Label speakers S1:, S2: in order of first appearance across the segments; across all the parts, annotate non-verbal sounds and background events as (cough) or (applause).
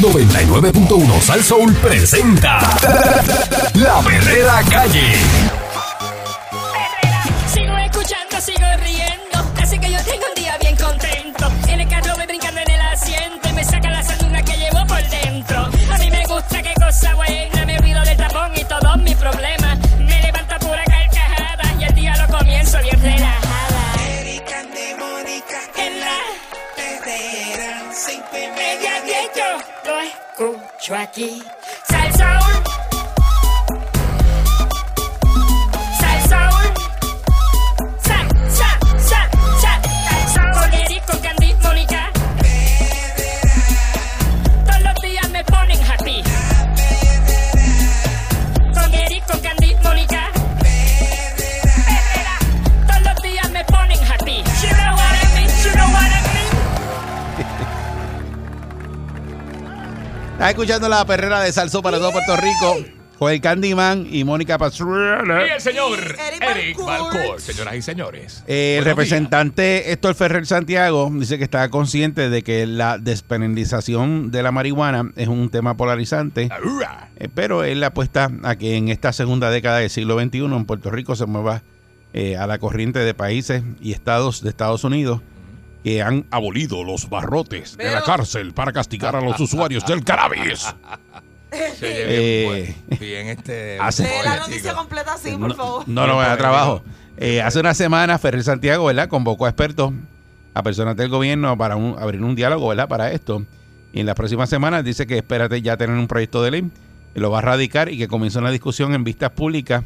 S1: 99.1 Sal Soul presenta La Verdadera Calle.
S2: Sigo escuchando, sigo riendo. Así que yo tengo un día bien contento. En el carro voy brincando en el asiento y me saca la sanduna que llevo por dentro. A mí me gusta qué cosa buena. Me olvido del tapón y todos mis problemas. Me levanta pura carcajada y el día lo comienzo bien relajada.
S3: Erika de Mónica
S2: En la
S3: Herrera, cinco y media,
S2: media que yo lo escucho aquí. Sal Soul. Sal Soul. Sal, sal, sal, sal. Sal Soul. Con Eric, con Candy, Mónica. Todos los días me ponen happy. Con Eric, con Candy, Mónica. Perrera. Todos los días me ponen happy. You know what I mean, you know what I mean.
S4: Estás escuchando la perrera de Salso para todo Puerto Rico. Joel Candyman y Mónica Pastrana.
S5: Y el señor
S3: Eric
S5: Eric
S3: Balcourt.
S5: Balcourt, señoras y señores.
S4: Eh, el
S5: Buenos
S4: representante Héctor Ferrer Santiago dice que está consciente de que la despenalización de la marihuana es un tema polarizante,
S5: días. Ahora,
S4: eh, pero él apuesta a que en esta segunda década del siglo XXI en Puerto Rico se mueva eh, a la corriente de países y estados de Estados Unidos que han abolido los barrotes de la cárcel para castigar a los usuarios del cannabis.
S5: se oye
S4: Eh,
S5: bien, buen- bien este.
S4: hace-
S5: buen
S3: Lee la
S5: oye,
S3: noticia
S5: chico.
S3: completa así,
S4: Este, No,
S3: por favor.
S4: no lo voy a trabajo. Eh, hace una semana Ferrer Santiago, ¿verdad? Convocó a expertos, a personas del gobierno para un- abrir un diálogo, ¿verdad? Para esto. Y en las próximas semanas dice que espérate ya tener un proyecto de ley, que lo va a radicar y que comienza una discusión en vistas públicas,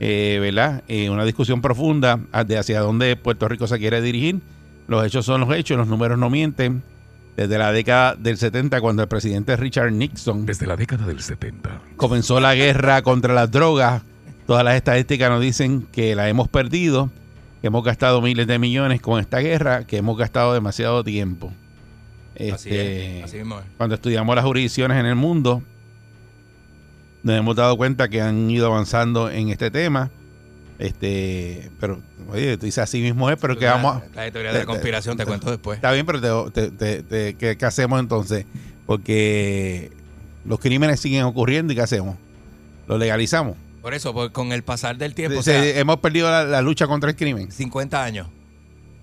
S4: eh, ¿verdad? Eh, una discusión profunda de hacia dónde Puerto Rico se quiere dirigir. Los hechos son los hechos, los números no mienten. Desde la década del 70, cuando el presidente Richard Nixon
S5: Desde la década del 70.
S4: comenzó la guerra contra las drogas. Todas las estadísticas nos dicen que la hemos perdido, que hemos gastado miles de millones con esta guerra, que hemos gastado demasiado tiempo.
S5: Así
S4: Este,
S5: es. Así mismo es.
S4: Cuando estudiamos las jurisdicciones en el mundo, nos hemos dado cuenta que han ido avanzando en este tema. Este, pero, oye, tú dices así mismo es, pero que vamos a- Este,
S5: La, la teoría de la conspiración te cuento después.
S4: Está bien, pero te- te- te- te- ¿qué, qué hacemos entonces? Porque los crímenes siguen ocurriendo y ¿qué hacemos? ¿Lo legalizamos?
S5: Por eso, por- con el pasar del tiempo, pues, o
S4: Se-
S5: sea,
S4: hemos perdido la, la lucha contra el crimen.
S5: 50 años.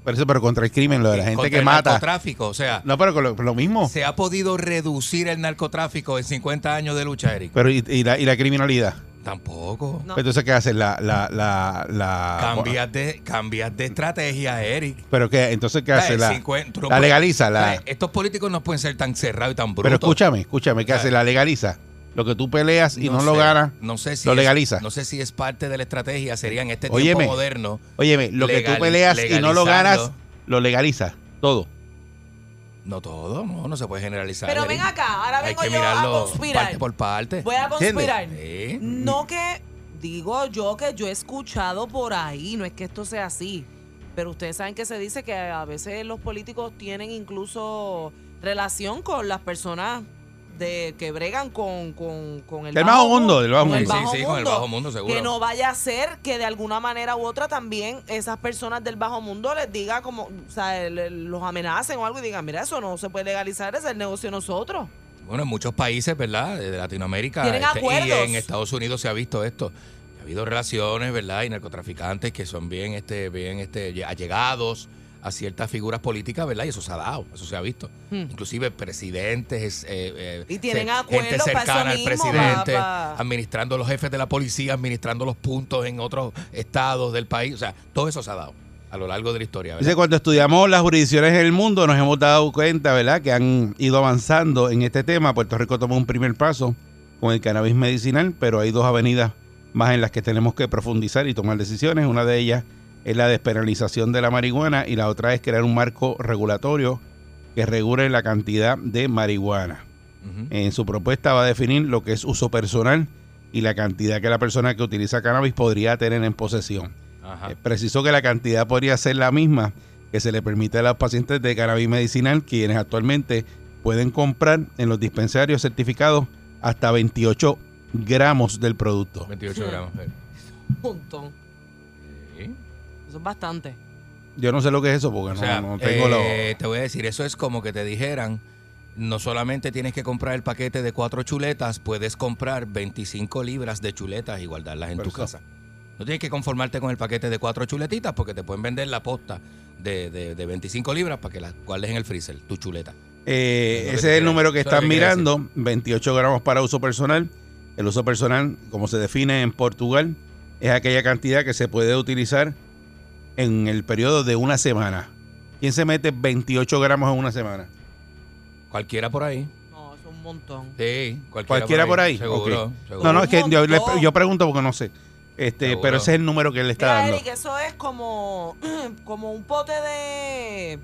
S4: Por eso, pero contra el crimen, lo de la gente
S5: Contra
S4: que
S5: el
S4: mata.
S5: narcotráfico, o sea,
S4: No, pero con lo, lo mismo.
S5: se ha podido reducir el narcotráfico en 50 años de lucha, Eric.
S4: Pero y, y la, y la criminalidad.
S5: Tampoco.
S3: No.
S4: Entonces, ¿qué haces? La, la, la, la-
S5: Cambias de, cambias de estrategia, Eric.
S4: Pero que entonces qué
S5: O sea,
S4: hace
S5: el
S4: la,
S5: 50 tú no
S4: la
S5: puedes-
S4: legaliza la-
S5: o sea, Estos políticos no pueden ser tan cerrados y tan brutos.
S4: Pero escúchame, escúchame, ¿qué
S5: Ah.
S4: hace la legaliza? Lo que tú peleas y no, lo
S5: sé,
S4: ganas.
S5: No sé si
S4: lo
S5: es-
S4: legaliza.
S5: no sé si es parte de la estrategia. Sería en este
S4: Óyeme.
S5: tiempo moderno.
S4: Óyeme, lo que
S5: Legal-
S4: tú peleas y no lo ganas,
S5: legalizando.
S4: lo legaliza. Todo.
S5: No todo, no, no se puede generalizar.
S3: Pero
S5: Eric.
S3: ven acá, ahora
S5: Hay
S3: vengo
S5: que
S3: yo a
S5: mirarlo
S3: conspirar.
S5: parte por parte.
S3: Voy a conspirar.
S5: Sí.
S3: No que, digo yo que yo he escuchado por ahí, no es que esto sea así. Pero ustedes saben que se dice que a veces los políticos tienen incluso relación con las personas de que bregan con, con, con el
S4: Del bajo mundo, del bajo
S3: con el
S5: mundo. Sí, sí, sí, con el bajo mundo, seguro.
S3: Que no vaya a ser que de alguna manera u otra también esas personas del bajo mundo les diga como, o sea, le- los amenacen o algo y digan, mira, eso no se puede legalizar, ese es el negocio de nosotros.
S5: Bueno, en muchos países, ¿verdad? De Latinoamérica. este,
S3: Tienen
S5: y
S3: acuerdos.
S5: en Estados Unidos se ha visto esto. Ha habido relaciones, ¿verdad? Y narcotraficantes que son bien, este, bien este, allegados a ciertas figuras políticas, ¿verdad? Y eso se ha dado, eso se ha visto. Inclusive presidentes. es- eh, eh,
S3: Hmm. Y tienen
S5: se-
S3: acuerdos
S5: Gente
S3: para eso
S5: cercana al
S3: mismo,
S5: presidente,
S3: pa- pa-
S5: administrando los jefes de la policía, administrando los puntos en otros estados del país. O sea, todo eso se ha dado a lo largo de la historia,
S4: Dice,
S5: ¿verdad?
S4: cuando estudiamos las jurisdicciones del mundo, nos hemos dado cuenta, ¿verdad?, que han ido avanzando en este tema. Puerto Rico tomó un primer paso con el cannabis medicinal, pero hay dos avenidas más en las que tenemos que profundizar y tomar decisiones. Una de ellas es la despenalización de la marihuana y la otra es crear un marco regulatorio que regule la cantidad de marihuana.
S5: Ujú.
S4: En su propuesta va a definir lo que es uso personal y la cantidad que la persona que utiliza cannabis podría tener en posesión.
S5: Ajá.
S4: Eh, precisó que la cantidad podría ser la misma que se le permite a los pacientes de cannabis medicinal, quienes actualmente pueden comprar en los dispensarios certificados hasta 28 gramos del producto.
S5: 28 gramos.
S3: Hmm. (laughs) Un montón.
S5: Sí.
S3: Eso es bastante.
S4: Yo no sé lo que es eso porque
S5: O
S4: no-
S5: sea,
S4: no, tengo
S5: eh, te voy a decir, eso es como que te dijeran no solamente tienes que comprar el paquete de cuatro chuletas, puedes comprar 25 libras de chuletas y guardarlas en
S4: Pero
S5: tu
S4: eso-
S5: casa. No tienes que conformarte con el paquete de cuatro chuletitas porque te pueden vender la posta de, de- de 25 libras para que las guardes en el freezer, tu chuleta.
S4: Eh,
S5: Es lo que te
S4: ese es el
S5: quiero-
S4: número que
S5: eso es lo
S4: están
S5: que quería
S4: mirando, 28 gramos para uso personal. El uso personal, como se define en Portugal, es aquella cantidad que se puede utilizar en el periodo de una semana. ¿Quién se mete 28 gramos en una semana?
S5: Cualquiera por ahí.
S6: No, es un montón.
S5: Sí, cualquiera,
S4: ¿Cualquiera por ahí?
S5: Seguro,
S4: Ok.
S5: seguro.
S4: No, no, es que
S6: Un
S4: yo, le-
S6: montón.
S4: yo pregunto porque no sé. Este,
S5: Seguro.
S4: pero ese es el número que él le está
S6: Mira,
S4: dando.
S6: Eric, eso es
S3: (clears throat)
S6: como, como un pote de,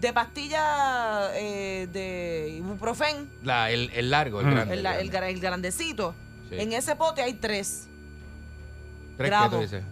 S6: de pastilla eh, de ibuprofen,
S5: La- el, el largo, el
S4: Mm.
S5: grande.
S6: el, la- el gra- el grandecito.
S5: Sí.
S6: En ese pote hay tres.
S5: ¿Tres qué
S6: grado.
S5: tú dices?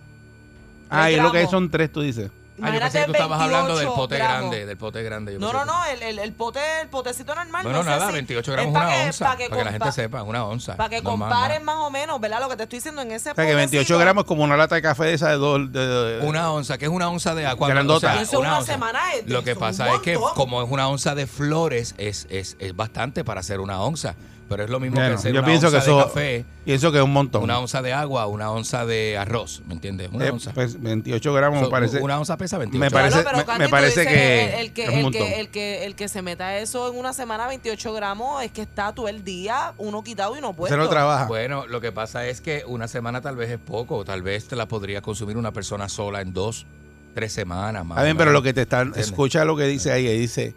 S4: Ah,
S6: el
S4: es lo que
S6: gramo.
S4: son tres, tú dices.
S5: Ah, yo pensé que tú estabas
S6: 28
S5: hablando del pote
S6: gramos.
S5: grande, del pote grande. yo
S6: No,
S5: pensé
S6: no,
S5: que-
S6: no, el, el, el pote, el potecito normal.
S5: Bueno,
S6: no sé
S5: nada,
S6: si-
S5: 28
S6: es
S5: gramos,
S6: pa'
S5: una
S6: que-
S5: onza.
S6: pa'
S5: Para que, la gente
S6: compa-
S5: sepa, una onza.
S6: Para que
S5: no más,
S6: comparen
S5: nada.
S6: más, o menos, ¿verdad? Lo que te estoy diciendo en ese
S4: O sea, que 28
S6: potecito,
S4: gramos es como una lata de café de esa de dos. de- de- de-
S5: Una onza, que es una onza de agua.
S4: Grandota.
S5: o sea,
S6: Eso una semana es-
S5: Lo
S6: eso
S5: que
S6: es un
S5: pasa es que
S6: montón.
S5: como es una onza de flores, es, es, es bastante para hacer una onza. Pero es lo mismo que
S4: Bueno,
S5: hacer
S4: yo
S5: una
S4: pienso
S5: onza
S4: que
S5: de
S4: eso,
S5: café,
S4: pienso que es un montón.
S5: una onza de agua, una onza de arroz, ¿me entiendes? Una
S4: Eh,
S5: onza.
S4: pues, 28 gramos
S5: So,
S4: me parece.
S5: Una onza pesa 28
S4: Me
S6: Claro,
S4: parece-
S6: pero,
S4: me- me
S6: Candy, tú
S4: parece
S6: dices
S4: que
S6: el, el que,
S4: es
S6: el,
S4: un montón.
S6: que, el, que, el que se meta eso en una semana, 28 gramos, es que está todo el día uno quitado y no puesto.
S4: Usted no trabaja.
S5: Bueno, lo que pasa es que una semana tal vez es poco, tal vez te la podría consumir una persona sola en dos, tres semanas más.
S4: Está bien,
S5: o
S4: pero
S5: menos.
S4: lo que te están.
S5: ¿Entiendes?
S4: Escucha lo que dice ahí. ahí Dice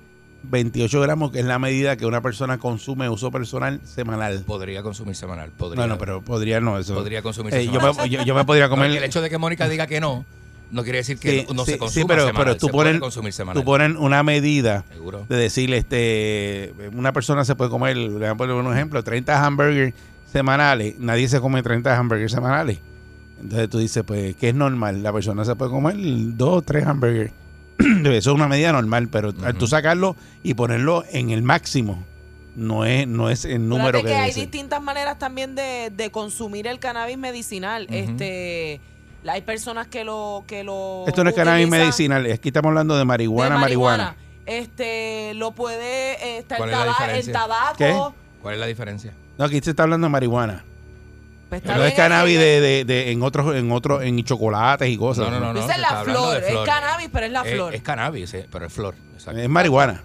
S4: 28 gramos, que es la medida que una persona consume uso personal semanal.
S5: Podría consumir semanal, podría.
S4: Bueno, pero podría no eso.
S5: podría consumirse
S4: Eh, yo,
S5: semanal.
S4: me, yo- yo me podría
S5: Porque
S4: comer.
S5: el hecho de que Mónica diga que no, no quiere decir que
S4: Sí,
S5: no
S4: sí,
S5: se consuma
S4: sí, pero,
S5: semanal.
S4: pero tú
S5: se puede
S4: ponen,
S5: consumir semanal.
S4: tú ponen una medida
S5: Seguro.
S4: de decirle, este, una persona se puede comer, le voy a poner un ejemplo, 30 hamburgers semanales. Nadie se come 30 hamburgers semanales. Entonces tú dices, pues, que es normal. La persona se puede comer dos o tres hamburgers. (clears throat) Eso es una medida normal, pero al tú sacarlo y ponerlo en el máximo, no es, no es el número
S6: Acuérdate
S4: que,
S6: que
S4: debe
S6: hay
S4: ser.
S6: distintas maneras también de, de consumir el cannabis medicinal.
S5: Ujú.
S6: Este, la- hay personas que lo que lo
S4: Esto no es cannabis
S6: utilizan
S4: medicinal, aquí estamos hablando de
S6: de
S4: marihuana, marihuana.
S6: Este, lo puede estar
S5: ¿Cuál es la
S6: el
S5: diferencia?
S6: tabaco.
S4: ¿Qué?
S5: ¿Cuál es la diferencia?
S4: No, aquí se está hablando de marihuana.
S6: Pues está
S4: No es
S6: bien,
S4: cannabis
S6: ahí-
S4: de, de- de- en otros, en otros, en chocolates y cosas.
S5: No, no, no.
S6: Esa
S5: se
S6: es
S5: está
S6: la
S5: hablando
S6: flor,
S5: de
S6: es
S5: flor.
S6: cannabis, pero es la
S5: Es,
S6: flor.
S5: es cannabis, eh, pero es flor. exacto.
S4: Es marihuana.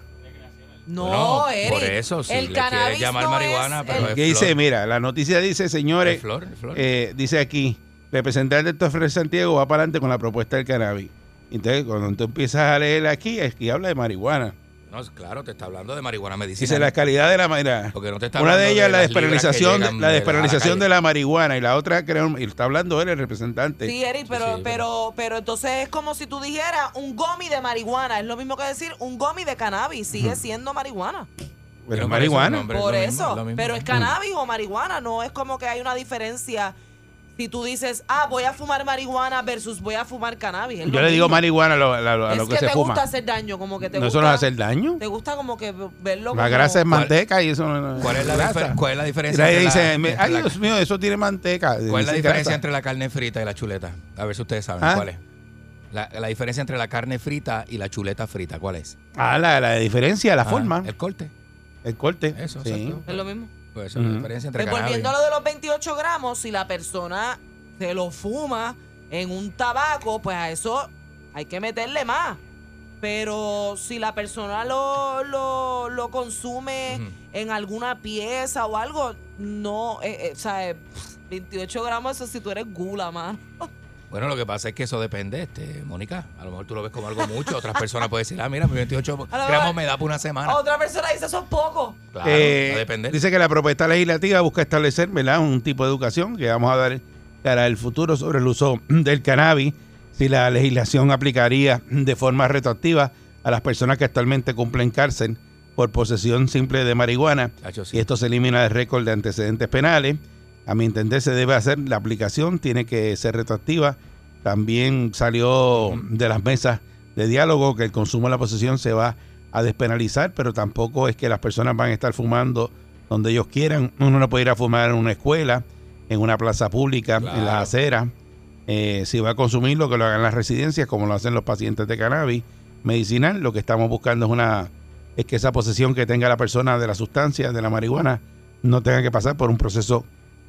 S6: no,
S5: Bueno,
S6: Eric.
S5: Por eso, si
S6: el
S5: le
S6: cannabis
S5: quieres llamar
S6: no
S5: marihuana,
S6: es
S5: pero
S6: el-
S5: es
S4: Aquí dice,
S5: flor.
S4: mira, la noticia dice, señores,
S5: Es flor, es flor.
S4: eh, dice aquí, representante de Fred Santiago va para adelante con la propuesta del cannabis. Entonces, cuando tú empiezas a leer aquí, aquí habla de marihuana.
S5: No, claro, te está hablando de marihuana
S4: Dice
S5: medicinal.
S4: las calidades de la marihuana.
S5: Porque no te está
S4: Una de
S5: hablando
S4: ellas es
S5: de
S4: la
S5: las libras que
S4: despenalización, de,
S5: llegan
S4: la
S5: de la-
S4: despenalización
S5: la
S4: de la marihuana y la otra, creo, y está hablando él, el representante.
S6: Sí, Eric, pero,
S5: sí,
S6: pero, pero entonces es como si tú dijeras un gomi de marihuana. Es lo mismo que decir un gomi de cannabis. Sigue siendo marihuana.
S4: pero
S5: Pero
S4: es
S5: por eso
S4: marihuana.
S5: no, hombre. Pero es
S6: Por
S5: lo
S6: eso.
S5: mismo, es lo mismo. Mm.
S6: pero es cannabis o marihuana. No es como que hay una diferencia. Si tú dices, ah, voy a fumar marihuana versus voy a fumar cannabis. Es lo
S4: Yo le digo
S6: mismo.
S4: marihuana a lo, a lo- a
S6: Es
S4: lo que,
S6: que,
S4: se
S6: te
S4: fuma.
S6: gusta hacer daño, como que te
S4: no,
S6: gusta.
S4: eso no hace el daño.
S6: Te gusta como que verlo
S4: La
S6: como-
S4: grasa es
S5: ¿Cuál-
S4: manteca y eso no
S5: ¿Cuál es la,
S4: grasa.
S5: difer- cuál es la
S4: Mira,
S5: diferencia?
S4: ahí
S5: entre la-
S4: dice, me-
S5: entre
S4: ay
S5: la-
S4: Dios mío, eso tiene manteca.
S5: ¿Cuál es la
S4: Dice
S5: diferencia
S4: grasa.
S5: entre la carne frita y la chuleta? A ver si ustedes saben
S4: ¿Ah?
S5: cuál es. La, la diferencia entre la carne frita y la chuleta frita, ¿cuál es?
S4: Ah, la, la diferencia, la
S5: Ah,
S4: forma, el,
S5: El corte.
S4: corte.
S5: Eso,
S4: Sí.
S5: exacto.
S6: Es lo mismo.
S5: Pues esa es la
S4: Ujú.
S5: diferencia entre
S6: Pues volviendo a lo
S5: cannabis.
S6: de los 28 gramos, si la persona se lo fuma en un tabaco, pues a eso hay que meterle más. Pero si la persona lo, lo, lo consume
S5: Ujú.
S6: en alguna pieza o algo, no, eh, eh, o sea, eh, 28 gramos, eso si tú eres gula, man.
S5: Bueno, lo que pasa es que eso depende, este, Mónica. A lo mejor tú lo ves como algo mucho. Otras personas pueden decir, ah, mira, mi 28
S6: mejor-
S5: gramos me da por una semana.
S6: Otra persona dice, eso es poco.
S5: Claro,
S4: Eh,
S5: va a depender.
S4: dice que la propuesta legislativa busca establecer ¿verdad? un tipo de educación que vamos a dar para el futuro sobre el uso del cannabis, si la legislación aplicaría de forma retroactiva a las personas que actualmente cumplen cárcel por posesión simple de marihuana.
S5: Chacho, sí.
S4: Y esto se elimina del récord de antecedentes penales. A mi entender se debe hacer la aplicación, tiene que ser retroactiva. También salió de las mesas de diálogo que el consumo de la posesión se va a despenalizar, pero tampoco es que las personas van a estar fumando donde ellos quieran. Uno no puede ir a fumar en una escuela, en una plaza pública, en
S5: Claro.
S4: las aceras. Eh, si va a consumirlo, que lo hagan en las residencias, como lo hacen los pacientes de cannabis medicinal. Lo que estamos buscando es una es que esa posesión que tenga la persona de la sustancia, de la marihuana, no tenga que pasar por un proceso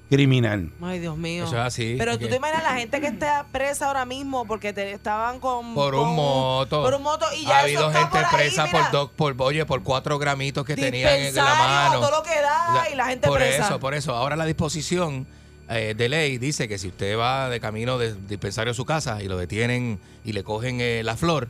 S4: criminal.
S3: Ay, Dios mío.
S5: Eso es así,
S3: Pero
S5: porque-
S3: tú te imaginas la gente que está presa ahora mismo porque te, estaban con.
S5: Por un
S3: con-
S5: moto.
S3: Por un moto y ya.
S5: Ha
S3: eso
S5: habido
S3: está
S5: gente
S3: por ahí,
S5: presa
S3: mira,
S5: por dos, por, oye, por cuatro gramitos que tenían en la
S3: dispensario,
S5: mano.
S3: todo lo que da, y la gente
S5: por
S3: presa.
S5: eso, por eso. Ahora la disposición eh, de ley dice que si usted va de camino de dispensario a su casa y lo detienen y le cogen eh, la flor,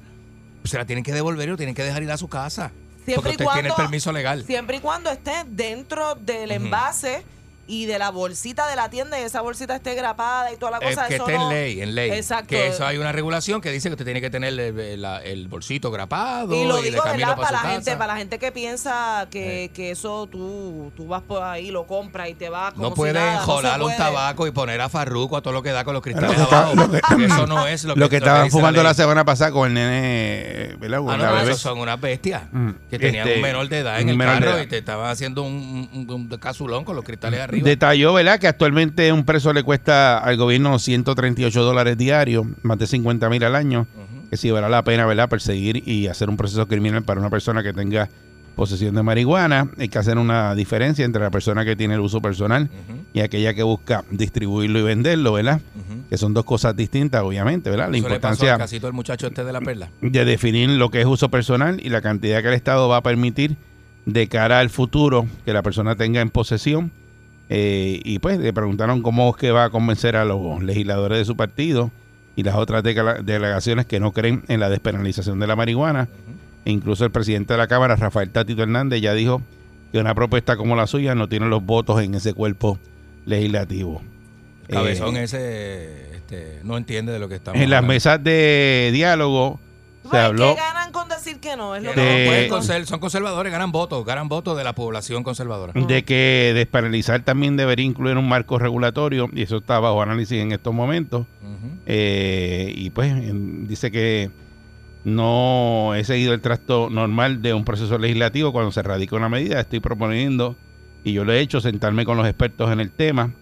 S5: pues se la tienen que devolver y lo tienen que dejar ir a su casa. porque usted tiene el permiso legal.
S3: Siempre y cuando esté dentro del envase y de la bolsita de la tienda y esa bolsita esté grapada y toda la
S5: Es
S3: cosa.
S5: que
S3: eso
S5: esté en
S3: no-
S5: ley, en ley.
S3: Exacto.
S5: Que eso hay una regulación que dice que usted tiene que tener eh, la- el, bolsito grapado
S3: y lo
S5: de
S3: digo,
S5: camino
S3: ¿verdad? Para
S5: para
S3: la
S5: su
S3: gente,
S5: casa. Eh.
S3: para la gente que piensa que, que eso tú, tú vas por ahí, lo compras y te vas como
S5: No
S3: si
S5: pueden
S3: nada, no se
S5: jolar un
S3: puede.
S5: tabaco y poner a Farruco a todo lo que da con los cristales
S4: Bueno,
S5: abajo.
S4: lo que está- lo que-
S5: eso no es lo
S4: Lo
S5: que,
S4: que, estaban
S5: dice
S4: fumando la,
S5: ley.
S4: semana pasada con el nene, ¿verdad? Con
S5: Ah,
S4: la
S5: no, no,
S4: bebé.
S5: esos son unas bestias
S4: Mm,
S5: que tenían
S4: este,
S5: un menor de edad en
S4: un
S5: el
S4: menor de
S5: carro
S4: edad.
S5: y te estaban haciendo un, un- un casulón con los cristales arriba.
S4: Detalló, ¿verdad?, que actualmente un preso le cuesta al gobierno 138 dólares diarios, más de 50 mil al año, que sí vale la pena, ¿verdad?, perseguir y hacer un proceso criminal para una persona que tenga posesión de marihuana. Hay que hacer una diferencia entre la persona que tiene el uso personal
S5: Ujú,
S4: y aquella que busca distribuirlo y venderlo, ¿verdad?
S5: ujú.
S4: Que son dos cosas distintas, obviamente, ¿verdad? La
S5: Eso le pasó
S4: importancia
S5: al casito del muchacho este de la perla.
S4: de definir lo que es uso personal y la cantidad que el Estado va a permitir de cara al futuro que la persona tenga en posesión. Eh, y pues le preguntaron cómo es que va a convencer a los legisladores de su partido y las otras decala- delegaciones que no creen en la despenalización de la marihuana. E incluso el presidente de la Cámara, Rafael Tatito Hernández, ya dijo que una propuesta como la suya no tiene los votos en ese cuerpo legislativo.
S5: El cabezón
S4: Eh,
S5: ese este, no entiende de lo que estamos
S4: en las
S5: hablando.
S4: mesas de diálogo se
S3: Bueno,
S4: habló...
S3: ¿Qué ganan con decir que no? Es lo
S5: Que
S4: De-
S5: no,
S3: que
S5: pues,
S3: no entiendo.
S5: conser- son conservadores, ganan votos, ganan votos de la población conservadora.
S4: de que despenalizar también debería incluir un marco regulatorio y eso está bajo análisis en estos momentos
S5: Ujú.
S4: Eh, y pues en- dice que no he seguido el trasto normal de un proceso legislativo cuando se radica una medida estoy proponiendo y yo lo he hecho sentarme con los expertos en el tema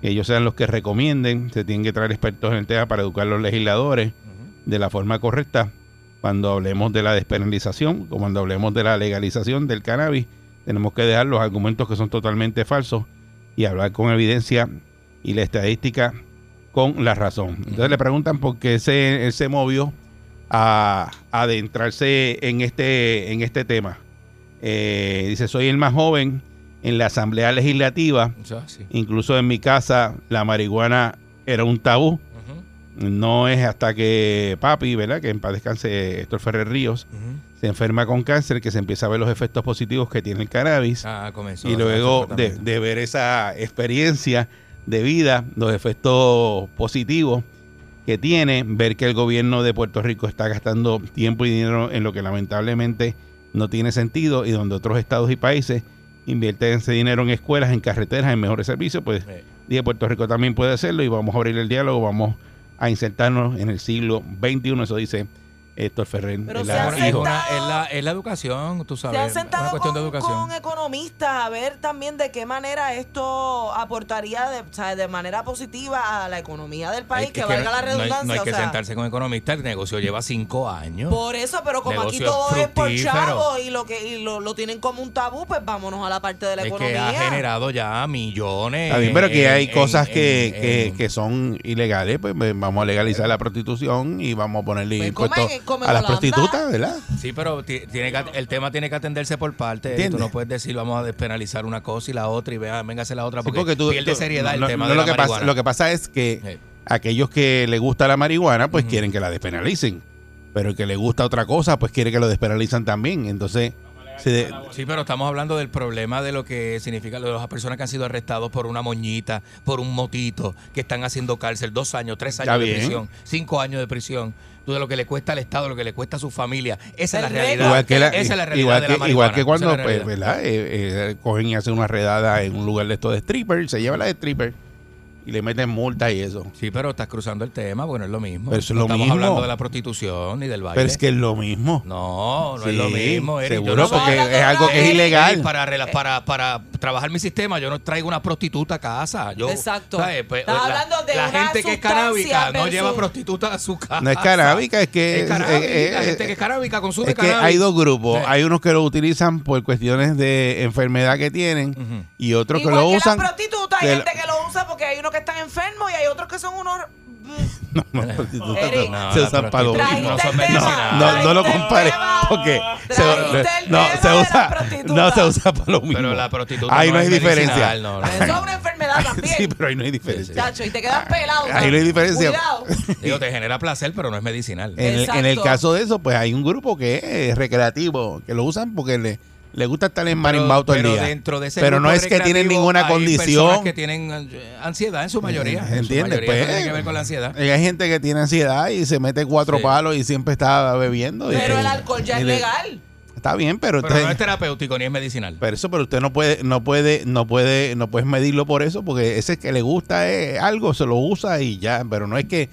S4: que ellos sean los que recomienden se tienen que traer expertos en el tema para educar a los legisladores de la forma correcta cuando hablemos de la despenalización o cuando hablemos de la legalización del cannabis, tenemos que dejar los argumentos que son totalmente falsos y hablar con evidencia y la estadística con la razón. Entonces le preguntan por qué se, él se movió a adentrarse en este, en este tema. Eh, dice, soy el más joven en la Asamblea Legislativa,
S5: Eso es así.
S4: incluso en mi casa la marihuana era un tabú.
S5: Ujú,
S4: No es hasta que papi, ¿verdad? Que en paz descanse Héctor Ferrer Ríos,
S5: ujú.
S4: se enferma con cáncer, que se empieza a ver los efectos positivos que tiene el cannabis.
S5: Ah, comenzó.
S4: y
S5: a hacer
S4: luego
S5: ese
S4: de,
S5: tratamiento.
S4: de ver esa experiencia de vida, los efectos positivos que tiene, ver que el gobierno de Puerto Rico está gastando tiempo y dinero en lo que lamentablemente no tiene sentido y donde otros estados y países invierten ese dinero en escuelas, en carreteras, en mejores servicios, pues
S5: Eh,
S4: Dije, Puerto Rico también puede hacerlo y vamos a abrir el diálogo, vamos a insertarnos en el siglo XXI, eso dice Héctor Ferrer.
S3: Pero
S4: de
S3: se
S5: es
S3: han
S5: una- es,
S4: hijo-
S5: una- es la, es la educación, tú
S3: Se
S5: sabes.
S3: han
S5: es una
S3: sentado
S5: cuestión
S3: con,
S5: de educación.
S3: con economistas a ver también de qué manera esto aportaría de, o sea, de manera positiva a la economía del país,
S5: Es
S3: que,
S5: es
S3: valga la
S5: no- no hay-
S3: redundancia.
S5: No hay, que
S3: o sea,
S5: sentarse con economistas, el negocio lleva cinco años.
S3: Por eso, pero como aquí
S5: Negocio
S3: todo es por
S5: fructífero.
S3: chavos y lo que y lo, lo tienen como un tabú, pues vámonos a la parte de la
S5: es que ha
S3: economía.
S5: generado ya millones.
S4: Está bien, pero que
S5: Eh, en-
S4: hay
S5: en-
S4: cosas
S5: en-
S4: que,
S5: en-
S4: que-
S5: en-
S4: que son ilegales, pues pues, vamos a legalizar la prostitución y vamos a ponerle
S3: Pues
S4: impuestos
S3: comen- comen
S4: a las
S3: Holanda.
S4: prostitutas, ¿verdad?
S5: Sí, pero ti- tiene que at- el tema tiene que atenderse por partes. Tú
S4: ¿Entiendes?
S5: no puedes decir vamos a despenalizar una cosa y la otra y vea, véngase la otra
S4: Sí,
S5: porque,
S4: tú-
S5: pierde
S4: tú-
S5: seriedad
S4: no-
S5: el tema
S4: no
S5: de
S4: lo
S5: la
S4: que pasa,
S5: marihuana.
S4: lo que pasa es que
S5: Sí.
S4: aquellos que le gusta la marihuana, pues quieren que la despenalicen. Pero el que le gusta otra cosa, pues quiere que lo despenalizan también. Entonces, se de-
S5: Sí, pero estamos hablando del problema de lo que significa lo de las personas que han sido arrestados por una moñita, por un motito, que están haciendo cárcel, dos años, tres
S4: Está
S5: años de
S4: bien.
S5: prisión, cinco años de prisión. Tú de lo que le cuesta al Estado, lo que le cuesta a su familia. Esa es la
S3: El
S5: realidad.
S3: récord.
S4: igual que la-
S5: Esa es la realidad
S4: igual
S5: de
S4: que,
S5: la marihuana.
S4: igual que
S5: Esa
S4: cuando
S5: es la realidad.
S4: pues, ¿verdad? Eh, eh, cogen y hacen una redada en un lugar de estos de strippers, se lleva la de stripper y le meten multas y eso.
S5: Sí, pero estás cruzando el tema porque no es lo mismo.
S4: pues- Pero eso es
S5: no
S4: lo
S5: estamos
S4: mismo.
S5: hablando de la prostitución ni del baile.
S4: Pero es que es lo mismo.
S5: No, no
S4: Sí,
S5: es lo mismo. Eric. Yo
S4: Seguro,
S5: no soy-
S4: porque
S6: hablando
S4: es algo
S6: de
S4: que es
S6: Eric.
S4: ilegal.
S5: Para, rela- para, para trabajar mi sistema, yo no traigo una prostituta a casa. Yo,
S6: Exacto.
S5: ¿sabes? Pues,
S6: Estás hablando de
S5: la
S6: una
S5: gente que es
S6: sustancia
S5: canábica no
S6: versus-
S5: lleva prostituta a su casa.
S4: No es canábica, es que-
S5: Es canábica,
S4: eh, eh,
S5: la gente
S4: eh,
S5: que es canábica consume
S4: Es que
S5: cannabis.
S4: hay dos grupos.
S5: Sí.
S4: Hay unos que lo utilizan por cuestiones de enfermedad que tienen
S5: Ujú.
S4: y otros que
S6: Igual
S4: lo
S6: que
S4: usan.
S6: las prostitutas, hay
S4: que
S6: gente que lo usa porque hay unos que están enfermos y hay otros que son unos...
S4: No, (laughs) no, las prostitutas
S6: Eric.
S4: no,
S5: No,
S4: se
S5: las
S4: usan para lo
S5: prostitutas
S4: mismo.
S5: no
S6: Trajiste
S5: son
S6: el tema,
S5: medicinales.
S4: No, no lo
S6: trajiste el
S4: compares
S6: tema.
S4: porque se,
S6: Trajiste el
S4: no,
S6: tema
S4: se
S6: de las
S4: usa no
S6: prostitutas.
S4: se usa para lo mismo.
S5: Pero la prostituta
S4: ahí
S5: no
S4: no, hay
S5: es
S4: diferencia.
S5: medicinal, no, no.
S6: Eso es una enfermedad Ah, también,
S4: (laughs) sí, pero ahí no hay diferencia.
S6: chacho, y te quedas pelado.
S4: Ahí no hay diferencia. (laughs)
S6: Cuidado.
S5: Digo, te genera placer, pero no es medicinal.
S4: En el, en el
S6: Exacto.
S4: caso de eso, pues hay un grupo que es recreativo, que lo usan porque le, le gusta estar en
S5: Pero-
S4: marimbao todo el
S5: pero
S4: día.
S5: dentro de ese
S4: pero no
S5: grupo
S4: es que tienen
S5: recreativo
S4: ninguna
S5: hay personas
S4: condición.
S5: que tienen eh, ansiedad en su mayoría. En su
S4: ¿Entiendes?
S5: mayoría,
S4: Pues,
S5: eso tiene que ver con la ansiedad.
S4: eh, hay gente que tiene ansiedad y se mete cuatro
S5: Sí.
S4: palos y siempre está bebiendo. y-
S6: Pero el alcohol ya
S4: y
S6: es
S4: le-
S6: legal.
S4: Está bien, pero,
S5: Pero
S4: usted-
S5: no este es terapéutico ni es medicinal.
S4: pero eso, pero usted no puede, no puede, no puede, no puedes medirlo por eso, porque ese que le gusta eh, algo, se lo usa y ya, pero no es que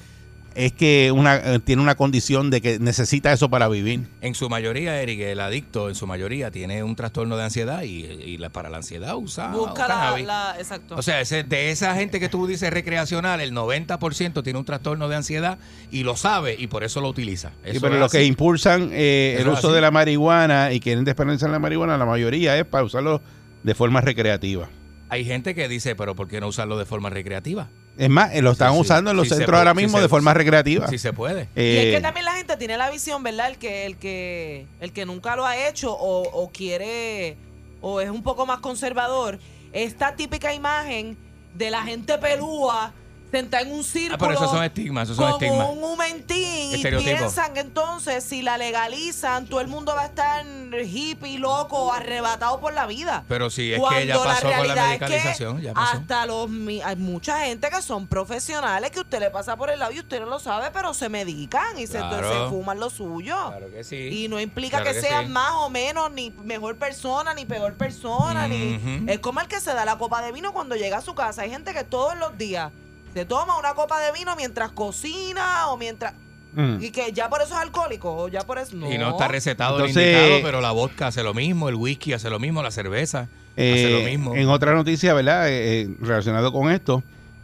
S4: es que una eh, tiene una condición de que necesita eso para vivir.
S5: En su mayoría, Eric, el adicto, en su mayoría, tiene un trastorno de ansiedad y, y la, para la ansiedad usa
S6: Busca la,
S5: cannabis.
S6: la- Exacto.
S5: O sea, ese- de esa gente que tú dices recreacional, el 90% tiene un trastorno de ansiedad y lo sabe y por eso lo utiliza.
S4: Sí,
S5: Eso
S4: pero
S5: es
S4: los que
S5: así.
S4: impulsan eh, el
S5: Eso es
S4: uso
S5: así.
S4: de la marihuana y quieren desperdiciar la marihuana, la mayoría es para usarlo de forma recreativa.
S5: Hay gente que dice, pero ¿por qué no usarlo de forma recreativa?
S4: Es más, eh, lo están
S5: sí.
S4: usando en los
S5: Sí se
S4: centros
S5: puede,
S4: ahora
S5: sí
S4: mismo
S5: se-
S4: de forma recreativa.
S5: Si se puede.
S4: Eh,
S6: y es que también la gente tiene la visión, ¿verdad? El que, el que, el que nunca lo ha hecho o, o quiere o es un poco más conservador, esta típica imagen de la gente pelúa sentada en un círculo.
S5: Ah, pero esos son estigmas, esos son
S6: como
S5: estigmas.
S6: un humentín y
S5: Estereotipos.
S6: piensan que entonces si la legalizan todo el mundo va a estar hippie, loco, arrebatado por la vida.
S5: Pero si es
S6: Cuando
S5: que ya pasó con la
S6: realidad es que
S5: medicalización, ya pasó.
S6: Hasta los mi- hay mucha gente que son profesionales que usted le pasa por el lado y usted no lo sabe, pero se medican y se-
S5: Claro.
S6: se, fuman lo suyo.
S5: Claro que sí.
S6: Y no implica
S5: Claro
S6: que,
S5: que
S6: sean
S5: sí.
S6: más o menos, ni mejor persona, ni peor persona,
S5: Ujú.
S6: ni. Es como el que se da la copa de vino cuando llega a su casa. Hay gente que todos los días se toma una copa de vino mientras cocina o mientras.
S4: mm.
S6: Y que ya por eso es alcohólico o ya por eso. No.
S5: Y no está recetado
S4: Entonces-
S5: el indicado, pero la vodka hace lo mismo, el whisky hace lo mismo, la cerveza hace
S4: Eh,
S5: lo mismo.
S4: En otra noticia, ¿verdad? Eh, eh, relacionado con esto,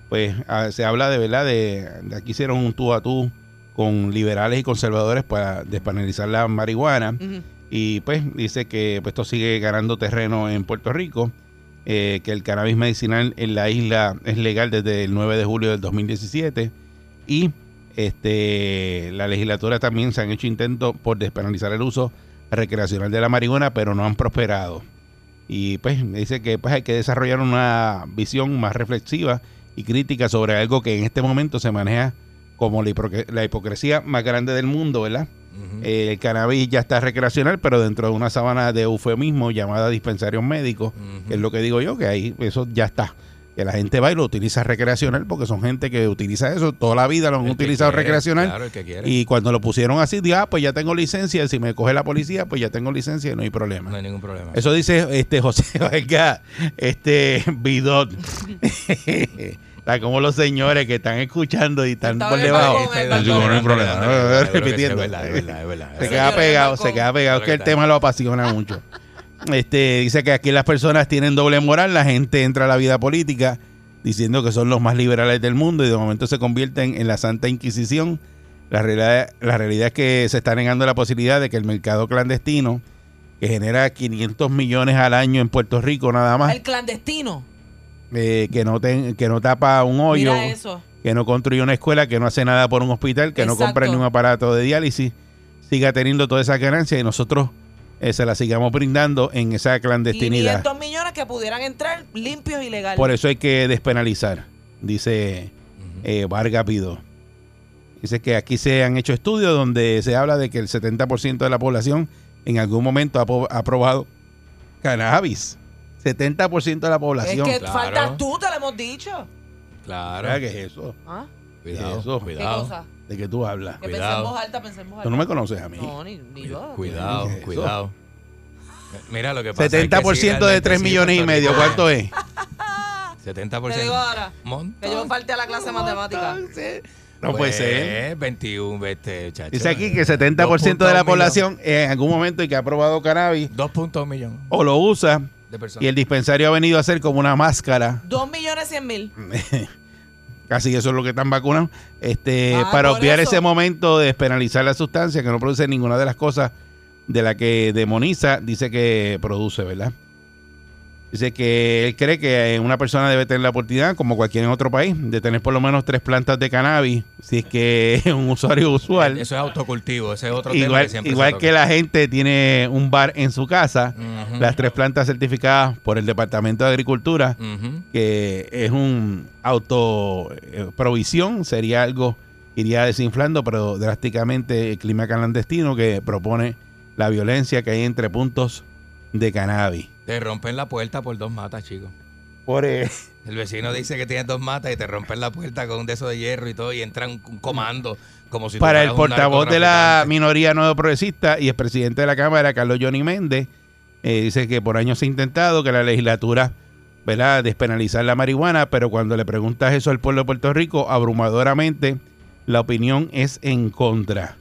S4: pues ah, se habla de, ¿verdad? De, de aquí hicieron un tú a tú con liberales y conservadores para despenalizar la marihuana.
S6: Ujú.
S4: Y pues dice que pues, esto sigue ganando terreno en Puerto Rico, eh, que el cannabis medicinal en la isla es legal desde el 9 de julio del 2017 y este la legislatura también se han hecho intentos por despenalizar el uso recreacional de la marihuana, pero no han prosperado. Y pues dice que pues, hay que desarrollar una visión más reflexiva y crítica sobre algo que en este momento se maneja como la hipocre- la hipocresía más grande del mundo, ¿verdad?
S5: Ujú.
S4: Eh, El cannabis ya está recreacional, pero dentro de una sábana de eufemismo llamada dispensarios médicos,
S5: Ujú.
S4: que es lo que digo yo, que ahí eso ya está. Que la gente va y lo utiliza recreacional porque son gente que utiliza eso, toda la vida lo han
S5: El que
S4: utilizado
S5: quiere,
S4: recreacional.
S5: Claro, el que quiere.
S4: Y cuando lo pusieron así, dije, ah, pues ya tengo licencia, si me coge la policía, pues ya tengo licencia y no hay problema.
S5: no hay ningún problema.
S4: Eso dice este José (laughs) Valga, este Bidot. (laughs) Está como los señores que están escuchando y están
S6: Está
S4: por
S6: bien,
S4: debajo.
S6: con el
S4: Yo digo, no hay
S5: balcón.
S4: problema.
S5: Ándale, ándale, ándale,
S4: Repitiendo.
S5: es verdad, es verdad, es verdad, es
S4: Se
S5: verdad.
S4: queda pegado, se queda pegado. Es que el tema lo apasiona mucho. Este, dice que aquí las personas tienen doble moral, la gente entra a la vida política diciendo que son los más liberales del mundo y de momento se convierten en la Santa Inquisición. La realidad, la realidad es que se está negando la posibilidad de que el mercado clandestino, que genera 500 millones al año en Puerto Rico nada más,
S6: El clandestino.
S4: eh, que, no ten- que no tapa un hoyo,
S6: Mira eso.
S4: que no construye una escuela, que no hace nada por un hospital, que no
S6: Exacto.
S4: compra ni un aparato de diálisis, siga teniendo toda esa ganancia y nosotros eh, se la sigamos brindando en esa clandestinidad.
S6: 500 millones que pudieran entrar limpios y legales.
S4: Por eso hay que despenalizar, dice
S5: Ujú.
S4: eh, Vargas Vidó. Dice que aquí se han hecho estudios donde se habla de que el 70% de la población en algún momento ha, po- ha probado cannabis. 70% de la
S6: es
S4: población.
S6: que
S5: Claro.
S6: faltas tú, te lo hemos dicho.
S5: Claro.
S4: ¿Sabes ¿Qué es eso?
S6: ¿Ah?
S5: Cuidado,
S4: Eso.
S6: ¿Qué
S5: cuidado.
S6: cosa?
S4: ¿De qué tú hablas?
S6: Que
S5: Cuidado.
S6: pensemos alta, pensemos alta.
S4: Tú no me conoces a mí.
S6: No, ni, ni yo.
S5: Cuidado,
S4: ¿Qué es eso?
S5: cuidado. Mira lo que pasa. es que sí,
S4: 70% de
S5: realmente
S4: 3
S5: sí,
S4: millones y
S5: Puerto
S4: medio,
S5: Rico-
S4: ¿cuánto es?
S5: 70%.
S3: Te digo ahora,
S5: Montón.
S3: que yo falté a la clase de matemática.
S4: No puede ser.
S5: 21, este, Pues, chacho.
S4: Dice aquí que 70% de la
S5: 2.1 millón.
S4: población en algún momento y que ha probado cannabis
S5: 2.1 millones
S4: o lo usa
S5: de personas.
S4: y el dispensario ha venido a hacer como una máscara.
S3: Dos millones cien mil.
S4: Casi eso es lo que están vacunados. Este,
S3: Ah,
S4: para
S3: por
S4: obviar
S3: eso.
S4: ese momento de despenalizar la sustancia que no produce ninguna de las cosas de la que demoniza, dice que produce, ¿verdad? Dice que él cree que una persona debe tener la oportunidad, como cualquier en otro país, de tener por lo menos tres plantas de cannabis, si es que (laughs) es un usuario usual.
S5: Eso es autocultivo, ese es otro tema
S4: igual
S5: que siempre se
S4: igual
S5: toca.
S4: que la gente tiene un bar en su casa,
S5: Ujú,
S4: las tres plantas certificadas por el Departamento de Agricultura,
S5: ujú.
S4: que es un auto eh, provisión, sería algo que iría desinflando, pero drásticamente el clima clandestino que propone la violencia que hay entre puntos de cannabis.
S5: Te rompen la puerta por dos matas, chicos.
S4: Por e-
S5: El vecino dice que tienes dos matas y te rompen la puerta con un deso de hierro y todo y entra un, un comando como si tú
S4: para el
S5: fueras un
S4: portavoz de la
S5: narcotraficante.
S4: minoría no progresista y expresidente de la Cámara, Carlos Johnny Méndez, eh, dice que por años se ha intentado que la legislatura ¿verdad? despenalizar la marihuana, pero cuando le preguntas eso al pueblo de Puerto Rico, abrumadoramente la opinión es en contra.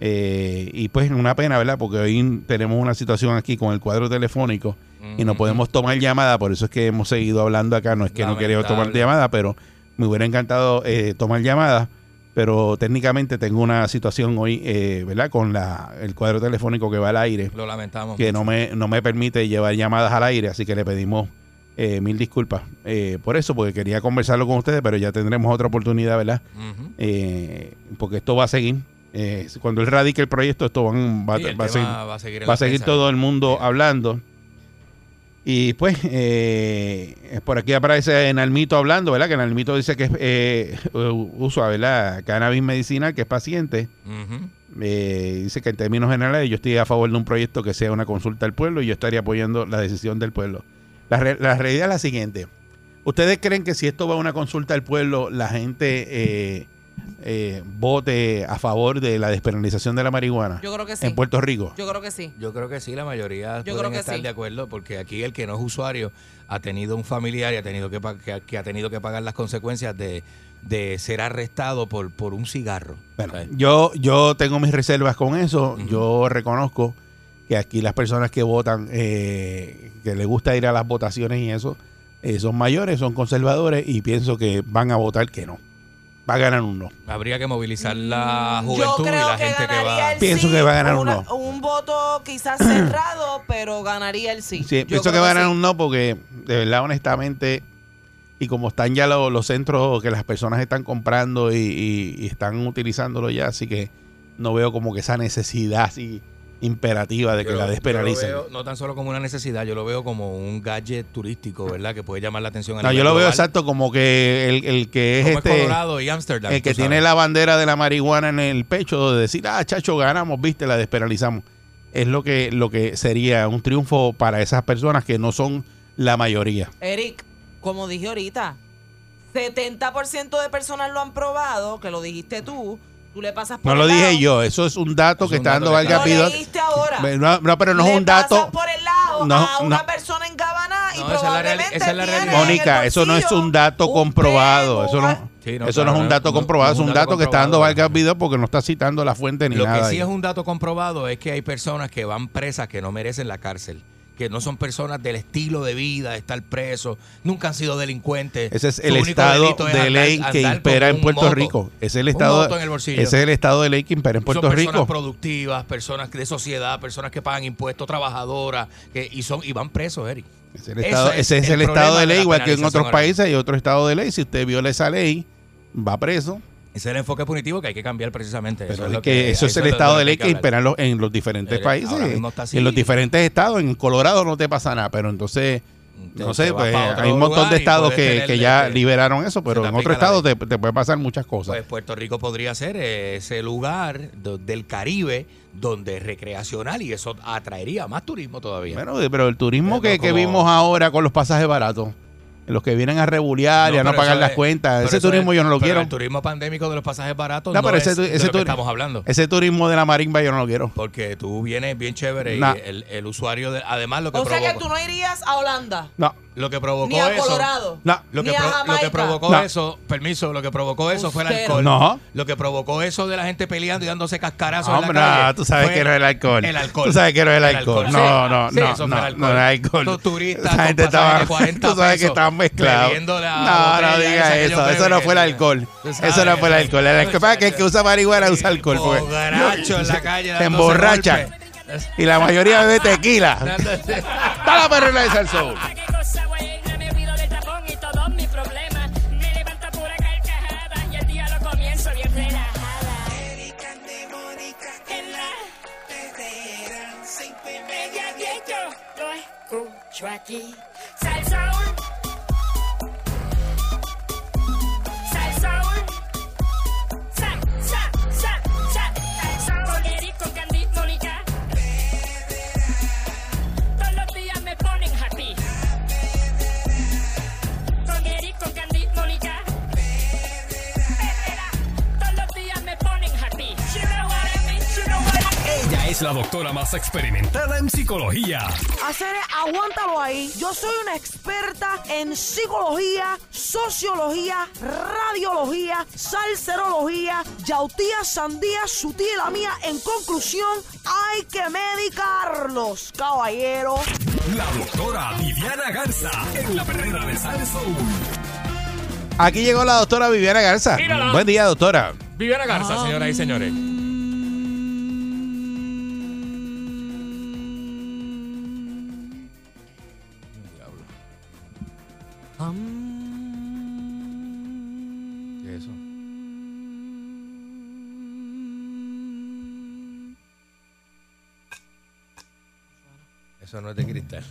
S4: Eh, y pues una pena, ¿verdad? Porque hoy tenemos una situación aquí con el cuadro telefónico y no
S5: Ujú.
S4: podemos tomar llamada, por eso es que hemos seguido hablando acá. No es que no quería tomar
S5: Lamentable.
S4: llamada, pero me hubiera encantado eh, tomar llamada. Pero técnicamente tengo una situación hoy, eh, ¿verdad? Con la, el cuadro telefónico que va al aire,
S5: Lo lamentamos.
S4: que no me, no me permite llevar llamadas al aire, así que le pedimos eh, mil disculpas eh, por eso, porque quería conversarlo con ustedes, pero ya tendremos otra oportunidad, ¿verdad?
S5: Ujú.
S4: Eh, porque esto va a seguir. Eh, cuando él radique el proyecto, esto van- va,
S5: Sí, el
S4: va a
S5: tema
S4: seguir
S5: va a seguir, en
S4: va a
S5: la
S4: seguir
S5: prensa.
S4: todo el mundo
S5: Sí.
S4: hablando. Y pues, eh, por aquí aparece Nalmito hablando, ¿verdad? Que Nalmito dice que es eh, usa, ¿verdad? Cannabis medicinal, que es paciente.
S5: Ujú.
S4: Eh, dice que en términos generales yo estoy a favor de un proyecto que sea una consulta al pueblo y yo estaría apoyando la decisión del pueblo. La, re- la realidad es la siguiente. ¿Ustedes creen que si esto va a una consulta al pueblo, la gente eh, eh, vote a favor de la despenalización de la marihuana
S3: Yo creo que sí.
S4: en Puerto Rico?
S3: Yo creo que sí.
S5: Yo creo que sí, la mayoría
S3: Yo
S5: pueden
S3: creo que
S5: estar
S3: sí.
S5: de acuerdo, porque aquí el que no es usuario ha tenido un familiar y ha tenido que, pa- que, ha- que ha tenido que pagar las consecuencias de, de ser arrestado por, por un cigarro.
S4: Bueno,
S5: ¿sabes?
S4: yo, yo tengo mis reservas con eso.
S5: Ujú.
S4: Yo reconozco que aquí las personas que votan, eh, que les gusta ir a las votaciones y eso, eh, son mayores, son conservadores y pienso que van a votar que no. Va a ganar un no.
S5: Habría que movilizar la
S3: Mm,
S5: juventud
S3: yo
S5: y
S3: creo
S5: la
S3: que
S5: gente que
S3: ganaría
S5: va.
S3: el
S4: Pienso
S3: sí,
S4: que va a ganar
S3: una-
S4: un no.
S3: Un voto quizás cerrado, pero ganaría el sí.
S4: Sí,
S3: Yo
S4: pienso
S3: creo
S4: que va a
S3: sí.
S4: ganar un no porque, de verdad, honestamente, y como están ya los, los centros que las personas están comprando y, y- y están utilizándolo ya, así que no veo como que esa necesidad así imperativa de que
S5: Yo-
S4: la
S5: yo lo
S4: despenalicen.
S5: veo no tan solo como una necesidad, yo lo veo como un gadget turístico, ¿verdad? Que puede llamar la atención. a
S4: No,
S5: nivel
S4: yo lo veo
S5: global,
S4: exacto como que el, el que es
S5: Como es
S4: este
S5: Colorado y Ámsterdam.
S4: el que
S5: tú
S4: tiene
S5: sabes.
S4: la bandera de la marihuana en el pecho de decir, "Ah, chacho, ganamos, viste, la despenalizamos." Es lo que lo que sería un triunfo para esas personas que no son la mayoría.
S3: Eric, como dije ahorita, 70% de personas lo han probado, que lo dijiste tú. Tú le pasas por
S4: No
S3: el
S4: lo
S3: lado.
S4: dije yo, eso es un dato
S5: Es
S4: que
S5: un
S4: está
S5: dato
S4: dando
S5: que
S4: Vargas
S5: está-
S3: Lo
S4: Vidal.
S3: leíste ahora.
S4: No, no, pero no es
S3: Le
S4: un dato.
S3: pasas por el lado
S4: No,
S3: a una
S4: no.
S3: persona engabana y
S5: No, esa es la
S3: probablemente
S5: reali- esa es la
S3: tiene
S5: realidad.
S3: en el
S4: Mónica, eso no es
S3: bolsillo Ah.
S4: un dato comprobado,
S3: pego,
S4: eso
S3: una-
S4: no
S5: Sí,
S4: eso
S5: claro,
S4: no es un dato comprobado, es un dato que está dando
S5: comprobado.
S4: Vargas Vidal porque no está citando la fuente ni
S5: Lo
S4: nada.
S5: que sí
S4: ahí.
S5: es un dato comprobado es que hay personas que van presas que no merecen la cárcel, que no son personas del estilo de vida, de estar presos, nunca han sido delincuentes.
S4: Ese es
S5: Su
S4: el
S5: único
S4: estado
S5: delito es
S4: de
S5: andar-
S4: ley
S5: andar
S4: que
S5: con
S4: impera en
S5: un
S4: Puerto
S5: moto.
S4: Rico. Es el
S5: Un
S4: estado,
S5: moto en el bolsillo.
S4: ese es el estado de ley que impera en Puerto
S5: son personas
S4: Rico.
S5: productivas, personas de sociedad, personas que pagan impuestos, trabajadoras, que, y son y van presos, Eric.
S4: Es el estado-
S5: Eso es
S4: ese es el,
S5: el
S4: estado
S5: problema
S4: de
S5: de
S4: ley,
S5: la
S4: igual que en otros
S5: penalización ahora
S4: países hay otro estado de ley. Si usted viola esa ley, va preso.
S5: Ese es el enfoque punitivo que hay que cambiar precisamente.
S4: Pero
S5: es
S4: es
S5: lo
S4: que eso es el
S5: lo-
S4: estado
S5: lo
S4: de ley que
S5: hay hablar.
S4: impera en los, en los diferentes
S5: Pero
S4: países.
S5: ahora mismo está así.
S4: En los diferentes estados, en Colorado no te pasa nada, pero entonces,
S5: Entonces,
S4: no sé,
S5: te vas
S4: pues
S5: pa' otro
S4: hay un montón
S5: lugar
S4: de
S5: y
S4: estados
S5: puedes
S4: que,
S5: tener,
S4: que ya
S5: este,
S4: liberaron eso,
S5: te
S4: pero en
S5: aplica
S4: otro
S5: la
S4: estado
S5: ley.
S4: te, te puede pasar muchas cosas.
S5: Pues Puerto Rico podría ser eh, ese lugar do- del Caribe donde es recreacional y eso atraería más turismo todavía.
S4: Bueno, de- pero el turismo
S5: Pero
S4: que, que
S5: como-
S4: vimos ahora con los pasajes baratos, los que vienen a rebuliar y a no
S5: No, pero
S4: pagar
S5: eso
S4: las
S5: es-
S4: cuentas,
S5: pero
S4: ese
S5: eso
S4: turismo
S5: es-
S4: yo no lo
S5: pero
S4: quiero.
S5: El turismo pandémico de los pasajes baratos
S4: No,
S5: no,
S4: pero ese
S5: es
S4: tu-
S5: de
S4: ese
S5: lo que
S4: turi-
S5: estamos hablando.
S4: Ese turismo de la marimba yo no lo quiero.
S5: Porque tú vienes bien chévere
S4: Nah.
S5: y el, el usuario, de- además lo que
S3: O sea que
S5: provoca-
S3: tú no irías a Holanda.
S4: No,
S5: Lo que provocó
S3: Ni a
S5: eso.
S3: Colorado.
S4: No.
S5: Lo que,
S3: Ni a
S5: pro- lo que
S3: Jamaica.
S5: provocó
S4: No.
S5: eso, permiso, lo que provocó eso fue el
S3: Usted.
S5: alcohol.
S4: No.
S5: Lo que provocó eso de la gente peleando y dándose cascarazos en
S4: Hombre,
S5: la calle.
S4: no, tú sabes
S5: fue
S4: que no es el alcohol.
S5: El alcohol.
S4: Tú sabes que no es el alcohol. No,
S5: Sí,
S4: no,
S5: sí,
S4: no,
S5: eso
S4: no,
S5: fue el
S4: no era alcohol.
S5: Los turistas
S4: Esa
S5: con
S4: gente
S5: pasajes
S4: estaba-
S5: de 40
S4: tú sabes que
S5: pesos,
S4: estaban mezclados.
S5: bebiendo la
S4: No, no
S5: botella
S4: digas
S5: esa que
S4: eso.
S5: yo
S4: Eso no fue el
S5: bebí.
S4: alcohol.
S5: Tú sabes.
S4: Eso no fue el alcohol. El alcohol para que el que usa marihuana usa alcohol. porque-
S5: Borracho en la calle
S4: (laughs) Se
S5: dándose
S4: emborrachan.
S5: golpes.
S4: Y la mayoría bebe tequila.
S5: Dándose-
S4: Está la perrera de Salsoul.
S2: Ah, qué cosa buena, me olvido del tapón y todos mis problemas. Me levanta pura carcajada y el día lo comienzo bien relajada. En la media diez yo lo escucho aquí. Salsaúl. Salsaúl. Sal, sal, sal, sal. Salsaúl, Eric con Candy, Mónica. Todos los días me ponen happy. Con Eric, con Candy, Mónica. Herrera. Todos los días me ponen happy. You know what I mean, you know what I mean.
S1: Ella es la doctora más experimentada en psicología.
S6: Hacer, aguántalo ahí. Yo soy una experta en psicología, sociología, radiología, salserología, yautía, sandía, sutí y la mía. En conclusión, hay que medicarlos, caballero.
S1: La doctora Viviana Garza en la perrera de Salsoul.
S4: Aquí llegó la doctora Viviana Garza.
S5: Mírala.
S4: Buen día, doctora.
S5: Viviana Garza, señoras y señores. ¿Qué es eso? Eso no es de cristal.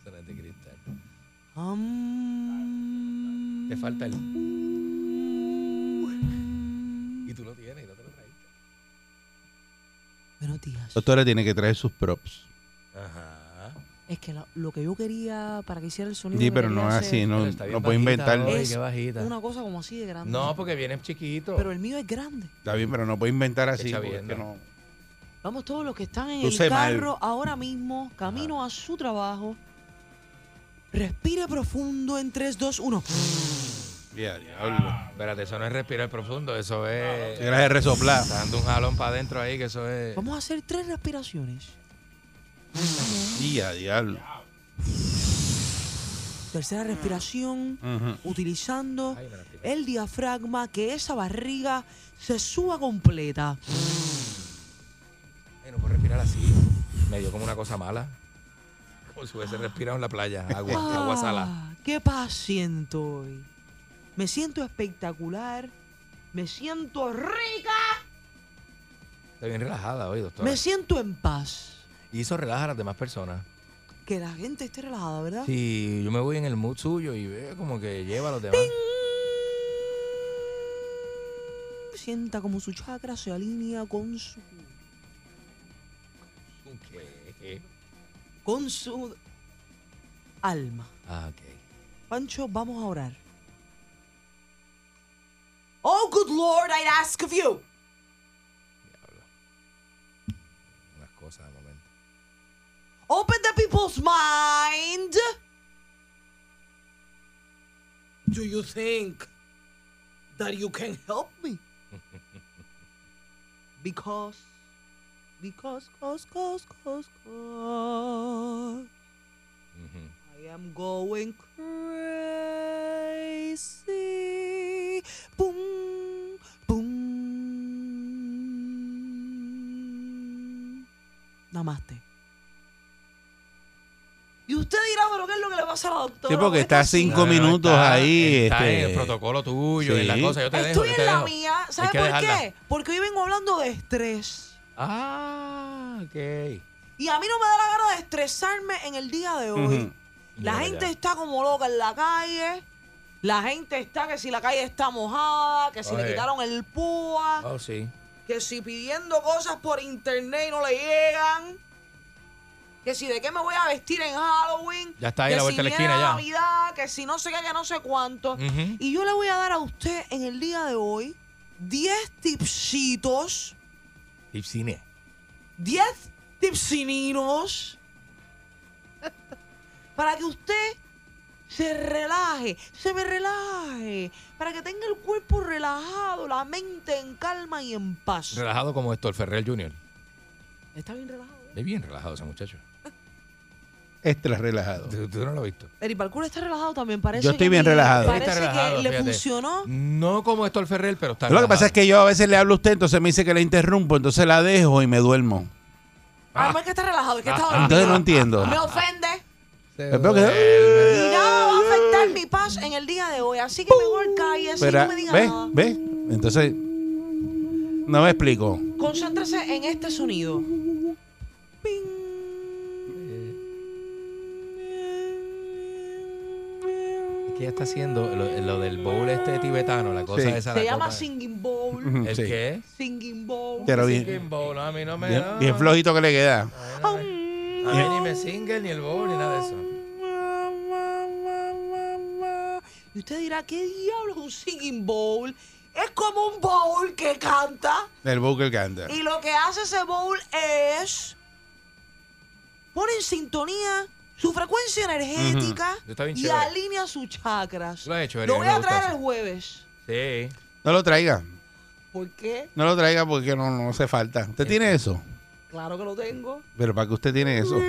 S5: Eso no es de cristal. Te falta el. Y tú lo tienes y no te lo trajiste.
S6: Buenos días.
S4: Doctora tiene que traer sus props.
S5: Ajá.
S6: Es que lo, lo que yo quería para que hiciera el sonido.
S4: Sí,
S6: que
S4: pero no
S6: quería
S4: es
S6: hacer
S4: así. No,
S5: Pero está bien
S4: no puede
S5: bajita,
S4: inventar.
S5: ¿no? Ay,
S6: es
S5: qué bajita.
S6: Una cosa como así de grande.
S5: No, porque viene chiquito.
S6: Pero el mío es grande.
S4: Está bien, pero no puede inventar así.
S5: Echa
S4: porque
S5: viendo.
S4: no-
S6: Vamos todos los que están en
S4: Luce
S6: el
S4: mal.
S6: carro ahora mismo, camino a su trabajo. Respire profundo en 3, 2, 1.
S4: Ya, diablo.
S5: Espérate, eso no es respirar profundo, eso es.
S4: Era de resoplar.
S5: Está dando un jalón para adentro ahí, que eso es.
S6: Vamos a hacer tres respiraciones.
S4: Ya, diablo.
S6: Tercera respiración,
S4: Ujú.
S6: utilizando el diafragma, que esa barriga se suba completa.
S5: Ay, no puedo respirar así. Me dio como una cosa mala. Como si hubiese respirado en la playa. Agua, agua salada.
S6: Ah, ¡Qué paz siento hoy! Me siento espectacular. Me siento rica.
S5: Está bien relajada hoy, doctor.
S6: Me siento en paz.
S5: Y eso relaja a las demás personas.
S6: Que la gente esté relajada, ¿verdad?
S5: Sí, yo me voy en el mood suyo y veo como que lleva a los demás.
S6: Sienta como su chakra se alinea con su.
S5: ¿Qué?
S6: con su. alma.
S5: Ah, ok.
S6: Pancho, vamos a orar. Oh, good Lord, I ask of you.
S5: Unas cosas de momento.
S6: Open the people's mind. Do you think that you can help me? (laughs) because, because, cause, cause, cause, cause,
S4: Mm-hmm.
S5: Ujú.
S6: I am going crazy. Boom, boom. Namaste. Y usted dirá, pero ¿qué es lo que le pasa a la doctora?
S4: Sí, porque
S6: Esto
S4: está
S6: es
S4: cinco
S5: Ah, No, no, no,
S4: minutos
S5: está-
S4: ahí.
S5: Está
S4: este,
S5: en el protocolo tuyo,
S4: Sí.
S5: en la cosa. Yo te dejo.
S6: Estoy
S5: yo te
S6: en la
S5: dejo.
S6: mía.
S5: Hay
S6: ¿Sabe
S5: que
S6: por
S5: dejarla.
S6: qué? Porque hoy vengo hablando de estrés.
S5: Ah, ok.
S6: Y a mí no me da la gana de estresarme en el día de hoy.
S4: Ujú.
S6: La
S5: Mira
S6: gente
S5: ya.
S6: está como loca en la calle. La gente está que si la calle está mojada, que si le
S5: Oye.
S6: quitaron el púa,
S5: Oh, sí.
S6: que si pidiendo cosas por internet y no le llegan. Que si de qué me voy a vestir en Halloween.
S5: Ya está ahí
S6: que
S5: la
S6: si
S5: vuelta de la
S6: viene
S5: esquina, ya.
S6: Navidad, que si no sé qué, que no sé cuánto.
S5: Ujú.
S6: Y yo le voy a dar a usted en el día de hoy 10 tipsitos,
S5: Tipsine.
S6: 10 (laughs) tipsininos, para que usted se relaje, se me relaje, para que tenga el cuerpo relajado, la mente en calma y en paz.
S5: Relajado como esto, el Ferrer Junior.
S6: Está bien relajado.
S5: Es bien relajado ese muchacho.
S4: Extra relajado.
S5: ¿Tú, Eh, tú no lo has visto?
S6: Eric Balcour está relajado también, parece.
S4: Yo estoy
S6: que
S4: bien
S6: mira,
S4: relajado.
S6: Parece
S5: Está relajado,
S6: que le
S5: fíjate. Mm.
S6: funcionó.
S5: No como esto, el Ferrer, pero está
S4: Lo que pasa
S5: relajado.
S4: es que yo a veces le hablo a usted, entonces me dice que le interrumpo, entonces la dejo y me duermo.
S6: Ah, no es que está relajado, es que está
S4: Entonces no
S6: dormido.
S4: entiendo.
S6: Me ofende.
S4: Es peor que-
S6: Y nada va a afectar mi paz en el día de hoy. Así que mejor cállese y
S4: Espera,
S6: no me diga
S4: ¿Ves?
S6: nada.
S4: ¿Ves? Entonces, no me explico.
S6: Concéntrese en este sonido.
S5: Es que ella está haciendo lo, lo del bowl este tibetano, la cosa
S4: Sí.
S5: esa.
S6: Se
S5: la
S6: llama
S5: copa-
S6: singing bowl.
S4: Ujú,
S5: ¿El
S4: sí.
S5: qué?
S6: Singing bowl.
S4: Pero bien,
S5: Singing bowl, no, a mí no me.
S4: bien,
S5: no,
S4: bien flojito que le queda.
S5: A mí ni me single, ni el bowl, ni nada de eso.
S6: Y usted dirá, ¿qué diablo es un singing bowl? Es como un bowl que canta.
S4: El Booker canta.
S6: Y lo que hace ese bowl es pone en sintonía su frecuencia energética
S5: Ujú. Está bien
S6: y
S5: chévere.
S6: alinea sus chakras.
S5: Lo has hecho, Eri,
S6: Lo
S5: a mí
S6: voy
S5: me
S6: a
S5: gusta
S6: traer
S5: eso.
S6: el jueves.
S5: Sí.
S4: No lo traiga.
S6: ¿Por qué?
S4: No lo traiga porque no, no hace falta. ¿Usted tiene eso? Mm.
S6: Claro que lo tengo.
S4: Eh, Pero ¿para qué usted tiene eso?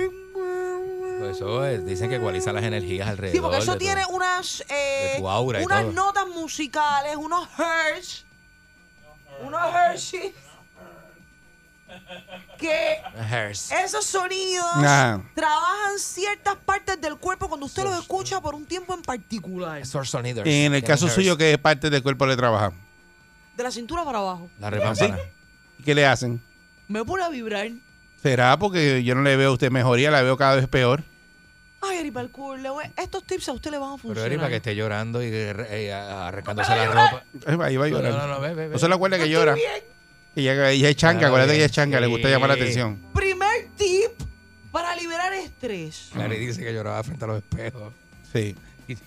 S5: Pues eso es, dicen que ecualiza las energías alrededor.
S6: Sí, porque eso
S5: de
S6: tiene
S5: todo.
S6: unas eh,
S5: De tu aura y
S6: unas
S5: todo.
S6: notas musicales, unos hertz, unos hershey que
S5: Hers.
S6: esos sonidos
S4: Ajá.
S6: trabajan ciertas partes del cuerpo cuando usted los escucha por un tiempo en particular,
S5: Esos sonidos.
S4: Y en el
S5: Tienen
S4: caso
S5: hers.
S4: suyo, ¿qué parte del cuerpo le trabaja?
S6: de la cintura para abajo.
S5: La repampana.
S4: ¿Qué le hacen?
S6: Me pone a vibrar.
S4: ¿Será porque yo no le veo a usted mejoría, la veo cada vez peor?
S6: Ay, Eri Parkour, le voy- estos tips a usted le van a
S5: Pero
S6: funcionar.
S5: Eri, para que esté llorando y eh, arrancándose la ropa.
S4: Ay, va, Ahí va a
S5: No,
S4: llorar.
S5: no, no, ve, ve, ve.
S4: No se le acuerda que llora. Ella, ella es chanca,
S5: Claro,
S4: acuérdate que
S5: bien.
S4: ella es chanca, le gusta llamar la
S5: Sí.
S4: atención.
S6: Primer tip para liberar estrés.
S5: Larry dice que lloraba frente a los espejos.
S4: Sí,
S5: Y se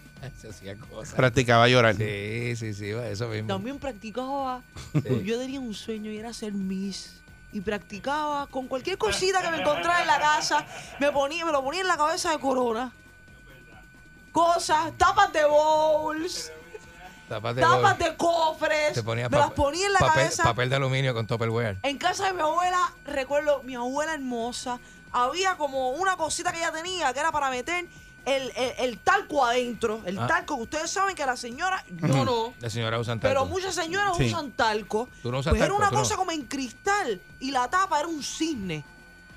S5: hacía cosas.
S4: practicaba llorar.
S5: Sí, sí, sí, va, eso mismo.
S6: También practicaba,
S5: Sí.
S6: yo tenía un sueño y era ser Miss. Y practicaba con cualquier cosita que me encontrara en la casa, me ponía, me lo ponía en la cabeza de corona. Cosas, tapas de bowls,
S5: Tápate,
S6: tapas
S5: Bob.
S6: de cofres,
S5: Te ponía
S6: me
S5: pap-
S6: las ponía en la
S5: papel,
S6: cabeza.
S5: papel de aluminio con Tupperware.
S6: En casa de mi abuela, recuerdo, mi abuela hermosa, había como una cosita que ella tenía que era para meter el, el- el talco adentro. El
S5: Ah. Mm.
S6: talco que ustedes saben que la señora, yo no.
S5: La señora usa
S6: Pero
S5: mucho
S6: muchas señoras
S4: Sí.
S6: usan talco.
S5: Tú no usas
S6: pues
S5: talco,
S6: era una
S5: tú no.
S6: cosa como en cristal y la tapa era un cisne.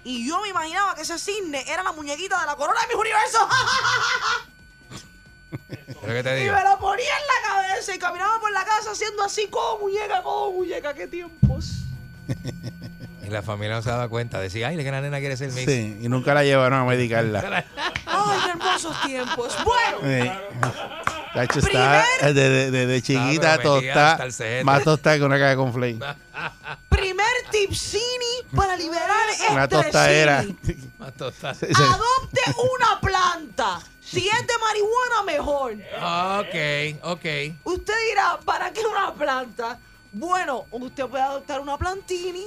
S6: Y yo me imaginaba que ese cisne era la muñequita de la corona de mis universos. (laughs)
S5: Pero que te
S6: y
S5: digo.
S6: me lo ponía en la cabeza y caminaba por la casa haciendo así como muñeca, como muñeca. ¡Qué tiempos!
S5: Y la familia no se daba cuenta. Decía, ay, que la nena quiere ser mix.
S4: Sí, y nunca la llevaron a medicarla.
S6: ¡Ay, qué hermosos (laughs) tiempos! Bueno,
S4: Eh, Tacho está eh, de, de- de- de chiquita
S5: pero metía
S4: tostada,
S5: hasta el cete.
S4: más tostada que una caja con
S5: (laughs)
S4: flame.
S6: Primer tipsini para liberar
S4: Una
S6: estresini.
S4: tostadera.
S5: Más tostada.
S6: Adopte una planta. Si es de marihuana, mejor.
S5: Ok, ok.
S6: Usted dirá, ¿para qué una planta? Bueno, usted puede adoptar una plantini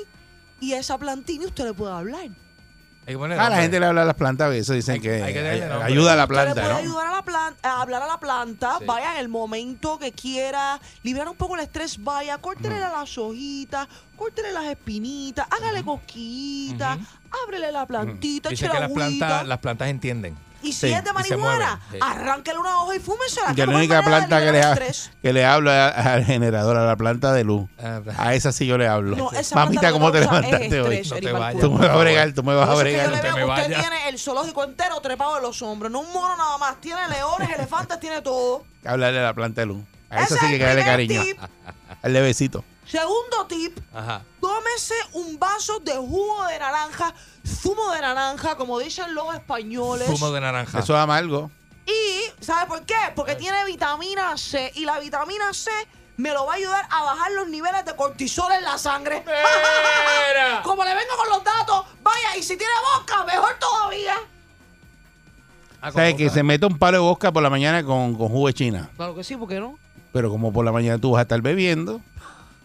S6: y a esa plantini usted le puede hablar. Usted
S5: Hay que poner
S4: A Ah, la
S5: nombre.
S4: gente le habla a las plantas a veces, dicen
S5: Hay-
S4: que,
S5: hay que
S4: ay-
S5: darle nombre.
S4: ayuda a la
S6: le
S4: planta,
S6: puede
S4: ¿no?
S6: ayudar a, la planta, a hablar a la planta,
S5: Sí.
S6: vaya en el momento que quiera, liberar un poco el estrés, vaya, córtele las hojitas, córtele las espinitas, hágale cosquillitas, ábrele la plantita,
S5: Dicen
S6: échale
S5: que las
S6: agüita.
S5: plantas, las plantas entienden.
S6: Y si es de
S5: y se
S6: marihuana,
S5: mueven, sí.
S6: arráncale una hoja y fúmesela.
S4: Yo
S6: que
S4: la
S6: no hay
S4: única
S6: manera de
S4: planta que le,
S6: liberar
S4: ha- (laughs)
S6: estrés.
S4: que le hablo es a- al generador, a la planta de luz.
S5: Ah,
S4: A esa sí yo le hablo.
S6: No, esa
S4: Mamita,
S6: planta
S4: ¿cómo
S6: no
S4: te
S6: la usa, es
S4: levantaste hoy?
S6: estrés,
S5: No te
S6: Eric
S5: vayas.
S4: Tú
S6: Balcour.
S4: me vas a bregar, tú me vas a
S6: Por eso es que yo
S4: bregar.
S6: le
S5: no te
S6: veo
S5: me
S6: que usted
S5: vayas.
S6: tiene el zoológico entero trepado en los hombros, no un mono nada más, tiene leones, elefantes, tiene todo.
S4: Hablarle a la planta de luz. A
S6: Ese
S4: esa sí
S6: es
S4: que
S6: el
S4: darle
S6: primer
S4: cariño.
S6: tip.
S4: Hazle besito.
S6: Segundo tip,
S5: Ajá.
S6: tómese un vaso de jugo de naranja, zumo de naranja, como dicen los españoles.
S5: Zumo de naranja.
S4: Eso es amargo.
S6: Y, ¿sabe por qué? Porque tiene vitamina C y la vitamina C me lo va a ayudar a bajar los niveles de cortisol en la sangre.
S5: Mira.
S6: (laughs) Como le vengo con los datos, vaya, y si tiene boca, mejor todavía.
S5: Ah, con
S4: ¿Sabes que
S5: boca.
S4: se mete un palo de bosca por la mañana con, con jugo de china?
S6: Claro que sí, ¿por qué no?
S4: Pero como por la mañana tú vas a estar bebiendo,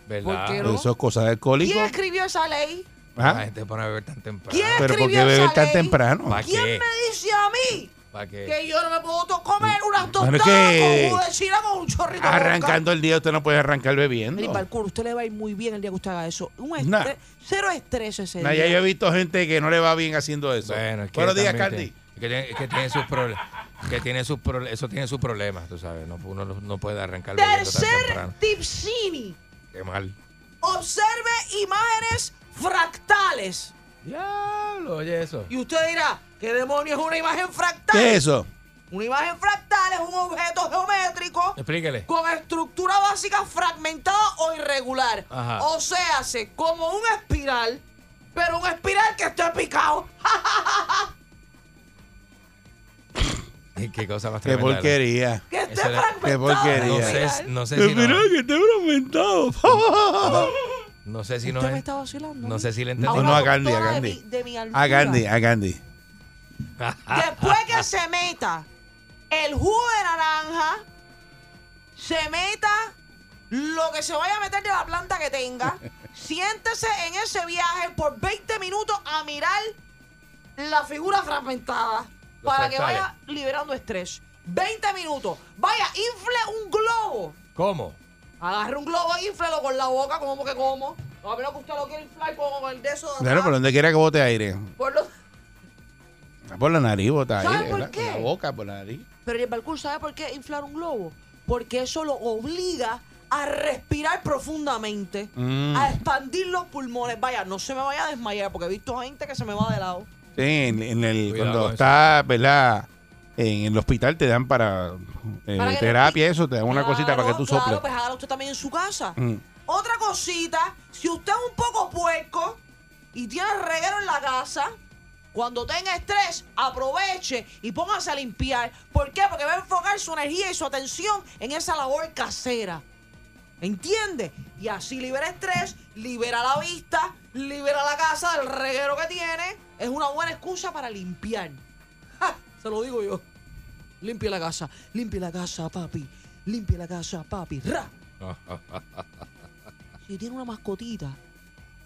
S5: ¿Verdad?
S6: ¿Por qué no?
S4: pues ¿ah? eso es cosa de
S6: ¿Quién
S4: alcohólico.
S6: escribió esa ley?
S5: La
S4: Ajá.
S5: gente pone a beber tan temprano.
S6: ¿Quién
S4: Pero ¿por
S6: escribió
S4: qué
S6: esa
S4: beber tan
S6: ley?
S4: temprano?
S5: ¿Para
S6: ¿Quién
S5: qué?
S6: me dice a mí
S5: Para que...
S6: Que yo no me puedo to- comer unas
S4: Bueno, es
S6: tostadas
S4: que-
S6: con jugo de china con un chorrito de
S4: Arrancando el día, usted no puede arrancar bebiendo.
S6: Mire, Parkour, usted le va a ir muy bien el día que usted haga eso. Un estre-
S4: Nah.
S6: Cero estrés ese
S4: Nah,
S6: día.
S4: ya yo he visto gente que no le va bien haciendo eso.
S5: Bueno, es que
S4: Buenos días,
S5: también
S4: Candy.
S5: tiene- es que tiene, es que tiene sus problemas. Que tiene sus prole- eso tiene sus problemas, tú sabes. No, uno no- no puede arrancar bebiendo tan temprano.
S6: Tercer tipsini.
S5: Qué mal.
S6: Observe imágenes fractales.
S5: Diablo, oye eso.
S6: Y usted dirá, ¿qué demonios es una imagen fractal?
S4: ¿Qué es eso?
S6: Una imagen fractal es un objeto geométrico
S5: Explíquele.
S6: con estructura básica fragmentada o irregular.
S5: Ajá.
S6: O se hace como un espiral, pero un espiral que esté picado.
S5: Qué- Qué cosa más
S4: Qué
S5: tremenda. ¿no?
S4: porquería.
S6: Que esté
S5: Eso era-
S6: fragmentado.
S4: qué porquería.
S5: No
S6: un
S4: Qué
S5: sé,
S6: espiral.
S5: no sé si no,
S4: que te habrá aumentado.
S5: no sé si no
S6: Usted me
S5: es,
S6: está vacilando.
S5: no sé si le
S4: No,
S5: entendí.
S4: no, a Gandhi, a
S6: doctora de
S4: Gandhi.
S6: mi- de mi altura.
S4: (laughs) A Gandhi, a Gandhi.
S6: Después que se meta el jugo de naranja, se meta lo que se vaya a meter de la planta que tenga, siéntese en ese viaje por 20 minutos a mirar la figura fragmentada
S5: Los
S6: para que
S5: fractales.
S6: vaya liberando estrés. 20 minutos. Vaya, infle un globo.
S5: (laughs) ¿Cómo?
S6: Agarre un globo, e inflelo con la boca, como porque como. A menos que usted lo quiera inflar como con el de eso.
S4: Claro, por donde quiera que bote aire.
S6: por los...
S4: Por la nariz bota
S6: ¿Sabe
S4: aire.
S6: por
S4: ¿verdad?
S6: qué?
S4: La boca, por la nariz.
S6: Pero el parkour, ¿sabe por qué inflar un globo? Porque eso lo obliga a respirar profundamente,
S4: Mm.
S6: a expandir los pulmones. Vaya, no se me vaya a desmayar porque he visto gente que se me va de lado.
S4: Sí, en, en el,
S5: Cuidado con
S4: cuando
S5: eso.
S4: estás, ¿verdad? En el hospital te dan para, eh,
S6: Para que no
S4: terapia,
S6: pi-
S4: eso, te dan una cosita para que
S6: claro,
S4: tú soples.
S6: Claro, pues hágalo usted también en su casa.
S4: Mm.
S6: Otra cosita, si usted es un poco puerco y tiene reguero en la casa, cuando tenga estrés, aproveche y póngase a limpiar. ¿Por qué? Porque va a enfocar su energía y su atención en esa labor casera. ¿Entiende? Y así libera estrés, libera la vista, libera la casa del reguero que tiene. Es una buena excusa para limpiar. (laughs) ¡Ja! Se lo digo yo. Limpie la casa, limpie la casa, papi. Limpie la casa, papi. ¡Ra!
S4: Ah,
S6: Si tiene una mascotita,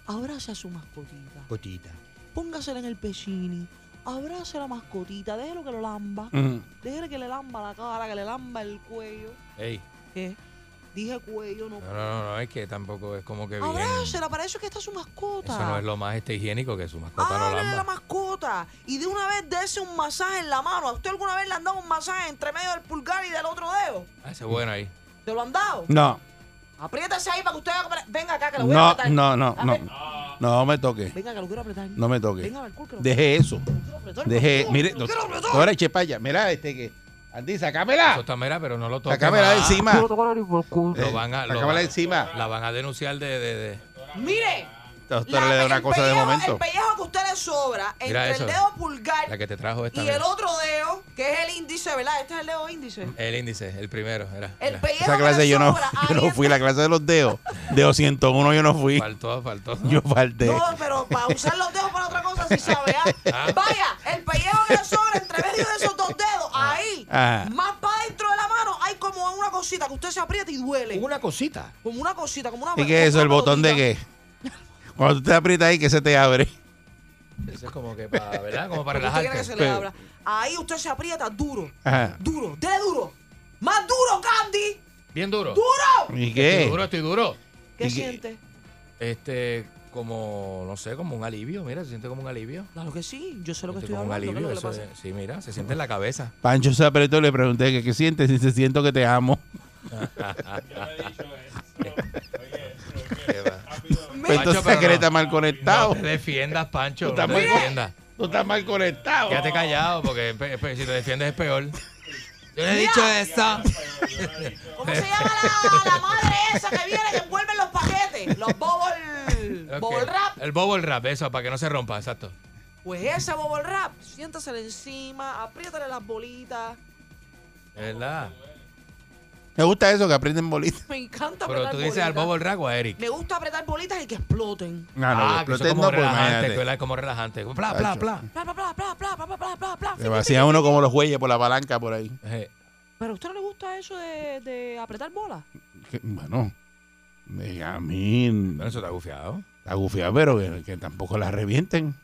S6: abrace a su mascotita.
S5: Cotita.
S6: Póngasela en el pechini. Abrace a la mascotita. Déjelo que lo lamba.
S4: Mm.
S6: Déjelo que le lamba la cara, que le lamba el cuello.
S5: Ey,
S6: ¿Qué? Dije cuello, no.
S5: no, no, no, no, es que tampoco es como que Ah, bien.
S6: Abrácela, para eso es que está su mascota. Ah,
S5: Eso no es lo más este higiénico que su mascota no
S6: Háblele a la
S5: lamba.
S6: mascota y de una vez dése un masaje en la mano. ¿A usted alguna vez le han dado un masaje entre medio del pulgar y del otro dedo?
S5: Ah, Ese es bueno ahí.
S6: ¿Se lo han dado?
S4: No,
S6: Apriétese ahí para que usted vea cómo le- venga acá que lo voy a
S4: no,
S6: apretar.
S4: no, no,
S6: A
S4: no.
S6: ver,
S4: No me toque,
S6: Venga que lo quiero apretar.
S4: no me toque.
S6: Venga, Balcour, que lo
S4: Deje eso.
S6: quiero apretar.
S4: Deje,
S6: Balcour,
S4: mire,
S6: que lo quiero apretar.
S4: doctora Chepaya, mira este que. Andy,
S5: Eso
S4: sacámela.
S5: está mera, pero no lo toca.
S4: Sacámela de encima.
S5: Lo van a, lo
S4: Sacámela
S5: van-
S4: de encima.
S5: La van a denunciar de. de, de-
S6: Mire.
S4: La doctora
S6: la-
S4: le da una
S6: el
S4: cosa de
S6: pellejo-
S4: momento.
S6: El pellejo que usted le sobra
S5: Mira
S6: entre
S5: eso.
S6: el dedo pulgar
S5: La que te trajo esta.
S6: y
S5: vez.
S6: el otro dedo, que es el índice, ¿verdad? Este es el dedo índice.
S5: El índice, el primero. Era,
S6: El
S5: era.
S6: pellejo
S4: Esa
S6: que
S4: clase
S6: le
S4: yo no,
S6: sobra
S4: (laughs) yo
S6: ahí
S4: no fui,
S6: está-
S4: la clase de los dedos. De 101 yo no fui.
S5: Faltó, faltó.
S4: Yo falté.
S6: No, pero para usar los dedos para otra cosa, si sabe.
S4: (laughs)
S6: ¿ah?
S5: Ah.
S6: Vaya, el pellejo que le sobra entre medio de esos dos dedos, ahí,
S4: Ah.
S6: más para adentro de la mano, hay como una cosita que usted se aprieta y duele.
S5: Una cosita.
S6: Como una cosita, como una.
S4: ¿Y qué es eso?
S6: como
S4: ¿El
S6: una
S4: botón de
S6: pelotita.
S4: qué? Cuando tú te aprietas ahí, que se te abre. (laughs)
S5: Eso es como que para, ¿verdad? Como para
S6: Usted quiere que
S5: relajarte.
S6: se le
S4: Pero-
S6: abra. Ahí usted se aprieta duro.
S4: Ajá.
S6: Duro, dele duro. Más duro, Candy.
S5: Bien duro.
S6: ¡Duro!
S4: ¿Y
S5: Estoy
S4: qué?
S5: duro, estoy duro.
S6: ¿Qué
S4: ¿Y qué?
S6: siente?
S5: Este, como, no sé, como un alivio. Mira, se siente como un alivio.
S6: Claro que sí, yo sé lo que
S5: Siente
S6: estoy
S5: como un
S6: hablando. ¿qué es lo
S5: alivio.
S6: que le
S5: eso
S6: pasa?
S5: es- sí, mira, se siente en
S4: (laughs)
S5: la cabeza.
S4: Pancho se apretó y le pregunté que qué sientes. Dice, siento que te
S6: (laughs)
S4: amo.
S5: Qué va.
S4: Pues entonces
S5: pero
S4: que eres
S5: no.
S4: tan mal
S5: No
S4: conectado.
S5: te defiendas, Pancho. No
S4: Puta
S5: te
S4: madre.
S5: defiendas.
S4: Tú estás mal conectado.
S5: Quédate
S6: Oh.
S5: callado porque pe- pe- si te defiendes es peor. Yo le he dicho eso.
S6: ¿Cómo se llama la, la madre esa que viene que envuelve los paquetes? Los bobble,
S5: Ok.
S6: bobble wrap.
S5: El bobble wrap, eso, para que no se rompa, exacto.
S6: Pues esa bobble wrap, siéntasela encima, apriétale las bolitas.
S5: Es verdad.
S4: Me gusta eso que aprenden bolitas.
S6: Me encanta
S5: Pero
S6: apretar
S5: tú
S6: bolitas.
S5: dices al bobble wrap o a Eric.
S6: Me gusta apretar bolitas y que exploten.
S4: No, no,
S5: Ah, que
S4: pero
S5: eso
S4: te
S5: como
S4: no, pues,
S5: relajante,
S4: imagínate.
S5: que es como relajante. Pla, pla,
S4: Tacho.
S5: pla.
S6: Bla, bla, bla, bla, bla, bla, bla, bla, bla.
S4: Se vacía uno como los güeyes por la palanca por ahí.
S5: Eh,
S6: Pero a usted no le gusta eso de, de apretar bolas.
S4: Que- Bueno, eh, a mí
S5: Bueno, eso está gufiado.
S4: la gufia, pero que, que tampoco la revienten.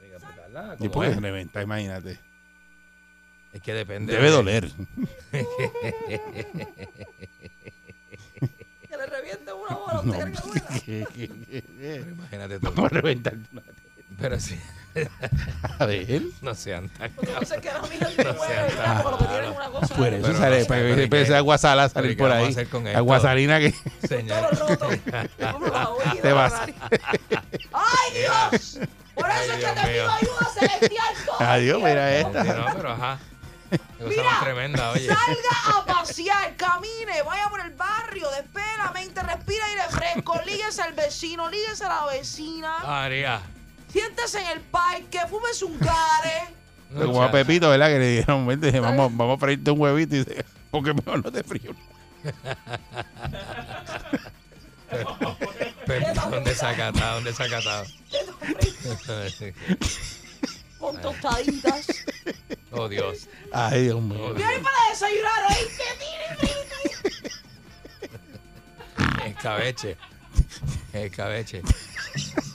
S5: Hay que apretarla,
S4: ¿Y
S5: Ah, como
S4: por qué
S5: es.
S4: reventa? Imagínate.
S5: Es que depende.
S4: Debe (laughs)
S5: de-
S4: doler.
S6: Que le reviente una bola a usted, cree que duela.
S5: Pero imagínate tú.
S4: Vamos a reventarte una
S5: Pero sí, (laughs)
S4: teta de él.
S5: no sean tan
S6: No sé qué era mi gente,
S5: No sea
S6: güey,
S5: tan
S6: por lo que tienen
S5: malo.
S6: una cosa.
S4: Por eso
S5: Pero
S4: sale,
S5: no sé,
S4: para
S5: pero
S4: que
S5: ¿y qué?
S4: empiece aguasalá a
S5: ¿y
S4: salir
S5: qué
S4: por
S5: vamos a
S4: ahí.
S5: hacer con esto?
S4: Aguasalina que
S6: Todo
S5: señor.
S6: roto.
S5: (laughs)
S6: Como la oída,
S4: Te vas.
S6: la nariz. ¡Ay, Dios! Por
S5: Ay,
S6: eso es
S5: Dios
S6: que te pido
S5: mío.
S6: ayuda celestial todo el
S4: Adiós, mira
S5: Sí,
S4: esta.
S5: No, pero ajá. Qué cosa
S6: Mira,
S5: más tremenda, oye.
S6: Salga a pasear, camine, vaya por el barrio, despela, mente, respira aire fresco, líguese al vecino, líguese a la
S5: Ah.
S6: vecina,
S5: María.
S6: siéntese en el parque, fúmese un gare.
S5: No,
S4: Como a
S5: chacho. (laughs)
S4: Pepito, ¿verdad? Que le dijeron, vente, dije, vamos, vamos a freírte un huevito. Y dice, (laughs) porque mejor no te frío.
S5: Pepito, un desacatado, un desacatado.
S6: Con tostaditas.
S5: Oh, Dios.
S4: Ay, Dios mío.
S5: Oh,
S6: Viene
S5: Dios.
S6: para desayunar, ¿oíste? Tire, tire, tire.
S5: Escabeche. Escabeche.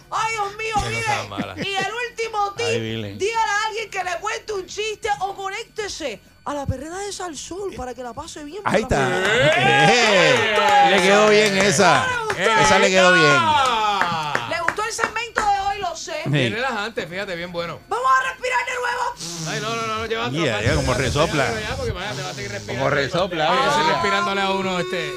S6: Ay, Dios mío,
S5: Qué cosa mala.
S6: mire. Y el último
S4: Ay, Vilén.
S6: tip, dígale a alguien que le cuente un chiste o conéctese a la perrera de Salsol para que la pase bien. por
S4: Ahí
S6: la
S4: está.
S6: mañana.
S4: Eh, (laughs) Le quedó bien esa. Esa le quedó bien.
S6: Le gustó el segmento de hoy, lo sé.
S5: Bien
S4: Sí.
S5: relajante, fíjate, bien bueno.
S6: Vamos a respirar de nuevo.
S5: Ay, no, no, no, no llevas
S4: Ya, ya, como resopla.
S5: porque vaya, te va a seguir respirando.
S4: Como resopla, eh.
S5: Vaya,
S4: oye.
S5: seguir respirándole a uno este.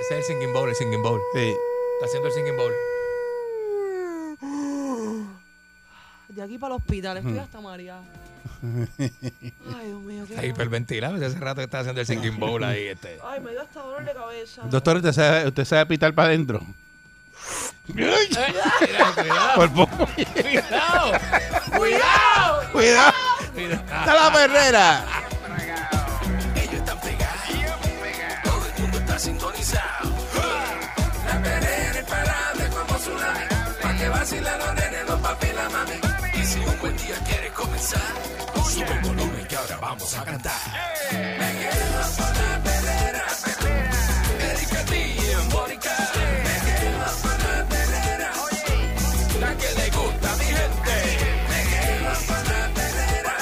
S5: Ese es el singing bowl, el singing bowl.
S4: Sí.
S5: Está haciendo el singing bowl.
S6: De aquí para el hospital, estoy hasta María. Ay, Dios mío, qué.
S5: Está hiperventilado, desde hace rato que está haciendo el singing bowl ahí este.
S6: Ay, me dio hasta dolor de cabeza.
S4: Doctor, ¿usted sabe, usted sabe pitar para adentro? (laughs)
S5: Ay, mira, Cuidado,
S4: Por poco.
S5: cuidado,
S6: ¡Cuidado!
S4: Cuidado.
S5: cuidado.
S4: Está la perrera.
S1: Ellos están pegados. Todo el mundo está sintonizado. La perrera es parable como tsunami. Pa' que vacilan los nenes, los papi y la mami. Y si un buen día quieres comenzar, sube el volumen que ahora vamos a cantar. Me quedo con la perrera. Erika T y Mónica. Me quedo con la perrera. La que le gusta a mi gente. Me quedo con la perrera.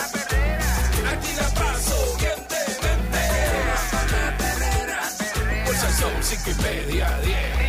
S1: Aquí la paso bien de mente. Pues al son cinco y media, diez.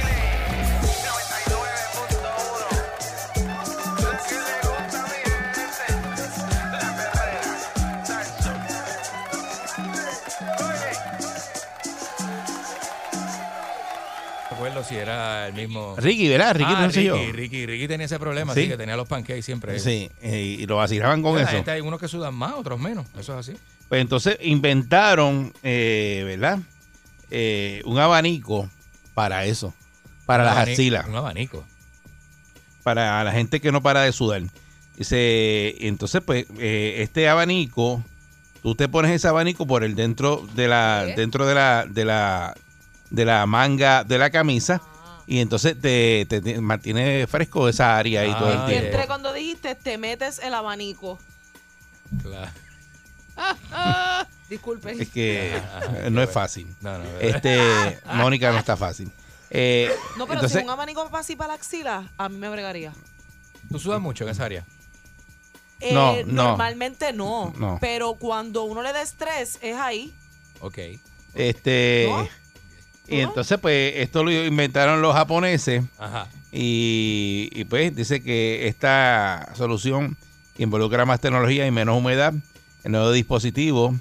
S5: No recuerdo si era el mismo.
S4: Ricky, ¿verdad? Ricky,
S5: Ah,
S4: no sé yo.
S5: Ricky, Ricky, Ricky tenía ese problema,
S4: Sí.
S5: sí, que tenía los pancakes siempre.
S4: Sí, eh, y lo vacilaban con
S5: La
S4: eso.
S5: gente, hay unos que sudan más, otros menos. Eso es así.
S4: Pues entonces inventaron, eh, ¿verdad? Eh, un abanico para eso, para las
S5: Un abanico-
S4: axilas,
S5: Un abanico.
S4: para la gente que no para de sudar. Dice, entonces, pues, eh, este abanico, tú te pones ese abanico por el dentro de la, dentro de la, de la, de la manga de la camisa,
S3: Ah.
S4: y entonces te, te- te mantiene fresco esa área ahí todo el
S5: Ah,
S4: tiempo.
S3: Entre cuando dijiste, te metes el abanico.
S5: Claro.
S3: Disculpen.
S4: Es que (laughs) no es fácil.
S5: No, no,
S4: Este,
S3: (laughs)
S4: Mónica no está fácil. Eh,
S3: No, pero
S4: entonces,
S3: si un abanico así para la axila, a mí me bregaría.
S5: Tú sudas mucho en esa área.
S3: Eh,
S4: No, no.
S3: Normalmente no,
S4: No.
S3: Pero cuando uno le da estrés, es ahí.
S5: Ok.
S4: este,
S3: ¿No?
S4: y
S3: ¿No?
S4: entonces pues esto lo inventaron los japoneses
S5: Ajá.
S4: y, y, pues dice que esta solución involucra más tecnología y menos humedad. El nuevo dispositivo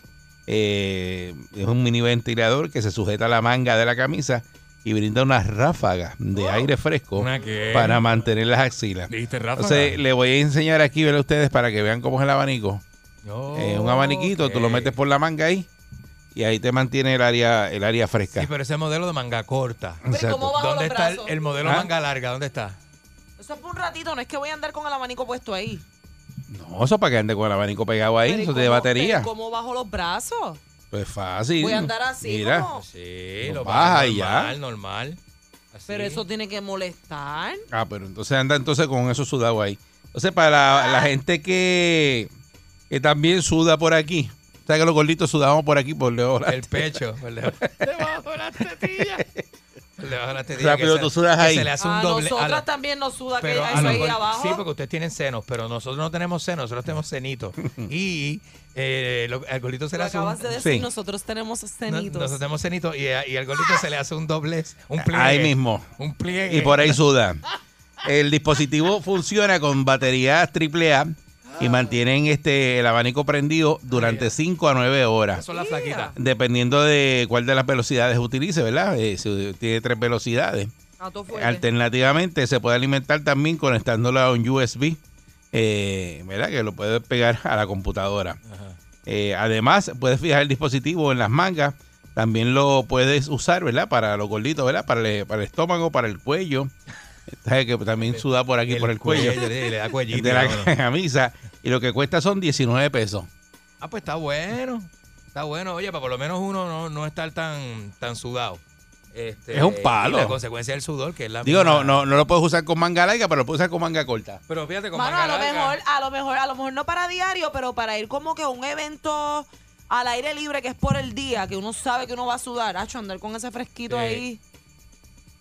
S4: eh, es un mini ventilador que se sujeta a la manga de la camisa y brinda unas ráfagas de aire fresco
S5: ¿Una qué?
S4: Oh, para mantener las axilas.
S5: ¿Dijiste Rafa?
S4: Entonces le voy a enseñar aquí, ver a ustedes para que vean cómo es el abanico.
S5: Oh,
S4: Eh, un abaniquito, tú lo metes por la manga ahí y ahí te mantiene el área, el área fresca.
S5: Sí, pero ese modelo de manga corta.
S4: Pero ¿y Exacto.
S3: cómo bajo
S5: ¿Dónde
S3: los
S5: está el,
S3: brazos?
S5: el modelo
S4: ¿Ah?
S5: manga larga? ¿Dónde está?
S3: Eso es por un ratito, no es que voy a andar con el abanico puesto ahí.
S4: No, eso para que ande con el abanico pegado ahí,
S3: Pero ¿y
S4: eso es
S3: cómo-
S4: de batería.
S3: pero ¿Cómo bajo los brazos?
S4: Pues fácil.
S3: Voy a andar así,
S4: Mira,
S3: como-
S5: Sí,
S4: Lo
S5: lo
S4: baja
S5: baja
S4: y ya.
S5: normal, normal. Así.
S3: Pero eso tiene que molestar.
S4: ah, pero entonces anda entonces con eso sudado ahí. Entonces para la,
S3: Ah.
S4: la gente que, que también suda por aquí, o sea que (laughs) los gorditos sudamos por aquí por lejos.
S5: El pecho. ¿verdad? Debajo de las tetillas. Le bajan
S4: (laughs)
S5: las tetillas
S4: Rápido,
S5: que
S4: tú
S5: se-
S4: sudas
S5: que
S4: ahí.
S5: Se le hace un
S3: a
S5: doble.
S3: nosotras
S5: a la-
S3: también nos suda que
S5: pero
S3: eso
S5: a lo
S3: ahí
S5: mejor-
S3: abajo.
S5: Sí, porque ustedes tienen senos, pero nosotros no tenemos senos, nosotros tenemos cenitos. Y eh, lo- al golito se
S3: Lo
S5: le hace
S3: acabas
S5: un,
S3: de decir,
S4: Sí.
S3: nosotros tenemos
S5: no-
S3: cenitos.
S5: nosotros tenemos cenitos y, a- y al golito se le hace un doblez, un pliegue.
S4: Ahí mismo.
S5: Un pliegue.
S4: Y por ahí suda. El dispositivo funciona con baterías AAA
S3: Ah.
S4: y mantienen este, el abanico prendido durante 5 a 9
S5: Esas
S4: horas.
S5: Son las flaquitas.
S4: Dependiendo de cuál de las velocidades utilice, ¿verdad? Eh, si tiene tres velocidades.
S3: A todo fuerte.
S4: Alternativamente, se puede alimentar también conectándolo a un USB, eh, ¿verdad? Que lo puedes pegar a la computadora. Eh, además, puedes fijar el dispositivo en las mangas. También lo puedes usar, ¿verdad? Para los gorditos, ¿verdad? Para el, para el estómago, para el cuello. ¿Sabes que también suda por aquí, por el cuello?
S5: Le, le da
S4: (laughs)
S5: cuellito.
S4: De la
S5: vámonos.
S4: camisa. Y lo que cuesta son 19 pesos.
S5: Ah, pues está bueno. Está bueno, oye, para por lo menos uno no, no estar tan, tan sudado. Este,
S4: Es un palo.
S5: y la consecuencia del sudor, que es la
S4: Digo, no,
S5: misma-
S4: no, no lo puedes usar con manga larga, pero lo puedes usar con manga corta.
S5: Pero fíjate con
S6: Mano,
S5: manga
S6: a lo
S5: larga.
S6: mejor, a lo mejor, a lo mejor no para diario, pero para ir como que a un evento
S3: Al aire libre, que es por el día, que uno sabe que uno va a sudar. Acho, andar con ese fresquito
S5: Sí.
S3: ahí.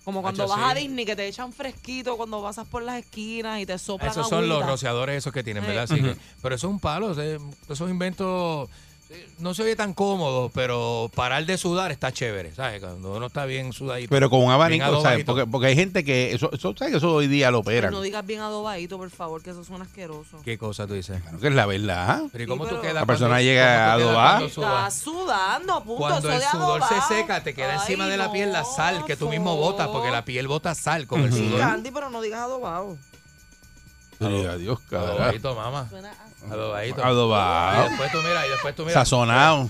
S3: Como cuando
S5: Acho,
S3: vas a
S5: sí.
S3: Disney, que te echan fresquito cuando pasas por las esquinas y te soplan
S5: Esos son los
S3: agüita.
S5: rociadores esos que tienen,
S3: Sí.
S5: ¿verdad? Así que- pero eso es un palo, o sea, esos inventos eh, no se oye tan cómodo, pero parar de sudar está chévere, ¿sabes? Cuando uno está bien sudadito.
S4: Pero con un
S5: Bien
S4: abanico, ¿sabes?
S5: adobadito.
S4: Porque, porque hay gente que. Eso, eso- ¿Sabes que eso hoy día lo
S3: Pero
S4: operan?
S3: no digas bien adobadito, por favor, que eso suena asqueroso.
S5: ¿Qué cosa tú dices?
S4: Claro que es la verdad. ¿ah?
S5: Pero ¿y cómo
S3: Sí, pero-
S5: tú quedas?
S4: La persona
S5: cuando-
S4: llega
S5: cómo tú
S4: a
S5: quedas cuando
S4: adobar.
S5: sudas?
S3: Estás sudando, punto.
S5: Cuando
S3: eso
S5: el
S3: de
S5: sudor se
S3: adobado.
S5: seca, te queda encima
S3: Ay,
S5: de la piel la
S3: no,
S5: sal que tú
S3: por
S5: mismo botas, porque
S3: favor.
S5: la piel bota sal con el
S3: Sí,
S5: sudor.
S3: Candy, pero no digas adobado.
S4: Sí, adiós, cabrón.
S5: Adobadito, mamá.
S3: Suena así.
S5: Adobadito. Y
S4: Adobado.
S5: después tú mira, y después tú mira.
S4: Sazonado.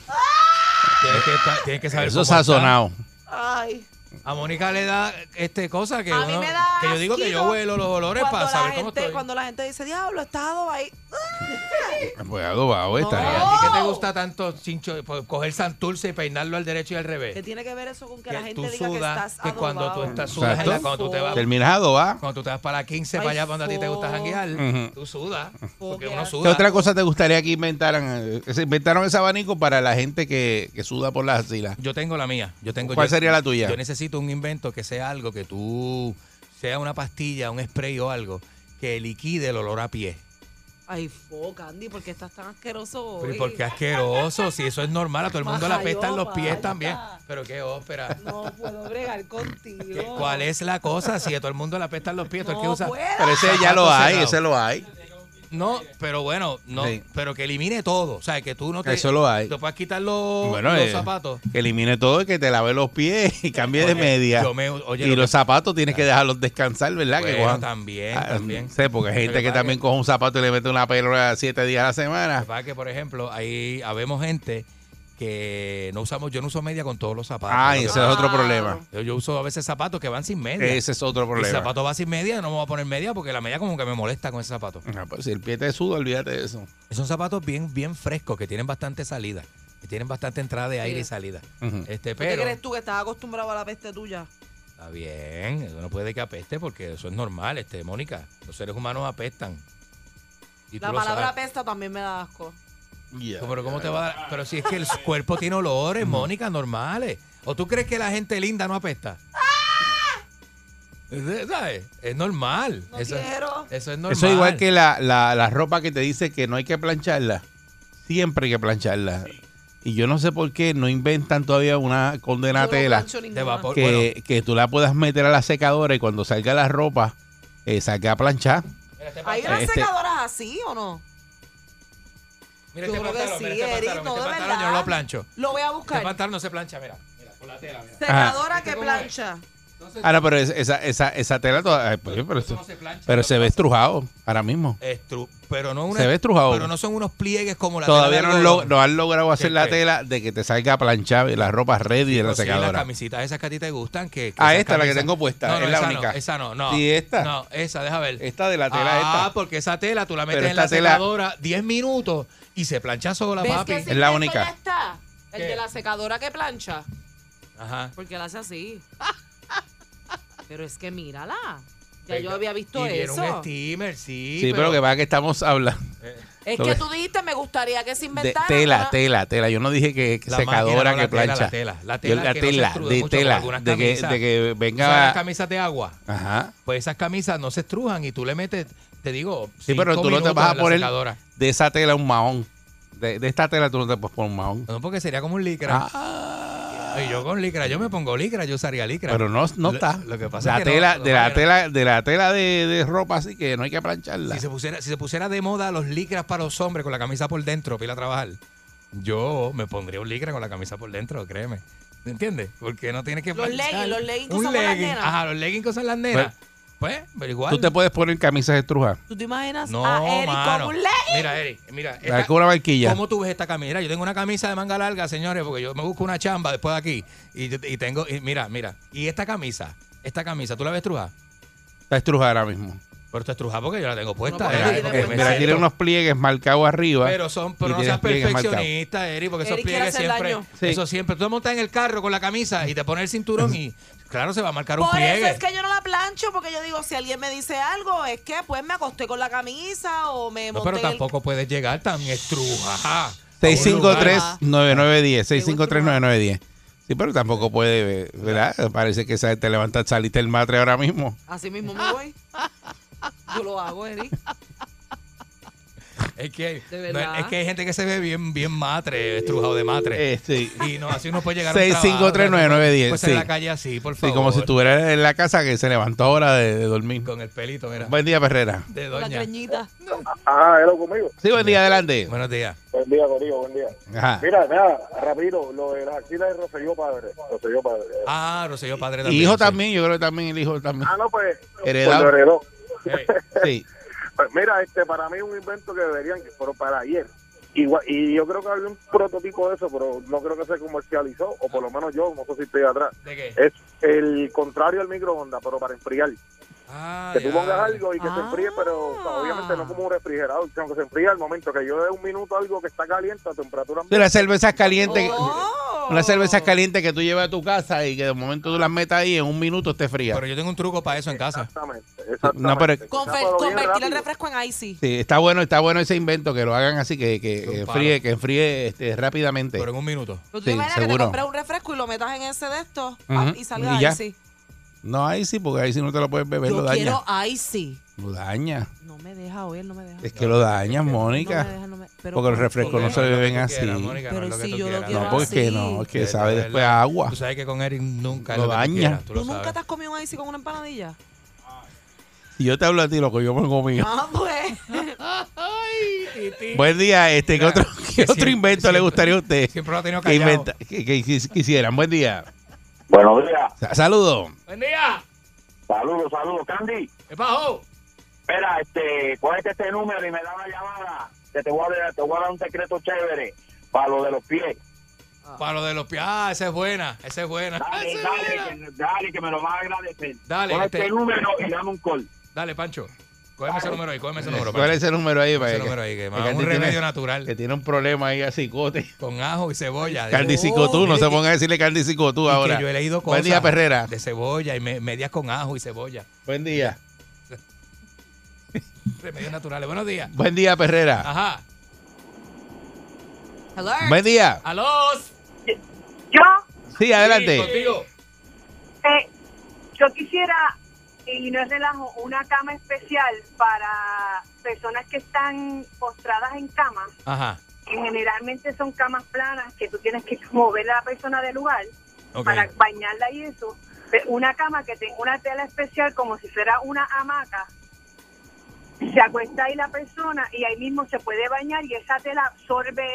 S5: Tienes que, estar- tienes que saber
S4: Eso
S5: cómo
S4: es sazonado.
S3: Ay.
S5: está. A Mónica le da este cosa que
S3: A mí
S5: uno-
S3: me da
S5: que yo digo que yo
S3: asquito
S5: huelo los olores
S3: cuando
S5: para
S3: la
S5: saber cómo
S3: gente,
S5: estoy.
S3: Cuando la gente dice, diablo, estás adobadito.
S4: Pues adobado
S5: Ay,
S4: está.
S5: ¿A ti
S3: ¡Oh!
S5: que te gusta tanto chincho, pues, coger santurce y peinarlo al derecho y al
S3: ¿Qué
S5: revés?
S3: tiene que ver eso con que,
S5: Que
S3: la gente
S5: tú
S3: diga que
S5: sudas,
S3: estás
S5: que, cuando tú
S3: adobado?
S5: estás sudas,
S4: Exacto.
S5: en la- cuando tú te vas
S4: Terminas adobado.
S5: cuando tú te vas para la 15
S3: Ay,
S5: para allá cuando a ti te gusta
S3: fo-
S5: janguear,
S4: Ujú.
S5: tú sudas, porque
S3: qué
S5: uno
S3: asco.
S4: ¿Qué
S5: suda.
S4: otra cosa te gustaría que inventaran? Eh, Se inventaron ese abanico para la gente que, que suda por las asilas.
S5: Yo tengo la mía. Yo tengo,
S4: ¿Cuál
S5: yo-
S4: sería la tuya?
S5: Yo necesito un invento que sea algo que tú, sea una pastilla, un spray o algo, que liquide el olor a pie.
S3: Ay, fo, Candy, ¿por qué estás tan asqueroso
S5: Pero
S3: hoy?
S5: ¿y por qué asqueroso? Si eso es normal, a todo el mundo le
S3: Majayo,
S5: apestan los pies
S3: basta.
S5: también. Pero qué ópera.
S3: No puedo bregar
S5: (laughs) ¿Qué-
S3: contigo.
S5: ¿Cuál es la cosa? Si a todo el mundo le apestan los pies, todo el que
S3: No
S5: usa.
S3: puedo.
S4: Pero ese ya lo
S5: zapato
S4: hay,
S5: cerrado.
S4: ese lo hay.
S5: No, pero bueno, no,
S4: Sí.
S5: pero que elimine todo. O sea, que tú no te.
S4: Eso lo hay.
S5: Te puedas quitar los,
S4: Bueno,
S5: los
S4: eh,
S5: zapatos.
S4: que elimine todo y que te lave los pies y cambie de
S5: Oye,
S4: media.
S5: yo me- oye,
S4: y
S5: lo que-
S4: los zapatos tienes que dejarlos descansar, ¿verdad? que
S5: Bueno,
S4: cojan-
S5: también,
S4: Ah,
S5: también.
S4: Sé, porque hay
S5: Lo
S4: gente que,
S5: pasa
S4: también coge un zapato y le mete una pelota siete días a la semana.
S5: Lo que pasa es que, por ejemplo, ahí habemos gente que no usamos, yo no uso media con todos los zapatos.
S4: Ah,
S5: Lo
S4: ese
S5: que
S4: es
S5: pasa-
S4: otro problema.
S5: yo, yo uso a veces zapatos que van sin media.
S4: Ese es otro
S5: el
S4: problema.
S5: zapato va sin media, no me voy a poner media porque la media como que me molesta con ese zapato.
S4: Ah, pues si el pie te suda, olvídate de eso.
S5: Son zapatos bien, bien frescos, que tienen bastante salida, que tienen bastante entrada de aire y salida.
S4: Ujú.
S5: Este,
S3: ¿Qué
S5: pero
S3: crees tú que estás acostumbrado a la peste tuya?
S5: está bien, eso no puede que apeste porque eso es normal, este, Mónica. Los seres humanos apestan. Y tú
S3: La
S5: lo
S3: palabra
S5: sabes.
S3: pesta también me da asco.
S4: Ya,
S5: Pero cómo
S4: ya.
S5: te va a dar? Pero si es que el cuerpo tiene olores, Mónica, normales. ¿O tú crees que la gente linda no apesta? Es- ¿Sabes? Es normal.
S3: No
S5: eso,
S3: quiero.
S5: eso es normal.
S4: Eso es igual que la, la- la ropa que te dice que no hay que plancharla. Siempre hay que plancharla. Y yo no sé por qué no inventan todavía una condena
S3: Yo no
S4: tela
S3: plancho ninguna.
S5: de vapor.
S4: que,
S5: Bueno,
S4: que tú la puedas meter a la secadora y cuando salga la ropa, eh, salga a planchar.
S5: mira este
S3: ¿Hay
S5: pantalón,
S3: unas
S4: Este-
S3: secadoras así o no?
S5: mira
S3: yo
S5: este
S3: creo que
S5: pantalón,
S3: sí,
S5: mira este
S3: Eric,
S5: pantalón,
S3: no,
S5: este
S3: de
S5: pantalón yo
S3: verdad.
S5: no lo plancho.
S3: Lo voy a
S5: Este
S3: buscar.
S5: pantalón no se plancha, mira. Mira, con la tela, mira.
S3: Secadora
S5: ¿Viste
S3: que
S5: cómo es?
S3: plancha.
S4: Ah, no, pero es- esa, esa, esa tela toda- ay, pues, pero,
S5: Eso
S4: se-
S5: no se plancha.
S4: pero
S5: lo
S4: se
S5: que
S4: ve
S5: pasa-
S4: estrujado ahora mismo.
S5: Estru- pero no una-
S4: Se ve estrujado.
S5: Pero no son unos pliegues como la
S4: Todavía
S5: tela
S4: no,
S5: de
S4: lo-
S5: algodón.
S4: no han logrado hacer la
S5: Siempre.
S4: tela de que te salga a planchar la ropa ready de la
S5: Pero sí, las
S4: secadora.
S5: camisitas esas que a ti te gustan. Que, que
S4: Ah,
S5: esas
S4: esta, la que
S5: camisas-
S4: tengo puesta,
S5: No, no,
S4: es la
S5: esa
S4: única.
S5: No, esa no, no.
S4: Sí, esta.
S5: No, esa, deja ver.
S4: Esta de la tela
S5: Ah,
S4: esta.
S5: porque esa tela tú la metes
S4: Pero
S5: en la
S4: esta tela-
S5: secadora 10 minutos y se plancha sola,
S3: ¿Ves
S5: Ah, papi.
S3: que ese
S4: Es la
S3: invento ya
S4: única.
S3: está? El
S5: ¿Qué?
S3: de la secadora que plancha.
S5: Ajá.
S3: Porque la hace (laughs) así. Pero es que mírala. Ya
S5: Venga.
S3: yo había visto
S5: y viene
S3: eso.
S5: un steamer, sí.
S4: Sí, pero, que pasa es que estamos hablando.
S3: Es
S4: Lo
S3: que
S4: que-
S3: tú dijiste, me gustaría que se
S4: De-
S3: inventara.
S4: tela,
S3: una-
S4: tela, tela. Yo no dije que que
S5: La
S4: secadora,
S5: máquina, no,
S4: que
S5: la tela,
S4: plancha.
S5: la tela, la
S4: Yo
S5: tela que no se
S4: tela,
S5: extrude
S4: de
S5: mucho,
S4: tela,
S5: algunas
S4: de que,
S5: camisas.
S4: de que
S5: ¿Sabes las
S4: venga...
S5: camisas de agua.
S4: Ajá.
S5: Pues esas camisas no se estrujan y tú le metes, te digo,
S4: Sí, pero
S5: cinco
S4: tú no te
S5: minutos
S4: vas a
S5: en la
S4: poner
S5: secadora.
S4: de esa tela un mahón. De, de esta tela tú no te puedes poner un mahón.
S5: No, porque sería como un licra.
S4: Ah,
S5: Y yo con licra, yo me pongo licra, yo usaría licra.
S4: pero no, no
S5: Lo-
S4: está.
S5: Lo que pasa
S4: la
S5: es que no-
S4: tela,
S5: lo
S4: de,
S5: que
S4: la
S5: pasa es que no.
S4: tela, de la tela de, de ropa así que no hay que plancharla.
S5: Si se, pusiera, si se pusiera de moda los licras para los hombres con la camisa por dentro, pila a trabajar, yo me pondría un licra con la camisa por dentro, créeme. ¿Me entiendes? Porque no tienes que
S3: Los
S5: planchar.
S3: leggings, los leggings que
S5: Un
S3: usan las
S5: legging.
S3: nenas.
S5: Ajá, los leggings que usan las nenas. Pues, pero igual.
S4: Tú te puedes poner camisas estrujadas.
S3: ¿Tú te imaginas
S5: No,
S3: a Eric
S5: mano.
S3: con un legging?
S5: Mira, Eric, mira.
S4: La
S5: esta-
S4: con una barquilla.
S5: ¿Cómo tú ves esta camisa? Mira, yo tengo una camisa de manga larga, señores, porque yo me busco una chamba después de aquí. Y, yo- y tengo, y mira, mira. Y esta camisa, esta camisa, ¿tú la ves trujada?
S4: Está estrujada ahora mismo.
S5: Pero está estrujada porque yo la tengo puesta.
S3: porque
S5: Eric,
S3: tiene
S5: porque
S3: buen
S5: me
S4: Mira,
S5: siento-
S4: tiene unos pliegues marcados arriba.
S5: Pero son, pero
S4: y
S5: no
S4: tiene
S5: seas
S4: pliegues marcados.
S5: perfeccionista, Eri, porque esos
S3: Eric quiere
S5: pliegues
S3: hacer
S5: siempre.
S3: daño.
S4: Sí.
S5: Eso siempre. Tú te montas en el carro con la camisa y te pones el cinturón y claro, se va a marcar un
S3: Por
S5: pliegue.
S3: eso es que yo no la plancho, porque yo digo, si alguien me dice algo, es que pues me acosté con la camisa o me
S5: No,
S3: monté
S5: pero
S3: en el-
S5: tampoco puedes llegar tan estruja.
S4: 653-9910. 653-9910. Sí, pero tampoco puede, ¿verdad? Parece que sa- te levantas, saliste el matre ahora mismo.
S3: Así mismo me (laughs) voy. Yo lo hago, Eric.
S5: Es que,
S3: De
S5: no,
S3: verdad.
S5: es que hay gente que se ve bien, bien matre, estrujado de matre.
S4: Eh, sí.
S5: Y no, así uno puede llegar a un trabajo.
S4: 653-9910.
S5: Pues
S4: Sí.
S5: en la calle así, por
S4: Sí,
S5: favor.
S4: como si estuviera en la casa que se levantó ahora de, de dormir.
S5: Con el pelito, mira.
S4: Buen día, Perrera.
S5: De
S3: Con la
S5: doña.
S3: creñita.
S7: Ajá, hello conmigo.
S4: Sí, buen día, adelante.
S5: Buenos días.
S7: Buen día, Corillo, buen día.
S4: Ajá.
S7: Mira, nada, rapidito, lo de las axilas de Roselló Padre. Roselló Padre.
S5: Ah, Roselló Padre
S4: Y
S5: también.
S4: hijo
S5: sí.
S4: también, yo creo que también el hijo también.
S7: Ah, no, pues.
S4: Heredado.
S7: cuando heredó.
S5: Ey,
S4: Sí.
S7: Pues mira, este, para mí es un invento que deberían, pero para ayer. Igual, y yo creo que había un prototipo de eso, pero no creo que se comercializó, o por lo menos yo, no sé si estoy atrás.
S5: ¿De qué?
S7: Es el contrario al microondas, pero para enfriar.
S5: Ah,
S7: que tú
S5: ya.
S7: pongas algo y que se
S3: Ah.
S7: enfríe, pero o sea, obviamente
S5: Ah.
S7: no como un refrigerador, sino que se enfríe al momento que yo dé un minuto algo que está caliente a temperatura
S4: Sí, las cervezas calientes. que-
S3: Oh.
S4: Unas cervezas calientes que tú llevas a tu casa y que de momento tú las metas ahí en un minuto esté fría.
S5: Pero yo tengo un truco para eso en casa.
S7: Exactamente, exactamente.
S4: No, pero-
S3: Conver-
S7: Pero bien
S3: convertir el
S7: rápido.
S3: refresco en icy.
S4: Sí, está bueno, está bueno ese invento que lo hagan así que, que
S5: Un
S4: eh,
S5: palo.
S4: fríe, que enfríe este, rápidamente.
S5: Pero en un minuto.
S3: Pero tú
S4: Sí,
S3: te imaginas que te
S4: seguro.
S3: compres un refresco y lo metas en ese de estos
S4: Ujú,
S3: ah, y salga
S4: y ya.
S3: icy.
S4: No, ahí sí, porque ahí sí no te lo puedes beber,
S3: Yo
S4: lo daña.
S3: quiero icy.
S4: Lo daña.
S3: No me deja oír, no me deja.
S4: Es que lo dañas,
S3: No me
S4: Mónica.
S3: deja, no me- pero
S4: Porque los
S3: ¿por
S4: refrescos no
S3: qué?
S4: se
S5: es lo que
S4: beben
S5: tú
S4: así.
S5: quieras, Mónica, no es
S3: Pero
S5: lo que
S3: si
S5: tú
S3: yo lo
S5: quieras.
S3: quiero
S4: No, porque
S3: así.
S4: no, es que
S5: De
S4: sabe
S5: verdad.
S4: después a agua.
S5: Tú sabes que con Eric nunca es
S4: Lo
S5: lo, que tú
S4: daña.
S5: quieras, tú lo
S3: ¿Tú nunca
S5: sabes.
S3: te has comido un icy con un empanadilla?
S4: Si yo te hablo a ti, loco, yo pongo mío.
S3: Ah, (laughs) pues.
S4: Buen día, este, ¿qué
S5: Mira,
S4: otro, qué otro
S5: siempre-
S4: invento le
S5: siempre-
S4: gustaría a usted
S5: Siempre lo ha tenido
S4: que,
S5: callado.
S4: inventa- que- que quis- quisieran? Buen día.
S7: Buenos días.
S4: Sa- Saludos.
S5: ¡Buen día!
S7: Saludos, saludos. Candy,
S5: ¿Qué pasó?
S7: espera, este, cógete este número y me da una llamada. Que te voy a dar, te voy a dar un secreto chévere para lo de los pies.
S5: Para lo de los pies. Ah, esa es buena. Esa es buena.
S7: Dale,
S5: Esa es buena.
S7: dale, que, dale, que me lo vas a agradecer.
S5: Ah, Dale,
S7: Coge
S5: este-
S7: este número y dame un call.
S5: Dale, Pancho. Cógeme ese número ahí, cógeme ese número.
S4: ¿Cuál es
S5: Pancho.
S4: ese número ahí? para
S5: Ese número ahí, que me haga un
S4: Candy tiene-
S5: remedio natural.
S4: Que tiene un problema ahí así, cote.
S5: Con ajo y cebolla.
S4: Candy
S5: Digo,
S4: Cicotú, no
S5: oh, mire
S4: se
S5: que-
S4: pongan a decirle Candy Cicotú
S5: que
S4: ahora.
S5: yo he leído cosas
S4: Buen día, Perrera.
S5: de cebolla y me- medias con ajo y cebolla.
S4: Buen día.
S5: Remedios naturales. Buenos días.
S4: Buen día, Perrera.
S5: Ajá.
S3: Hello.
S4: Buen día.
S5: ¡A los!
S8: Yo,
S4: Sí,
S5: Sí,
S4: adelante.
S5: contigo.
S8: eh, yo quisiera, y no es relajo, una cama especial para personas que están postradas en cama,
S5: Ajá.
S8: que generalmente son camas planas que tú tienes que mover a la persona del lugar
S5: Ok.
S8: para bañarla y eso. Pe- Una cama que tenga una tela especial como si fuera una hamaca. Se acuesta ahí la persona y ahí mismo se puede bañar y esa tela absorbe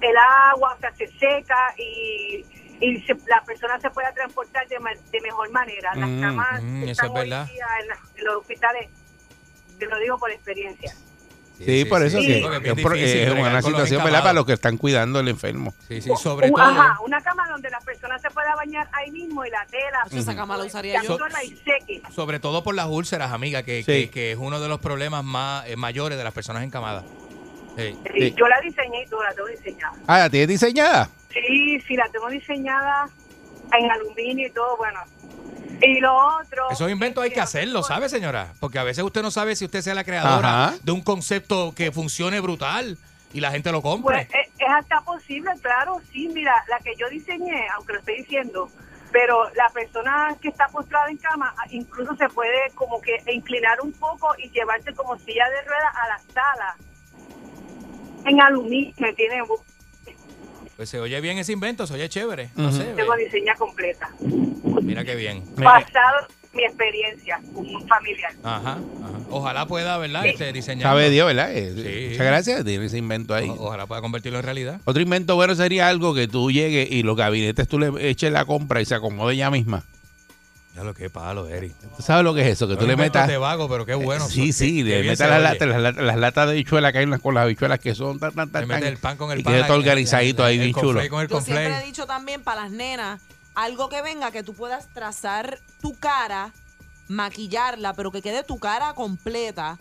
S8: el agua, o sea, se seca y, y se- la persona se puede transportar de, ma- de mejor manera. Las
S5: Mm,
S8: camas que
S5: mm, eso
S8: están
S5: es
S8: hoy
S5: verdad.
S8: día en, la- en los hospitales, te lo digo por experiencia.
S4: Sí, por eso que,
S5: porque es
S4: que
S5: bien
S4: es por-
S5: difícil
S4: es
S5: bregar
S4: una
S5: con los
S4: situación, ¿verdad?
S5: encamados.
S4: Para los que están cuidando al enfermo.
S5: Sí, sí, sobre
S8: U-
S5: todo.
S8: Uh, Ajá, una cama donde la persona se pueda bañar ahí mismo y la tela.
S3: Yo esa cama la usaría
S8: se
S3: yo.
S8: absorba y seque.
S5: Sobre todo por las úlceras, amiga, que,
S4: Sí.
S5: que, que es uno de los problemas más eh, mayores de las personas encamadas. Sí.
S4: Sí.
S8: Yo la diseñé y tú la tengo diseñada.
S4: Ah, ¿la tienes diseñada?
S8: Sí, sí, la tengo diseñada en aluminio y todo, bueno. Y lo otro. pues,
S5: Esos inventos hay que hacerlo, ¿sabe, señora? Porque a veces usted no sabe si usted sea la creadora
S4: Ajá.
S5: de un concepto que funcione brutal y la gente lo
S8: Pues
S5: compre.
S8: es, es hasta posible, claro, sí, mira, la que yo diseñé, aunque lo estoy diciendo, pero la persona que está postrada en cama ah, incluso se puede como que inclinar un poco y llevarse como silla de ruedas a la sala. En aluminio, me tiene,
S6: eh.
S5: Pues se oye bien ese invento, se oye chévere. No
S4: Ujú.
S5: sé,
S8: tengo diseña completa.
S5: mira qué bien.
S8: Pasado mi experiencia familiar.
S5: Ajá, ajá. Ojalá pueda, ¿verdad? Este diseñar.
S4: Sabe Dios, ¿verdad? Eh,
S5: Sí. Oh,
S4: Muchas gracias. Tiene ese invento ahí.
S5: Ojalá pueda convertirlo en realidad.
S4: Otro invento bueno sería algo que tú llegues y los gabinetes tú le eches la compra y se acomode ella misma.
S5: Ya lo que palo, Eri.
S4: ¿Tú sabes lo que es eso? Que tú le metas. Eh,
S5: de vago, pero qué bueno.
S4: sí,
S5: Qué-
S4: sí,
S5: qué
S4: le
S5: bien
S4: metas
S5: se
S4: las
S5: oye.
S4: latas, las, latas- las latas de habichuela que hay en las- con las habichuelas que son tan, tan,
S5: Le
S4: tan,
S5: metes
S4: tan,
S5: el pan con el
S4: y
S5: pan.
S4: quede todo
S5: el- el-
S4: organizadito ahí,
S5: el
S4: bien chulo.
S5: conflay Con el
S6: Yo siempre he
S5: conflay.
S6: dicho también para las nenas, algo que venga que tú puedas trazar tu cara, maquillarla, pero que quede tu cara completa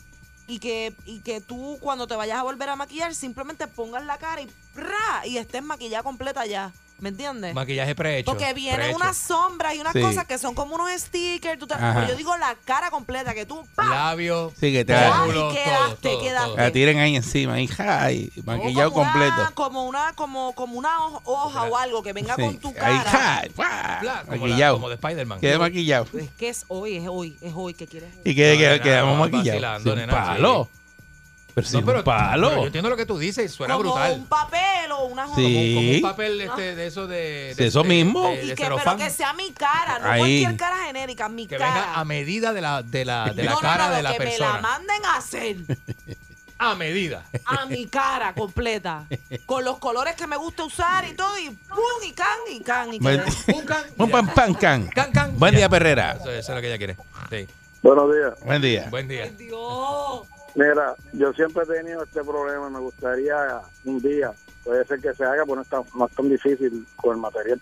S6: y que, y que tú cuando te vayas a volver a maquillar simplemente pongas la cara y ¡ra! y estés maquillada completa ya, ¿me entiendes?
S5: Maquillaje prehecho.
S6: Porque vienen
S5: prehecho.
S6: unas sombras y unas
S4: Sí.
S6: cosas que son como unos stickers, tú te-
S4: Ajá.
S6: pero yo digo la cara completa que tú ¡pa!
S5: Labio.
S4: Sí, que te
S6: Ya,
S4: la,
S6: y
S5: todo,
S6: quedaste,
S5: todo,
S6: quedaste.
S5: todo.
S4: la tiren ahí encima, hija, y
S6: o
S4: maquillado
S6: como una-
S4: completo.
S6: como una como como una ho- hoja o algo que venga
S4: Sí,
S6: con tu cara.
S4: Ahí, ja, y pa,
S5: Bla, Como, la-
S4: maquillado.
S5: como de Spider-Man.
S4: Quede maquillado.
S6: Es que es hoy, es hoy, es hoy que quieres.
S4: Y quede,
S5: No,
S4: quede-
S5: nena,
S4: quedamos
S5: no,
S4: maquillados.
S5: vacilando,
S4: Sin
S5: nena,
S4: palo. Pero
S5: No,
S4: sin
S5: pero,
S4: un palo.
S5: pero yo entiendo lo que tú dices, y suena
S6: como
S5: brutal.
S6: un papel o una hoja.
S4: Sí.
S5: Como un papel este, de eso de,
S4: Sí, eso
S5: de-
S4: mismo.
S5: de- de
S6: Y que, pero
S5: celofán.
S6: que sea mi cara, no
S4: Ahí.
S6: cualquier cara genérica, mi
S5: Que
S6: cara.
S5: venga a medida de la, de la, de la
S6: No, no,
S5: cara
S6: no,
S5: de la
S6: que me la
S5: persona.
S6: manden a hacer
S5: a medida.
S6: a mi cara completa, con los colores que me gusta usar y todo, y pum, y can, y can, y
S4: Me-
S6: can.
S5: Un can.
S4: Un pan, pan, can.
S5: Can, can.
S4: Buen
S5: Ya.
S4: día, Perrera.
S5: Eso, eso es lo que ella quiere. Sí.
S7: Buenos días.
S4: Buen día.
S5: Buen día.
S6: Dios.
S7: Mira, yo siempre he tenido este problema. Me gustaría un día, puede ser que se haga, pero no es tan, no es tan difícil con el material.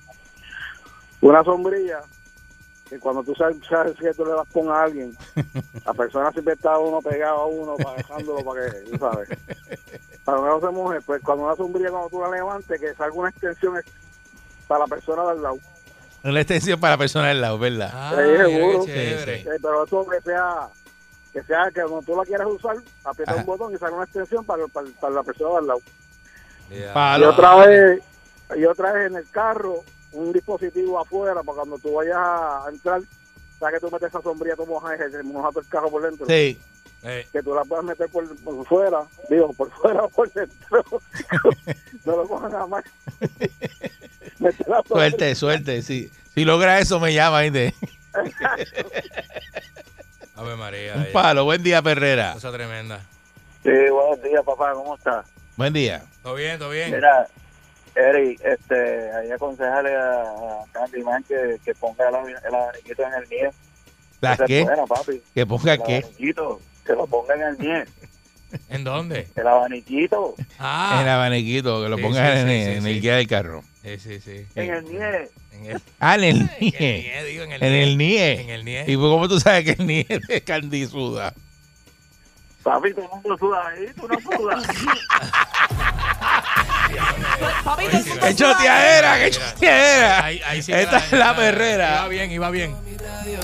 S7: Una sombrilla, que cuando tú sabes, sabes que tú le vas con alguien, la persona siempre está uno pegado a uno, para dejándolo para que, tú sabes. Para que no se moje, pues cuando una sombrilla, cuando tú la levantes, que salga una extensión ex- para la persona del lado.
S4: Una extensión para la persona del lado, ¿verdad?
S5: Ah,
S7: Sí,
S5: mira
S7: seguro.
S5: qué chévere.
S4: Sí,
S7: Eh, pero eso que sea, que sea que cuando tú la quieras usar, aprieta
S4: Ajá.
S7: un botón y salga una extensión para, para, para la persona del lado.
S5: Ya.
S4: Palo.
S7: Y otra vez, y otra vez en el carro, un dispositivo afuera para cuando tú vayas a entrar, sabes que tú metes esa sombrilla, tú mojas, el- mojas el carro por dentro.
S4: Sí.
S5: Eh,
S7: Que tú la puedas meter por, por fuera, digo, por fuera o por dentro. (laughs) no lo
S5: (laughs)
S7: cojas nada más. Métela por-
S4: Suerte, suerte. Sí. Si logra eso, me llama. ¿viste?
S5: Ave María.
S4: Un
S5: eh,
S4: palo. Buen día, Perrera.
S5: Cosa tremenda.
S9: Sí, buenos días, papá, ¿cómo estás?
S4: Buen día.
S5: Todo bien, todo bien.
S9: Mira, Eri, este, ahí aconsejarle a, a Candy Man que, que ponga el, abi- el abaniquito en el NIE.
S4: ¿Las
S9: Esa es
S4: qué?
S9: buena, papi.
S4: Que ponga
S9: El
S4: qué.
S9: abaniquito, que lo ponga en el NIE.
S5: ¿En dónde?
S9: El abaniquito,
S5: Ah.
S4: El abaniquito, que lo
S5: Sí,
S4: pongas
S5: sí,
S4: en,
S5: sí,
S4: el-
S5: sí,
S4: en
S5: sí.
S4: el guía del carro.
S5: Sí, sí, sí.
S9: en el NIE.
S5: En el,
S4: Ah, en el
S5: en el
S4: (laughs) NIE.
S5: NIE, digo, en el
S4: En el
S5: En
S4: NIE.
S5: el NIE.
S4: ¿Y cómo tú sabes que el NIE es de Candy Suda?
S9: Papi, todo el mundo suda ahí, tú no sudas.
S6: Papi, todo el mundo
S4: ¡Qué
S6: suda.
S4: choteadera! ¡Qué
S5: Mira,
S4: choteadera!
S5: Ahí, ahí sí que
S4: Esta es la
S5: Iba
S4: perrera.
S5: bien, iba bien.
S3: mi radio.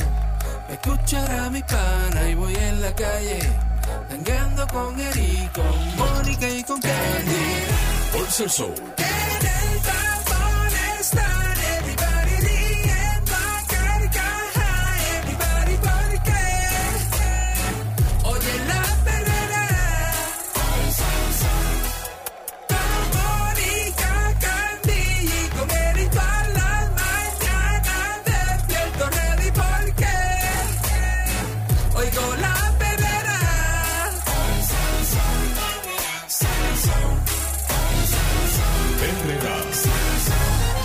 S3: Me escuchará mi pana y voy en la calle. Tangando con Eri, con Mónica y con Candy. Pulse el show. En el tapón están everybody riendo a carcaja. Everybody porque oye la perrera. Con Mónica, Candy y con Eri para la mañana. Despierto ready porque oigo la perrera.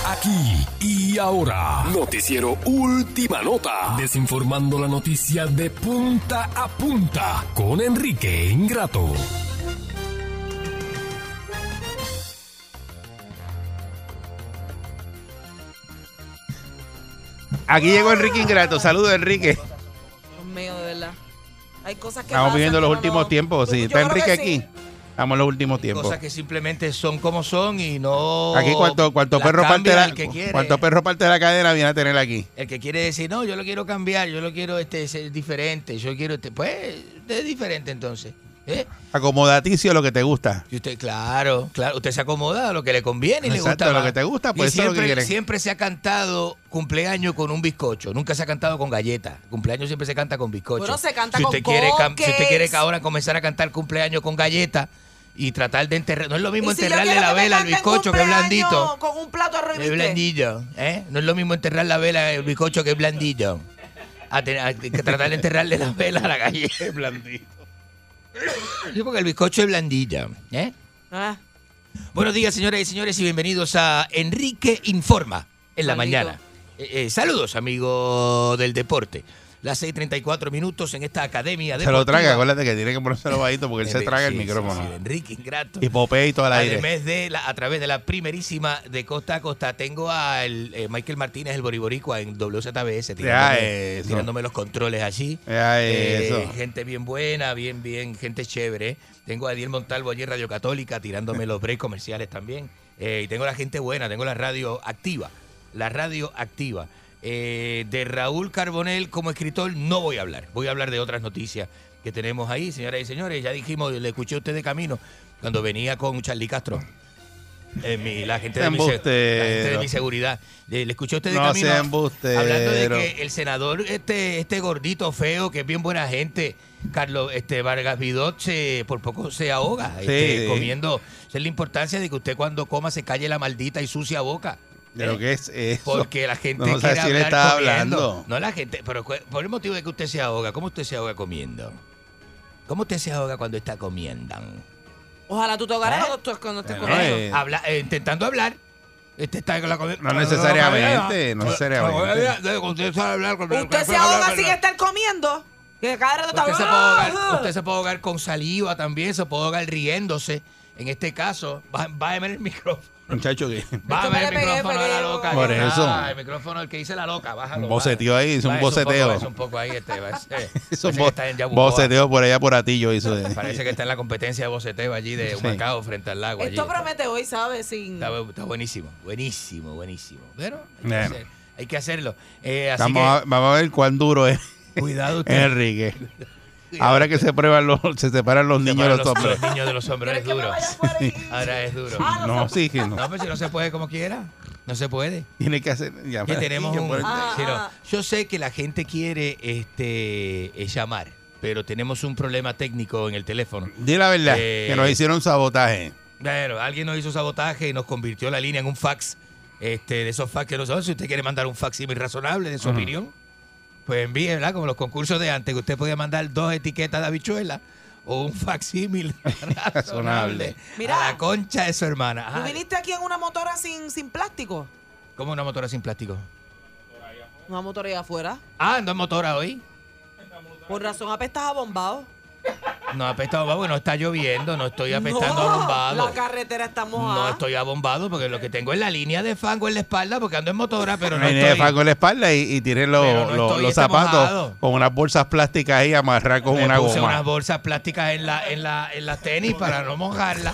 S10: Aquí y ahora. Noticiero Última Nota. Desinformando la noticia de punta a punta con Enrique Ingrato.
S4: Aquí llegó Enrique Ingrato. Saludos, Enrique.
S6: Dios mío, de verdad. Hay cosas que
S4: Estamos
S6: pasan
S4: viviendo
S6: que
S4: los
S6: uno
S4: últimos
S6: no-
S4: tiempos.
S6: Yo-
S4: Sí,
S6: yo
S4: está
S6: creo que
S4: Enrique
S6: sí.
S4: aquí. Estamos en los últimos tiempos.
S5: Cosas que simplemente son como son y no.
S4: Aquí cuanto, cuanto
S5: las
S4: perro parte
S5: cambian
S4: la,
S5: el que quiere.
S4: cuanto perro parte de la cadena viene a tener aquí.
S5: El que quiere decir, no, yo lo quiero cambiar, yo lo quiero este, ser diferente, yo quiero. Este, pues, usted es diferente entonces. ¿eh?
S4: Acomodaticio lo que te gusta.
S5: Y usted, claro, claro, usted se acomoda a lo que le conviene y le
S4: Exacto,
S5: gusta.
S4: lo
S5: más.
S4: que te gusta,
S5: Y
S4: pues, eso es lo que
S5: siempre,
S4: quieres.
S5: siempre se ha cantado cumpleaños con un bizcocho, nunca se ha cantado con galleta. Cumpleaños siempre se canta con bizcocho.
S3: Bueno, se canta
S5: si
S3: con
S5: usted quiere, cam- Si usted
S3: cupcakes.
S5: quiere que ahora comenzar a cantar cumpleaños con galleta y tratar de enterrar, no es lo mismo
S3: Y si yo
S5: enterrarle
S3: quiero
S5: la
S3: que me
S5: vela al
S3: canten
S5: bizcocho que es
S3: cumpleaños
S5: blandito.
S3: Con un plato de arroz y
S5: Es
S3: bistec.
S5: blandillo, ¿eh? No es lo mismo enterrar la vela al bizcocho que es blandillo. A, te- a- que tratar de enterrarle la vela a la galleta.
S4: Es blandito.
S5: Sí, porque el bizcocho es blandilla, ¿eh?
S3: Ah,
S5: Buenos días, señoras y señores, y bienvenidos a Enrique Informa en la
S3: Maldito.
S5: mañana. Eh, eh, saludos, amigo del deporte. Las 6:34 minutos en esta academia de.
S4: Se lo traga, acuérdate que tiene que ponérselo bajito porque él
S5: (laughs)
S4: se traga el micrófono.
S5: Enrique, ingrato.
S4: Y popea y todo al aire.
S5: Además de la, a través de la primerísima de costa a costa, tengo a el, eh, Michael Martínez, el Boriborico, en WZBS, tirándome,
S4: eso.
S5: tirándome los controles allí.
S4: Ya
S5: Eh,
S4: Ah, eso.
S5: gente bien buena, bien, bien, gente chévere. Tengo a Adiel Montalvo allí en Radio Católica tirándome los breaks comerciales también. Eh, y tengo la gente buena, tengo la radio activa. La radio activa. Eh, de Raúl Carbonel como escritor no voy a hablar. Voy a hablar de otras noticias que tenemos ahí, señoras y señores. Ya dijimos, le escuché a usted de camino cuando venía con Charlie Castro. Eh, mi- la, gente de mi, se- la gente de mi
S4: Embustero.
S5: seguridad. Eh, le escuché a usted de
S4: No
S5: camino
S4: sea embustero.
S5: hablando de que el senador, este, este gordito feo, que es bien buena gente, Carlos este, Vargas Vidot, se, por poco se ahoga este,
S4: Sí.
S5: comiendo. Esa es la importancia de que usted cuando coma se calle la maldita y sucia boca.
S4: De lo que es eso.
S5: Porque la gente
S4: No sé
S5: quiere
S4: si él
S5: hablar
S4: está
S5: comiendo.
S4: hablando.
S5: No la gente, pero cu- por el motivo de que usted se ahoga, ¿cómo usted se ahoga comiendo? ¿Cómo usted se ahoga cuando está comiendo?
S3: Ojalá tú te ahogaras
S5: ¿Eh?
S3: cuando, tú- cuando estés
S4: Eh,
S3: comiendo.
S4: eh,
S5: Habla- eh, intentando hablar. Este está con la comi-
S4: No necesariamente, no necesariamente.
S5: Usted sabe hablar con-
S3: Usted se ahoga sin estar comiendo. Que cada rato está...
S5: Usted se, puede
S3: ¡Ah!
S5: ahogar, usted se puede ahogar con saliva también, se puede ahogar riéndose. En este caso, va- bájeme el micrófono.
S4: Muchacho
S5: (laughs)
S4: que.
S3: me
S5: Bájeme el
S3: le pegué,
S5: micrófono a la
S3: pegué,
S5: loca.
S4: Por
S5: que-
S4: eso.
S5: Ah, el micrófono el que dice la loca, bájalo.
S4: Un boceteo ahí, hizo un
S5: Bájese
S4: boceteo.
S5: poco, bájese Un poco ahí, este. parece-
S4: (laughs) Eso
S5: parece que
S4: bo-
S5: está en Yabucoa.
S4: boceteo por allá por Atillo hizo. de-
S5: (laughs) Parece que está en la competencia de boceteo allí de
S4: Sí.
S5: Humacao frente al lago. allí.
S3: Esto promete hoy, ¿sabes? Sin...
S5: Está, bu- está buenísimo, buenísimo, buenísimo. Pero hay, que,
S4: Bueno.
S5: hacer- hay que hacerlo. Eh, así
S4: Vamos a, vamos a ver cuán duro
S5: (laughs)
S4: es
S5: que, cuidado usted.
S4: Enrique. Ahora que se prueban los, se separan los niños de
S5: Separar
S4: los
S5: los-
S4: hombres.
S5: los niños de los hombres
S3: ¿Quieres
S5: es
S3: que me
S5: duro.
S3: vaya afuera y-
S5: (laughs) Ahora es duro.
S3: Ah, los
S4: No, sí, que no.
S5: No, pero si no se puede como quiera. No se puede.
S4: Tiene que hacer. ya,
S5: Que
S4: para
S5: tenemos
S4: Atillo,
S5: un-
S4: por-
S3: Ah,
S5: sí, no.
S3: ah.
S5: Yo sé que la gente quiere este eh, llamar, pero tenemos un problema técnico en el teléfono.
S4: Di la verdad,
S5: Eh,
S4: que nos hicieron sabotaje.
S5: Bueno, alguien nos hizo sabotaje y nos convirtió la línea en un fax. Este, de esos fax que no sabemos si usted quiere mandar un fax irrazonable de su opinión, pues envíe, ¿verdad? Como los concursos de antes, que usted podía mandar dos etiquetas de habichuela o un facsímil (laughs) razonable
S3: Mira.
S5: a la concha de su hermana.
S3: ¿Tú
S5: Ajá.
S3: viniste aquí en una motora sin, sin plástico?
S5: ¿Cómo una motora sin plástico?
S3: Una motora ahí afuera.
S5: Ah, no es motora hoy.
S3: Por razón apestas a bombado.
S5: No apesta bombado porque no está lloviendo, no estoy apestando
S3: (laughs) No,
S5: a bombado.
S3: La carretera está mojada.
S5: No estoy abombado porque lo que tengo es la línea de fango en la espalda porque ando en motora, pero no
S4: Ahí le
S5: estoy.
S4: fago en la espalda y, y tiene los,
S5: Pero no
S4: los-
S5: estoy,
S4: los
S5: está
S4: zapatos
S5: mojado.
S4: con unas bolsas plásticas ahí amarrar con
S5: Me
S4: una
S5: puse
S4: goma.
S5: unas bolsas plásticas en la, en la, en las tenis para no mojarla.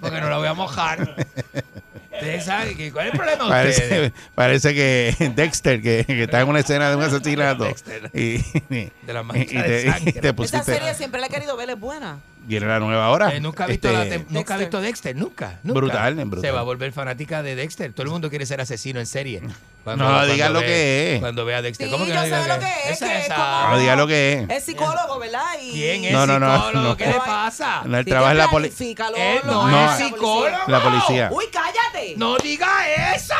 S5: Porque no la voy a mojar. Ustedes saben que cuál es el problema de ustedes.
S4: Parece, (laughs) parece que (laughs) Dexter, que, que está en una escena de un asesinato.
S5: Dexter.
S4: Y, y-
S5: De la mancha
S4: y
S5: de
S4: te, y
S5: sangre.
S4: te
S3: Esta
S4: pusiste.
S3: serie siempre la he querido ver, es buena.
S4: Viene la nueva hora.
S5: Eh, nunca he visto,
S4: Este,
S5: la tem- nunca
S3: Dexter.
S5: he visto Dexter, nunca, nunca.
S4: Brutal, eh, brutal.
S5: Se va a volver fanática de Dexter. Todo el mundo quiere ser asesino en serie.
S4: No, diga lo
S5: ve-
S4: que es.
S5: Cuando vea Dexter.
S3: Sí,
S5: ¿Cómo que
S3: yo
S5: no diga
S3: sé lo que es,
S5: Esa,
S3: que es
S5: esa.
S3: como-
S4: No diga lo que es.
S3: Es psicólogo, ¿verdad? Y,
S5: ¿Quién es
S4: No, no, no,
S5: psicólogo?
S4: no.
S5: ¿Qué le pasa?
S4: No, él trabaja en la poli-
S5: Él Eh, no
S4: no,
S5: es psicólogo.
S4: La policía.
S3: Uy, cállate.
S5: ¡No diga eso!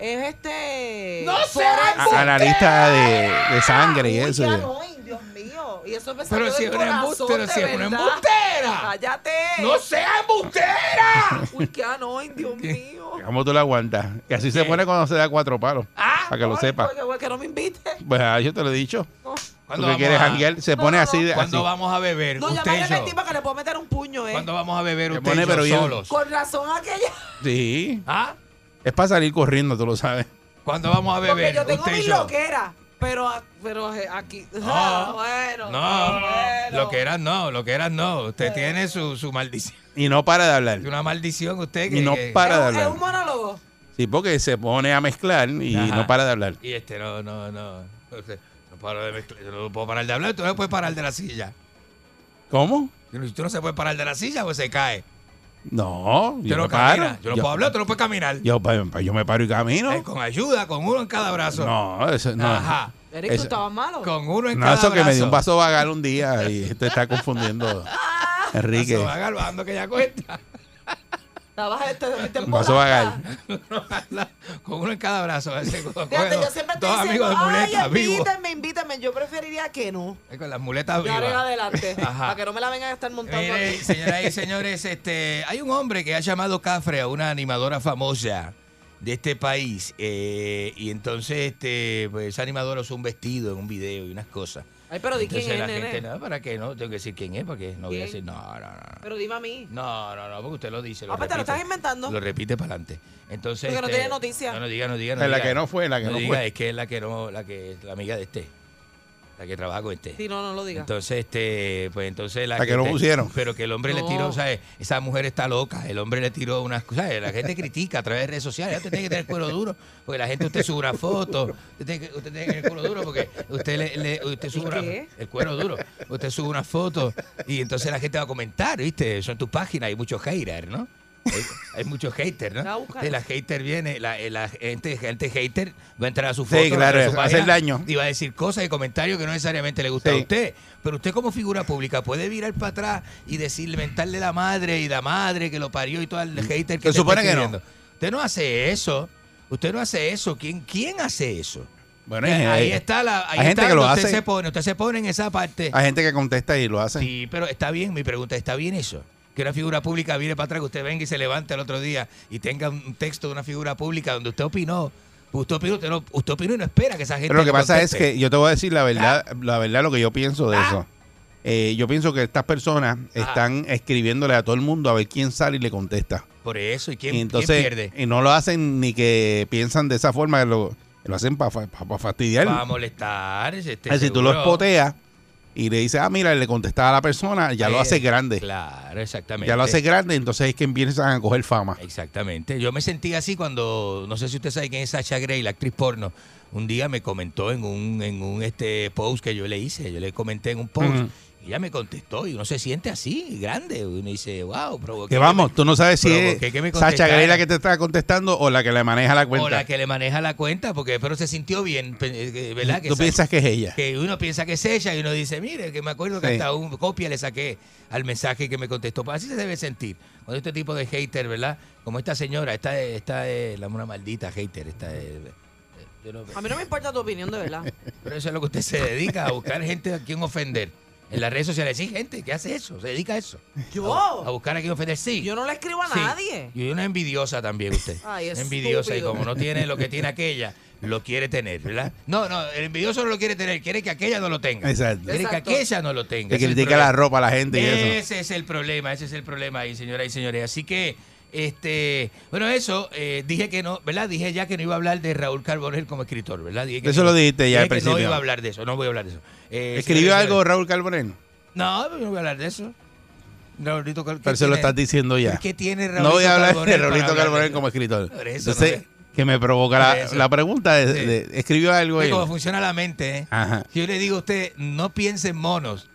S3: Es este.
S5: ¡No
S3: forense.
S5: seas
S4: A- analista de, de sangre y
S3: Uy,
S4: eso.
S3: ya no, ay, Dios mío. Y eso me
S5: Pero
S3: salió
S5: si
S3: del
S5: es una
S3: corazón,
S5: embustera,
S3: de
S5: si es una
S3: verdad.
S5: embustera.
S3: Cállate.
S5: ¡No sea embustera!
S3: Uy, qué anoy, Dios mío.
S4: ¿Cómo tú la aguantas? Y así se
S5: ¿Qué?
S4: pone cuando se da cuatro palos.
S5: Ah,
S4: para que lo
S3: Ay,
S4: sepa.
S3: pues, Que, que no me invites.
S4: Pues ah, yo te lo he dicho. Tú
S5: ¿Cuándo
S4: que
S5: vamos
S4: quieres
S5: a-
S4: janguear, se
S3: No,
S4: pone
S3: no,
S4: así.
S3: no.
S4: de-
S5: ¿Cuándo
S4: así.
S5: vamos a beber?
S3: No,
S5: usted
S3: llámame
S5: y
S3: a
S5: yo.
S3: mi que le puedo meter un puño, eh.
S5: ¿Cuándo vamos a beber usted
S4: pone,
S5: y yo
S4: pero bien.
S5: solos?
S3: Con razón aquella.
S4: Sí.
S5: ¿Ah?
S4: Es para salir corriendo, tú lo sabes.
S5: ¿Cuándo vamos a
S3: Porque
S5: beber
S3: yo tengo
S5: usted y
S3: mi
S5: yo?
S3: loquera. Pero, a- pero eh, aquí.
S5: No,
S3: bueno,
S5: No,
S3: bueno.
S5: lo que eran no, lo que eran no. Usted tiene su, su maldición. (laughs)
S4: Y no para de hablar.
S5: Una maldición usted que...
S4: Y no
S5: que-
S4: para de
S3: Es
S4: hablar.
S3: un monólogo.
S4: Sí, porque se pone a mezclar y
S5: Ajá.
S4: no para de hablar.
S5: Y este, no, no, no. No, sé, no paro de mezclar, yo no puedo parar de hablar, tú no puedes parar de la silla.
S4: ¿Cómo?
S5: Tú no- tú no se puede parar de la silla pues se cae.
S4: No,
S5: Yo
S4: yo
S5: no
S4: me paro.
S5: camina, yo no puedo hablar, tú no puedes caminar.
S4: Yo, pa- yo me paro y
S5: Eh,
S4: camino.
S5: con ayuda, con uno en cada brazo.
S4: No, eso no.
S5: Ajá.
S3: Eric, tú
S4: Eso-
S3: estabas malo.
S5: Con uno en
S4: No,
S5: cada
S4: eso que
S5: brazo.
S4: me dio un vaso vagal un día y te está confundiendo,
S5: (laughs)
S4: Enrique.
S5: Vaso vagal, bajando que ya cuesta. (laughs)
S3: Estabas este, te
S4: (laughs)
S3: metiste en
S4: Un vaso
S3: polata.
S4: vagal.
S5: con uno en cada brazo. Ese, con- con-
S6: Fíjate, yo siempre estoy
S5: dos
S6: diciendo,
S5: amigos de muletas
S6: ay,
S5: vivos.
S6: invítenme, invítenme. Yo preferiría que no.
S5: Eh, Con las muletas
S6: De ahora en
S5: vivas.
S6: adelante.
S5: (laughs) Ajá.
S6: Para que no me la vengan a estar montando
S5: Mire,
S6: aquí.
S5: señoras y señores, este, hay un hombre que ha llamado Cafre a una animadora famosa de este país. eh, y entonces este, pues, esa animadora usó un vestido en un video y unas cosas.
S3: Ay, pero di quién es,
S5: Entonces la
S3: nene.
S5: gente, no, ¿para qué no? Tengo que decir quién es, porque no voy a
S3: ¿Quién?
S5: decir, no, no, no.
S3: Pero dime a mí.
S5: No, no, no, porque usted lo dice. Lo
S6: Ah, pues te lo
S5: repite.
S6: estás inventando.
S5: Lo repite para adelante. Entonces. este,
S6: Porque no tiene noticia.
S5: No, no diga, no diga.
S4: Es la
S5: diga.
S4: que no fue, la que no
S5: diga,
S4: fue.
S5: Es que es la que no, la que es la amiga de este. La que trabaja con este.
S3: Sí, no, no lo digas.
S5: Entonces, este, pues entonces la
S4: La que lo
S5: te-
S4: pusieron.
S5: Pero que el hombre
S3: No.
S5: le tiró, ¿sabes? Esa mujer está loca. El hombre le tiró unas cosas. La gente critica a través de redes sociales. "Ah, Usted tiene que tener el cuero duro. Porque la gente, usted sube una foto. Usted tiene que, usted tiene que tener el cuero duro porque usted, le, le- usted sube una-
S3: qué?
S5: el cuero duro. Usted sube una foto y entonces la gente va a comentar, ¿viste? Son tus páginas. Hay muchos haters, ¿no? Hay, hay muchos haters,
S3: La
S5: ¿no?
S3: busca.
S5: Entonces, la hater viene, la, la gente, gente hater va a entrar a su
S4: Sí,
S5: foto, va a entrar
S4: claro,
S5: a su
S4: va a hacer daño.
S5: y va a decir cosas y comentarios que no necesariamente le gusta a
S4: Sí.
S5: usted. Pero usted como figura pública puede virar para atrás y decirle, mentarle la madre y la madre que lo parió y todo el hater que
S4: Mm. Se
S5: te
S4: supone
S5: está
S4: que no.
S5: escribiendo. Usted no hace eso. Usted no hace eso. ¿Quién, quién hace eso?
S4: Bueno,
S5: Eh,
S4: hay,
S5: ahí está la...
S4: hay
S5: Ahí
S4: gente
S5: está
S4: que lo
S5: donde usted
S4: hace.
S5: Se pone, usted se pone en esa parte.
S4: Hay gente que contesta y lo hace.
S5: Sí, pero está bien, mi pregunta, ¿está bien eso? Que una figura pública viene para atrás, que usted venga y se levante al otro día y tenga un texto de una figura pública donde usted opinó. Usted opinó, usted, no, usted opinó y no espera que esa gente
S4: Pero lo que
S5: le
S4: pasa es
S5: conteste. Ah.
S4: que yo te voy a decir la verdad, la verdad lo que yo pienso de eso. Eh, yo pienso que estas personas
S5: Ah.
S4: están escribiéndole a todo el mundo a ver quién sale y le contesta.
S5: Por eso, ¿y quién,
S4: Y entonces,
S5: quién pierde?
S4: y no lo hacen ni que piensan de esa forma, lo, lo hacen para fastidiar.
S5: Va a molestar. Este,
S4: Ah, si tú lo
S5: seguro.
S4: espoteas y le dices, ah, mira, le contestaba a la persona, ya lo
S5: Eh,
S4: haces grande.
S5: Claro, exactamente.
S4: Ya lo haces grande, entonces es que empiezan a coger fama.
S5: Exactamente. Yo me sentí así cuando, no sé si usted sabe quién es Sasha Gray, la actriz porno. Un día me comentó en un, en un este post que yo le hice, yo le comenté en un post.
S4: Ujú.
S5: Y ella me contestó y uno se siente así, grande. Uno dice, wow, provoqué.
S4: Que vamos, tú no sabes si
S5: Pero,
S4: es
S5: ¿qué- qué me
S4: Sacha Grey la
S5: contestaron?
S4: que te está contestando o la que le maneja la cuenta.
S5: O la que le maneja la cuenta, porque pero se sintió bien, pe- eh, ¿verdad? Que
S4: tú
S5: Sasha-
S4: piensas que es ella.
S5: (laughs) que uno piensa que es ella y uno dice, mire, que me acuerdo que
S4: Sí.
S5: hasta un copia le saqué al mensaje que me contestó. Así se debe sentir. Cuando este tipo de hater, ¿verdad? Como esta señora, esta esta es la una maldita hater, esta eh, yo no-
S6: A mí no me importa tu opinión, de verdad.
S5: pero eso es lo que usted se dedica, a buscar gente a quien ofender. En las redes sociales, sí, gente que hace eso, se dedica a eso. A
S6: Yo,
S5: buscar a quien ofender, sí.
S6: yo no le escribo a
S5: Sí.
S6: nadie.
S5: Y una envidiosa también usted.
S6: Ay,
S5: Una
S6: estúpido.
S5: envidiosa y como no tiene lo que tiene aquella, lo quiere tener, ¿verdad? No, no, el envidioso no lo quiere tener, quiere que aquella no lo tenga.
S4: Exacto.
S5: Quiere que
S6: Exacto.
S5: aquella no lo tenga.
S4: Que
S5: Ese es el
S4: critica la
S5: problema.
S4: ropa a la gente y eso.
S5: Ese es el problema, ese es el problema ahí, señoras y señores. Así que, este, bueno, eso, eh, dije que no, ¿verdad? Dije ya que no iba a hablar de Raúl Carbonell como escritor, ¿verdad? Dije que
S4: Eso
S5: no-
S4: lo dijiste ya
S5: dije
S4: al
S5: que No
S4: principio.
S5: iba a hablar de eso, no voy a hablar de eso. Eh,
S4: Escribió
S5: señoras y
S4: algo
S5: señores,
S4: Raúl Calvoreno,
S5: No, yo no voy a hablar de eso. Raulito Cal- ¿qué
S4: pero se lo
S5: tiene?
S4: estás diciendo ya.
S5: ¿Qué tiene Raúl
S4: No voy a hablar de
S5: Carbonell para
S4: Raulito
S5: hablar de
S4: Calvoreno
S5: eso?
S4: como escritor.
S5: Por eso,
S4: Entonces,
S5: no
S4: que me provoca
S5: Por
S4: la,
S5: eso.
S4: la pregunta. de-
S5: Sí.
S4: de- escribió algo
S5: Ve
S4: él.
S5: cómo funciona la mente, ¿eh?
S4: Ajá.
S5: Si yo le digo a usted, no piense en monos,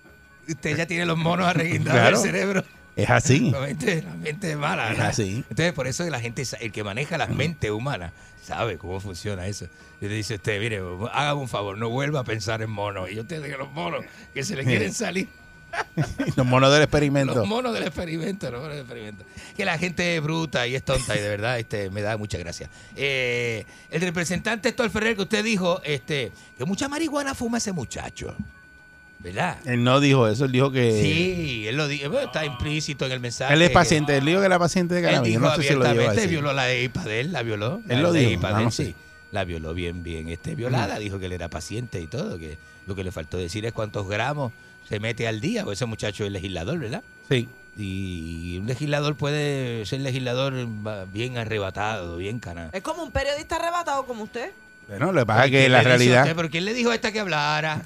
S5: usted ya tiene los monos arreguindados
S4: Claro.
S5: en el cerebro.
S4: Es
S5: (laughs)
S4: así.
S5: La mente, la mente es mala,
S4: Es
S5: ¿verdad?
S4: así.
S5: Entonces, por eso la gente, sa- el que maneja la mente humana, sabe cómo funciona eso. Y le dice a usted, mire, hágame un favor, no vuelva a pensar en monos. Y yo te digo, los monos que se le quieren salir.
S4: Los monos del experimento.
S5: Los monos del experimento, los monos del experimento. Que la gente es bruta y es tonta y de verdad este, me da mucha gracia. Eh, el representante Héctor Ferrer que usted dijo este, que mucha marihuana fuma ese muchacho. ¿Verdad?
S4: Él no dijo eso, él dijo que.
S5: Sí, él lo dijo. está implícito en el mensaje.
S4: Él es
S5: que-
S4: paciente, él dijo que era paciente de
S5: Él
S4: cannabis. Yo
S5: dijo
S4: no sé si lo dijo
S5: abiertamente,
S4: así.
S5: violó la E ley Padel, la violó.
S4: Él
S5: La E
S4: lo
S5: ley
S4: dijo,
S5: Padel,
S4: ah, no Mm.
S5: sí.
S4: sé.
S5: La violó bien, bien. Este, violada, dijo que él era paciente y todo, que lo que le faltó decir es cuántos gramos se mete al día, porque ese muchacho es legislador, ¿verdad?
S4: Sí.
S5: Y un legislador puede ser legislador ba- bien arrebatado, bien cana.
S6: Es como un periodista arrebatado como usted.
S4: Bueno, lo que pasa es que
S5: ¿Quién
S4: la
S5: le dice a
S4: realidad.
S5: usted? ¿Pero quién le dijo a esta que hablara?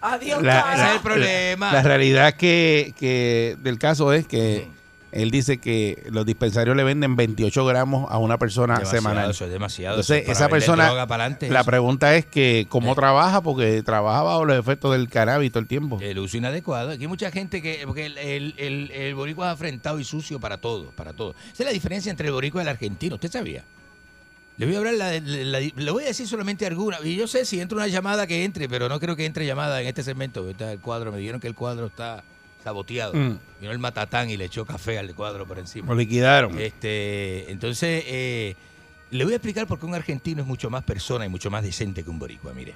S6: Adiós,
S4: la-
S6: cara.
S5: Ese es el problema.
S4: La realidad que, que del caso es que él dice que los dispensarios le venden 28 gramos a una persona
S5: Demasiado,
S4: semanal.
S5: eso es demasiado,
S4: Ah, Entonces,
S5: eso es para
S4: esa
S5: vender
S4: persona,
S5: droga pa'lante,
S4: la
S5: eso.
S4: pregunta es que cómo
S5: Eh.
S4: trabaja, porque trabaja bajo los efectos del cannabis todo el tiempo.
S5: El uso inadecuado. Aquí hay mucha gente que. Porque el, el, el- el boricua es afrentado y sucio para todo, para todo. Esa es la diferencia entre el boricua y el argentino. ¿Usted sabía? Le voy a hablar, la- la- la- le voy a decir solamente alguna. Y yo sé si entra una llamada que entre, pero no creo que entre llamada en este segmento. porque Está el cuadro, me dijeron que el cuadro está saboteado.
S4: Mm.
S5: Vino el matatán y le echó café al cuadro por encima.
S4: Lo liquidaron.
S5: Este, entonces, eh, le voy a explicar por qué un argentino es mucho más persona y mucho más decente que un boricua, mire.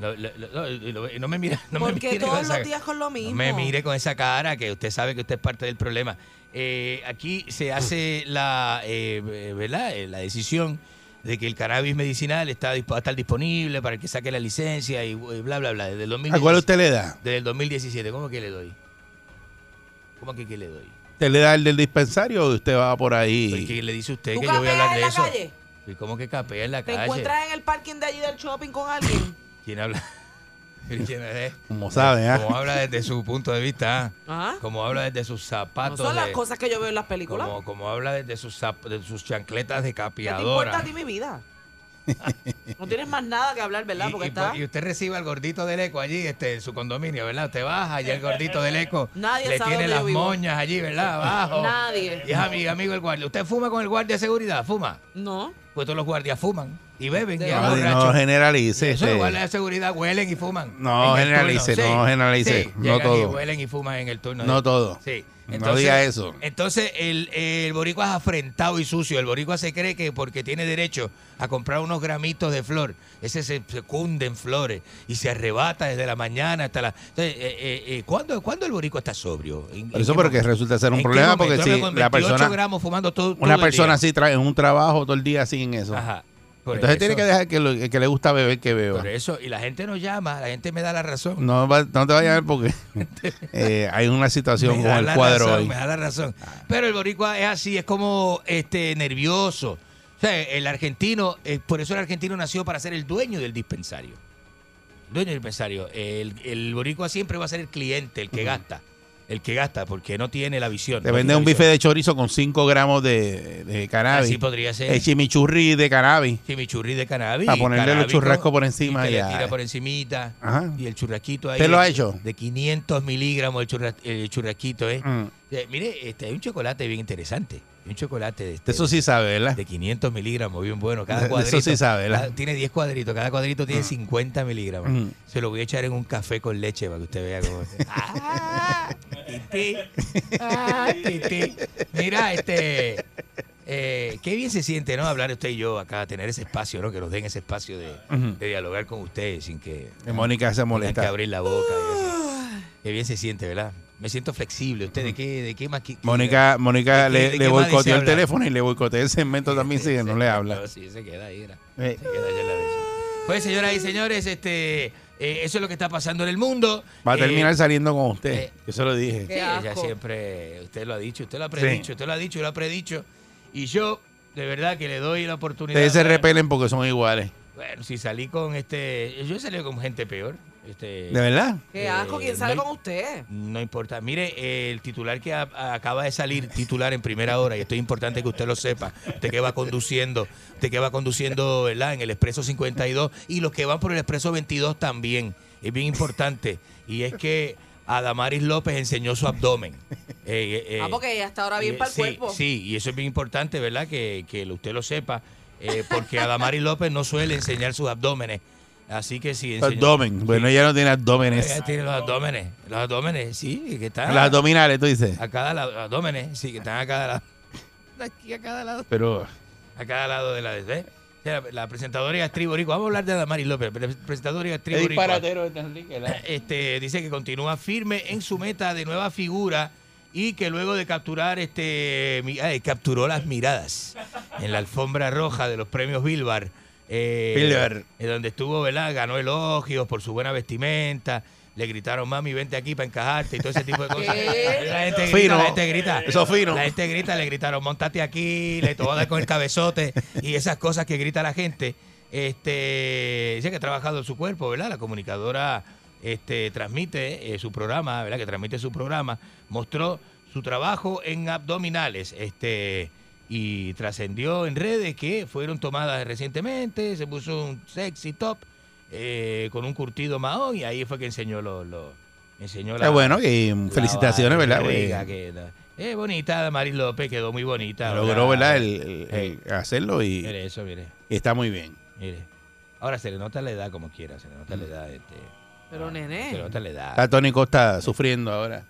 S5: Lo- lo- lo- lo- lo- no me mira, no me
S3: Porque
S5: mire con
S3: todos
S5: esa-
S3: los días con lo mismo.
S5: no me mire con esa cara, que usted sabe que usted es parte del problema. Eh, aquí se hace la, eh, eh, ¿verdad? Eh, la decisión de que el cannabis medicinal está, disp- va a estar disponible para el que saque la licencia y eh, bla, bla, bla. Desde el
S4: ¿A
S5: 2017,
S4: Ah, cuál usted le da?
S5: Desde el 2017, ¿cómo que le doy? ¿Cómo que, que le doy?
S4: ¿Usted le da el del dispensario o usted va por
S5: ¿Y
S4: ahí?
S5: Pues, qué le dice usted
S3: ¿Tú
S5: que yo voy a
S3: capeas en
S5: hablar de
S3: la
S5: eso?
S3: calle?
S5: ¿Y cómo que capea en la
S3: ¿Te
S5: calle?
S3: encuentras en el parking de allí del shopping con
S5: (coughs)
S3: alguien?
S5: ¿Quién habla? (laughs) ¿Quién es?
S4: Como saben, ¿ah?
S5: Como habla desde su punto de vista, ¿ah?
S3: Ajá.
S5: como habla desde sus
S3: No
S5: zapatos.
S3: son las
S5: de-
S3: cosas que yo veo en las películas.
S5: como, como habla desde sus, zap- de sus chancletas de
S3: ¿Qué te importa
S5: capeadora.
S3: a ti mi vida?
S5: (laughs)
S3: No tienes más nada que hablar, ¿verdad? Porque
S5: Y, y
S3: está...
S5: po- y usted recibe al gordito del eco allí este, en su condominio, ¿verdad? Usted baja y el gordito del eco
S3: (laughs) Nadie
S5: le
S3: sabe
S5: tiene
S3: dónde
S5: las
S3: yo vivo.
S5: moñas allí, ¿verdad? Abajo.
S3: Nadie.
S5: Y es amigo, amigo el guardia. ¿Usted fuma con el guardia de seguridad? Fuma.
S3: No.
S5: Pues todos los guardias fuman y beben.
S3: De
S5: y
S4: No,
S5: van
S4: no
S5: borrachos.
S4: generalice.
S5: Eh, Eso
S4: este.
S5: los guardias de seguridad huelen y fuman.
S4: No
S5: en el
S4: generalice,
S5: turno.
S4: no generalice, no
S5: llegan Y
S4: todo.
S5: huelen y fuman en el turno.
S4: No
S5: de-
S4: todo.
S5: Sí.
S4: No diga eso.
S5: Entonces, el, el boricua es afrentado y sucio. El boricua se cree que porque tiene derecho a comprar unos gramitos de flor, ese se, se cunde en flores y se arrebata desde la mañana hasta la... Entonces, eh, eh, eh, ¿cuándo, cuándo el boricua está sobrio? ¿En-
S4: Por
S5: en
S4: eso,
S5: qué
S4: pero que
S5: momento?
S4: resulta ser un
S5: ¿En qué
S4: problema
S5: momento?
S4: porque
S5: Yo me
S4: si
S5: con
S4: la
S5: 28
S4: persona,
S5: gramos fumando todo, todo
S4: una
S5: el
S4: persona
S5: día.
S4: así trae en un trabajo todo el día sin eso.
S5: Ajá. Por
S4: Entonces tiene
S5: eso-
S4: que dejar que, lo- el que le gusta beber que beba.
S5: Por eso, y la gente nos llama, la gente me da la razón.
S4: No, va- no te vayas a ver porque
S5: (laughs)
S4: eh, hay una situación
S5: Me da
S4: con el
S5: la
S4: cuadro Ah.
S5: razón,
S4: hoy.
S5: Me da la razón. Pero el boricua es así, es como este nervioso. O sea, el argentino, eh, por eso el argentino nació para ser el dueño del dispensario. Dueño del dispensario. El, el boricua siempre va a ser el cliente, el que gasta. El que gasta, porque no tiene la visión.
S4: Te
S5: no
S4: vende
S5: tiene
S4: un
S5: visión.
S4: bife de chorizo con 5 gramos de, de cannabis.
S5: Así podría ser.
S4: El chimichurri de cannabis.
S5: Chimichurri de cannabis.
S4: Para ponerle los
S5: cannabis
S4: churrascos
S5: con-
S4: por encima
S5: Y que
S4: ya.
S5: le tira por encimita.
S4: Ajá.
S5: Y el churrasquito ahí.
S4: ¿Usted lo ha
S5: de-
S4: hecho?
S5: De 500 miligramos el, churra- el churrasquito, ¿eh?
S4: Mm.
S5: Eh, mire, este, hay un chocolate bien interesante. Hay un chocolate de,
S4: De
S5: este-
S4: eso sí sabe, ¿verdad?
S5: de 500 miligramos, bien bueno.
S4: De-
S5: Cada
S4: de (laughs)
S5: cuadrito.
S4: eso sí sabe, ¿verdad?
S5: cada- tiene 10 cuadritos. Cada cuadrito tiene 50 miligramos.
S4: Mm.
S5: Se lo voy a echar en un café con leche para que usted vea
S4: (laughs)
S5: cómo es. ¡Ah! Tití. ¡Ah, tití! Mira, este. eh, qué bien se siente, ¿no? Hablar usted y yo acá, tener ese espacio, ¿no? Que nos den ese espacio de,
S4: Ujú.
S5: de dialogar con ustedes sin que.
S4: Que Mónica se
S5: Hay que
S4: molesta.
S5: abrir la boca. y eso.
S4: Ah.
S5: Qué bien se siente, ¿verdad? Me siento flexible. ¿Usted de qué, de qué más? qui-
S4: Mónica, Mónica
S5: ¿De qué- de
S4: le,
S5: qué
S4: le
S5: más desea
S4: boicoteó el
S5: hablar?
S4: teléfono y le boicoteó el segmento
S5: (laughs)
S4: también, sí, no le habla.
S5: No, sí, se queda ahí. era.
S4: Eh.
S5: Se queda ahí en la de eso. Pues, señoras y señores, este, eh, eso es lo que está pasando en el mundo.
S4: Va a
S5: Eh,
S4: terminar saliendo con usted.
S5: eh,
S4: Yo se lo dije.
S5: Sí,
S3: Qué
S5: ella
S3: asco.
S5: siempre, usted lo ha dicho, usted lo ha predicho, usted lo ha dicho, yo lo ha predicho. Y yo, de verdad, que le doy la oportunidad.
S4: Ustedes se
S5: Bueno,
S4: repelen porque son iguales.
S5: Bueno, si salí con este. Yo he salido con gente peor. Este,
S4: ¿De verdad?
S3: Qué asco,
S5: Eh,
S3: ¿quién sale
S5: no-
S3: con usted?
S5: No importa. Mire, eh, el titular que a- a- acaba de salir, titular en primera hora, y esto es importante que usted lo sepa, usted que va conduciendo, usted que va conduciendo, ¿verdad? En el Expreso 52 y los que van por el Expreso 22 también. Es bien importante. Y es que Adamaris López enseñó su abdomen. Eh, eh, eh,
S3: ah, porque hasta ahora bien
S5: eh,
S3: para el
S5: sí,
S3: cuerpo.
S5: Sí, y eso es bien importante, ¿verdad? Que, que usted lo sepa, eh, porque Adamaris López no suele enseñar sus abdómenes. Así que si enseñó-
S4: Abdomen. Bueno, ella no tiene abdómenes.
S5: ella tiene los abdómenes, los abdómenes, sí, que están
S4: Las abdominales, tú dices.
S5: a cada lado, los abdómenes, sí, que están a cada lado. De (laughs) Aquí a cada lado.
S4: Pero
S5: A cada lado de la DC. La, la presentadora y actriz boricua, vamos a hablar de Adamaris López, pre- presentadora y actriz boricua. Este, dice que continúa firme en su meta de nueva figura y que luego de capturar este mi- ay, capturó las miradas en la alfombra roja de los premios Billboard. eh,
S4: Billboard.
S5: en donde estuvo, ¿verdad? Ganó elogios por su buena vestimenta. Le gritaron, mami, vente aquí para encajarte y todo ese tipo de cosas.
S3: ¿Qué?
S5: La gente grita,
S4: Fino.
S5: la gente grita.
S4: Eso fino.
S5: La gente grita, le gritaron, montate aquí, le te voy a dar con el cabezote y esas cosas que grita la gente. Este, dice que ha trabajado en su cuerpo, ¿verdad? La comunicadora este, transmite eh, su programa, ¿verdad? Que transmite su programa. Mostró su trabajo en abdominales. Este, y trascendió en redes que fueron tomadas recientemente. Se puso un sexy top eh, con un curtido mahón y ahí fue que enseñó lo, lo- enseñó
S4: Está bueno, y felicitaciones, ¿verdad?
S5: barriga que da- eh, bonita, Maris López quedó muy bonita.
S4: Logró, ¿verdad?
S5: ¿verdad?
S4: El, el- el hacerlo y
S5: Mire eso, mire.
S4: está muy bien.
S5: Mire. Ahora se le nota la edad como quiera, se le nota la edad. Este,
S3: Pero
S5: se le
S3: nene,
S5: nota la edad.
S4: Mm. Está Tony Costa sufriendo ahora.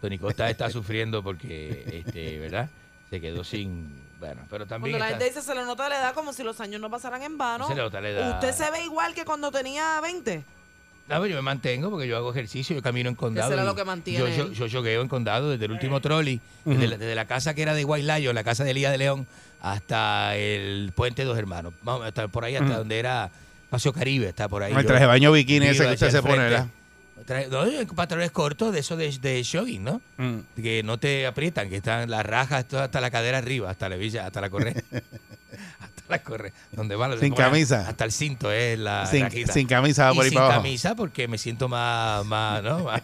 S5: Tony Costa está sufriendo porque, este, ¿verdad? Se quedó sin. Bueno, pero también.
S3: cuando la gente
S5: está-
S3: dice se le nota la edad como si los años no pasaran en vano,
S5: se le nota la edad.
S3: usted se ve igual que cuando tenía 20.
S5: No, pero Ah, pues yo me mantengo porque yo hago ejercicio, yo camino en condado.
S3: será
S5: y
S3: lo que mantiene
S5: Yo, yo,
S3: él?
S5: yo jogueo en condado desde el último trolley, desde, la, desde la casa que era de Guaylayo, la casa de Elías de León, hasta el puente Dos Hermanos. Vamos, hasta por ahí, hasta donde era Paseo Caribe, está por ahí.
S4: El
S5: Yo
S4: traje de baño bikini
S5: vivo
S4: ese que
S5: allá
S4: usted se pone,
S5: enfrente.
S4: ¿verdad?
S5: Traje- no, yo, pantalones cortos de eso de, de jogging, ¿no?
S4: Mm.
S5: Que no te aprietan, que están las rajas todas hasta la cadera arriba, hasta la villa, hasta
S4: (laughs)
S5: la correa. hasta la correa. Donde van los-
S4: Sin
S5: ¿cómo era?
S4: camisa.
S5: Hasta el cinto es la
S4: Sin-
S5: rajita.
S4: sin camisa va
S5: Ah, Y
S4: Ah, por ahí
S5: sin
S4: para abajo.
S5: camisa porque me siento más, más, ¿no? más,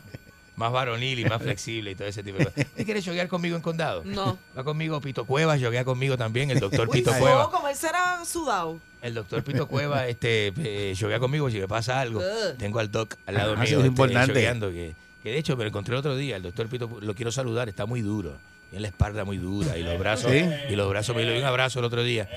S5: más varonil y más flexible y todo ese tipo de cosas. ¿Usted quiere joguear conmigo en condado? (laughs)
S3: No.
S5: Va conmigo Pito Cuevas, joguea conmigo también, el doctor Pito Cuevas.
S3: No, como él será sudado.
S5: El doctor
S4: (laughs)
S5: Pito Cueva, este, eh, llovea conmigo si me pasa algo.
S3: Ugh.
S5: Tengo al doc al lado
S4: Ah,
S5: mío.
S4: eso es
S5: este,
S4: importante.
S5: lloveando, que, que de hecho me lo encontré el otro día. El doctor Pito, lo quiero saludar, está muy duro. Tiene la espalda muy dura y los brazos.
S4: Sí.
S5: Y los brazos, me dio un abrazo el otro día.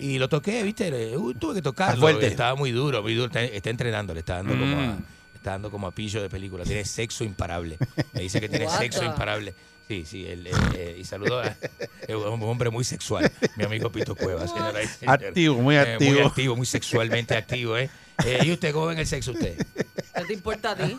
S5: Y lo toqué, viste, eh, uy, tuve que tocarlo.
S4: Está fuerte.
S5: Estaba muy duro, muy duro. Está, está entrenando, le está dando como a,
S4: Mm.
S5: está dando como a pillo de película. Tiene sexo imparable. Me dice que tiene
S3: What
S5: sexo
S3: the-
S5: imparable. Sí, sí, él, eh, eh, y saludó a es un hombre muy sexual, mi amigo Pito Cueva, señora y señores.
S4: Activo, muy
S5: Eh, Muy
S4: activo.
S5: activo, muy sexualmente activo, ¿eh? Eh, ¿Y usted cómo ven el
S4: (laughs)
S5: sexo usted?
S3: ¿Qué te importa a ti?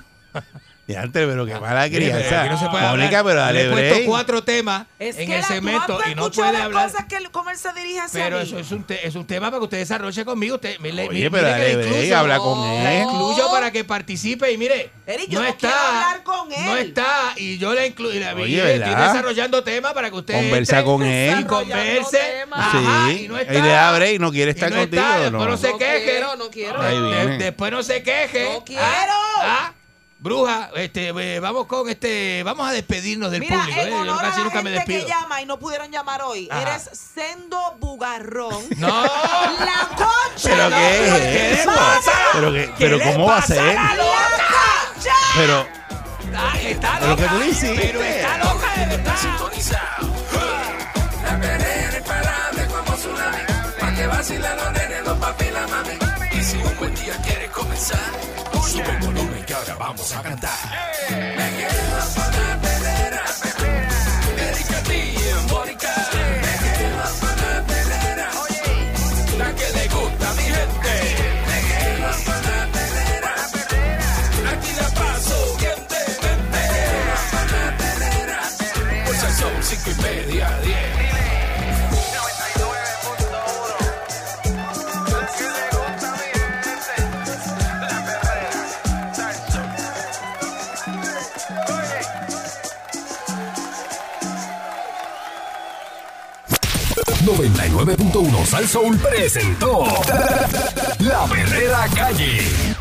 S4: Y antes, pero qué mala
S5: Mire,
S4: crianza.
S5: aquí no se puede hablar.
S4: Mónica, pero
S5: Le
S4: dale
S5: he puesto
S4: break.
S5: cuatro temas
S3: Es que
S5: en el
S3: la- tú has
S5: segmento y no
S3: escuchado
S5: puede
S3: las
S5: hablar.
S3: cosas que el- cómo él se dirige hacia
S5: Pero
S3: mí.
S5: eso es un, te- es un tema para que usted desarrolle conmigo. Usted, mire, mire
S4: Oye, pero
S5: que la
S4: dale break,
S5: incluyo.
S4: habla con
S5: La
S4: él.
S5: incluyo para que participe y mire,
S3: Eric, yo
S5: no
S3: no
S5: está,
S3: quiero hablar con él.
S5: no está y yo la incluyo. La
S4: Oye,
S5: y estoy
S4: ¿verdad?
S5: desarrollando temas para que usted
S4: Conversa
S5: entre (laughs)
S4: con él.
S5: y converse.
S3: Desarrollando temas.
S5: Ajá,
S4: Sí,
S5: y no
S4: y
S5: está.
S4: le da break, no quiere
S5: Y
S4: estar
S5: no
S4: contigo,
S5: está, después
S4: no.
S5: no se
S3: No
S5: queje.
S3: quiero, no quiero.
S4: Ahí
S5: De-
S4: viene.
S5: después no se queje.
S3: No quiero.
S5: Ah, ah, bruja, este, eh, vamos con este, vamos a despedirnos del
S3: Mira,
S5: público. eh,
S3: en
S5: Yo
S3: honor
S5: casi
S3: a la
S5: nunca me
S3: gente que
S5: despido.
S3: llama y no pudieron llamar hoy,
S5: Ajá.
S3: eres sendo bugarrón.
S5: No.
S3: La concha.
S4: ¿Pero
S3: de
S4: qué es
S3: tu
S4: eso?
S3: hermana.
S4: ¿Pero, qué,
S5: ¿Qué
S4: pero
S5: le
S4: cómo va a
S5: pasa
S4: ser?
S5: a la
S3: La concha.
S4: Pero,
S5: Está, está
S4: Pero lo que
S5: loca,
S4: tú le hiciste.
S5: pero está loca de verdad.
S1: Sintonizado. La perera imparable como tsunami. Pa' que vacilan los nenes, los papi y la mami. Y si un buen día quieres comenzar, sube el volumen que ahora vamos a cantar. Me quedo con la perrera. Erika T, Mónica. Me quedo con la perrera. La que le gusta a mi gente. Me quedo con la perrera. Aquí la paso bien de mente. Pulsa el son cinco y media a diez.
S10: Sol (laughs) 99.1 Sal Soul presentó La Verdadera Calle.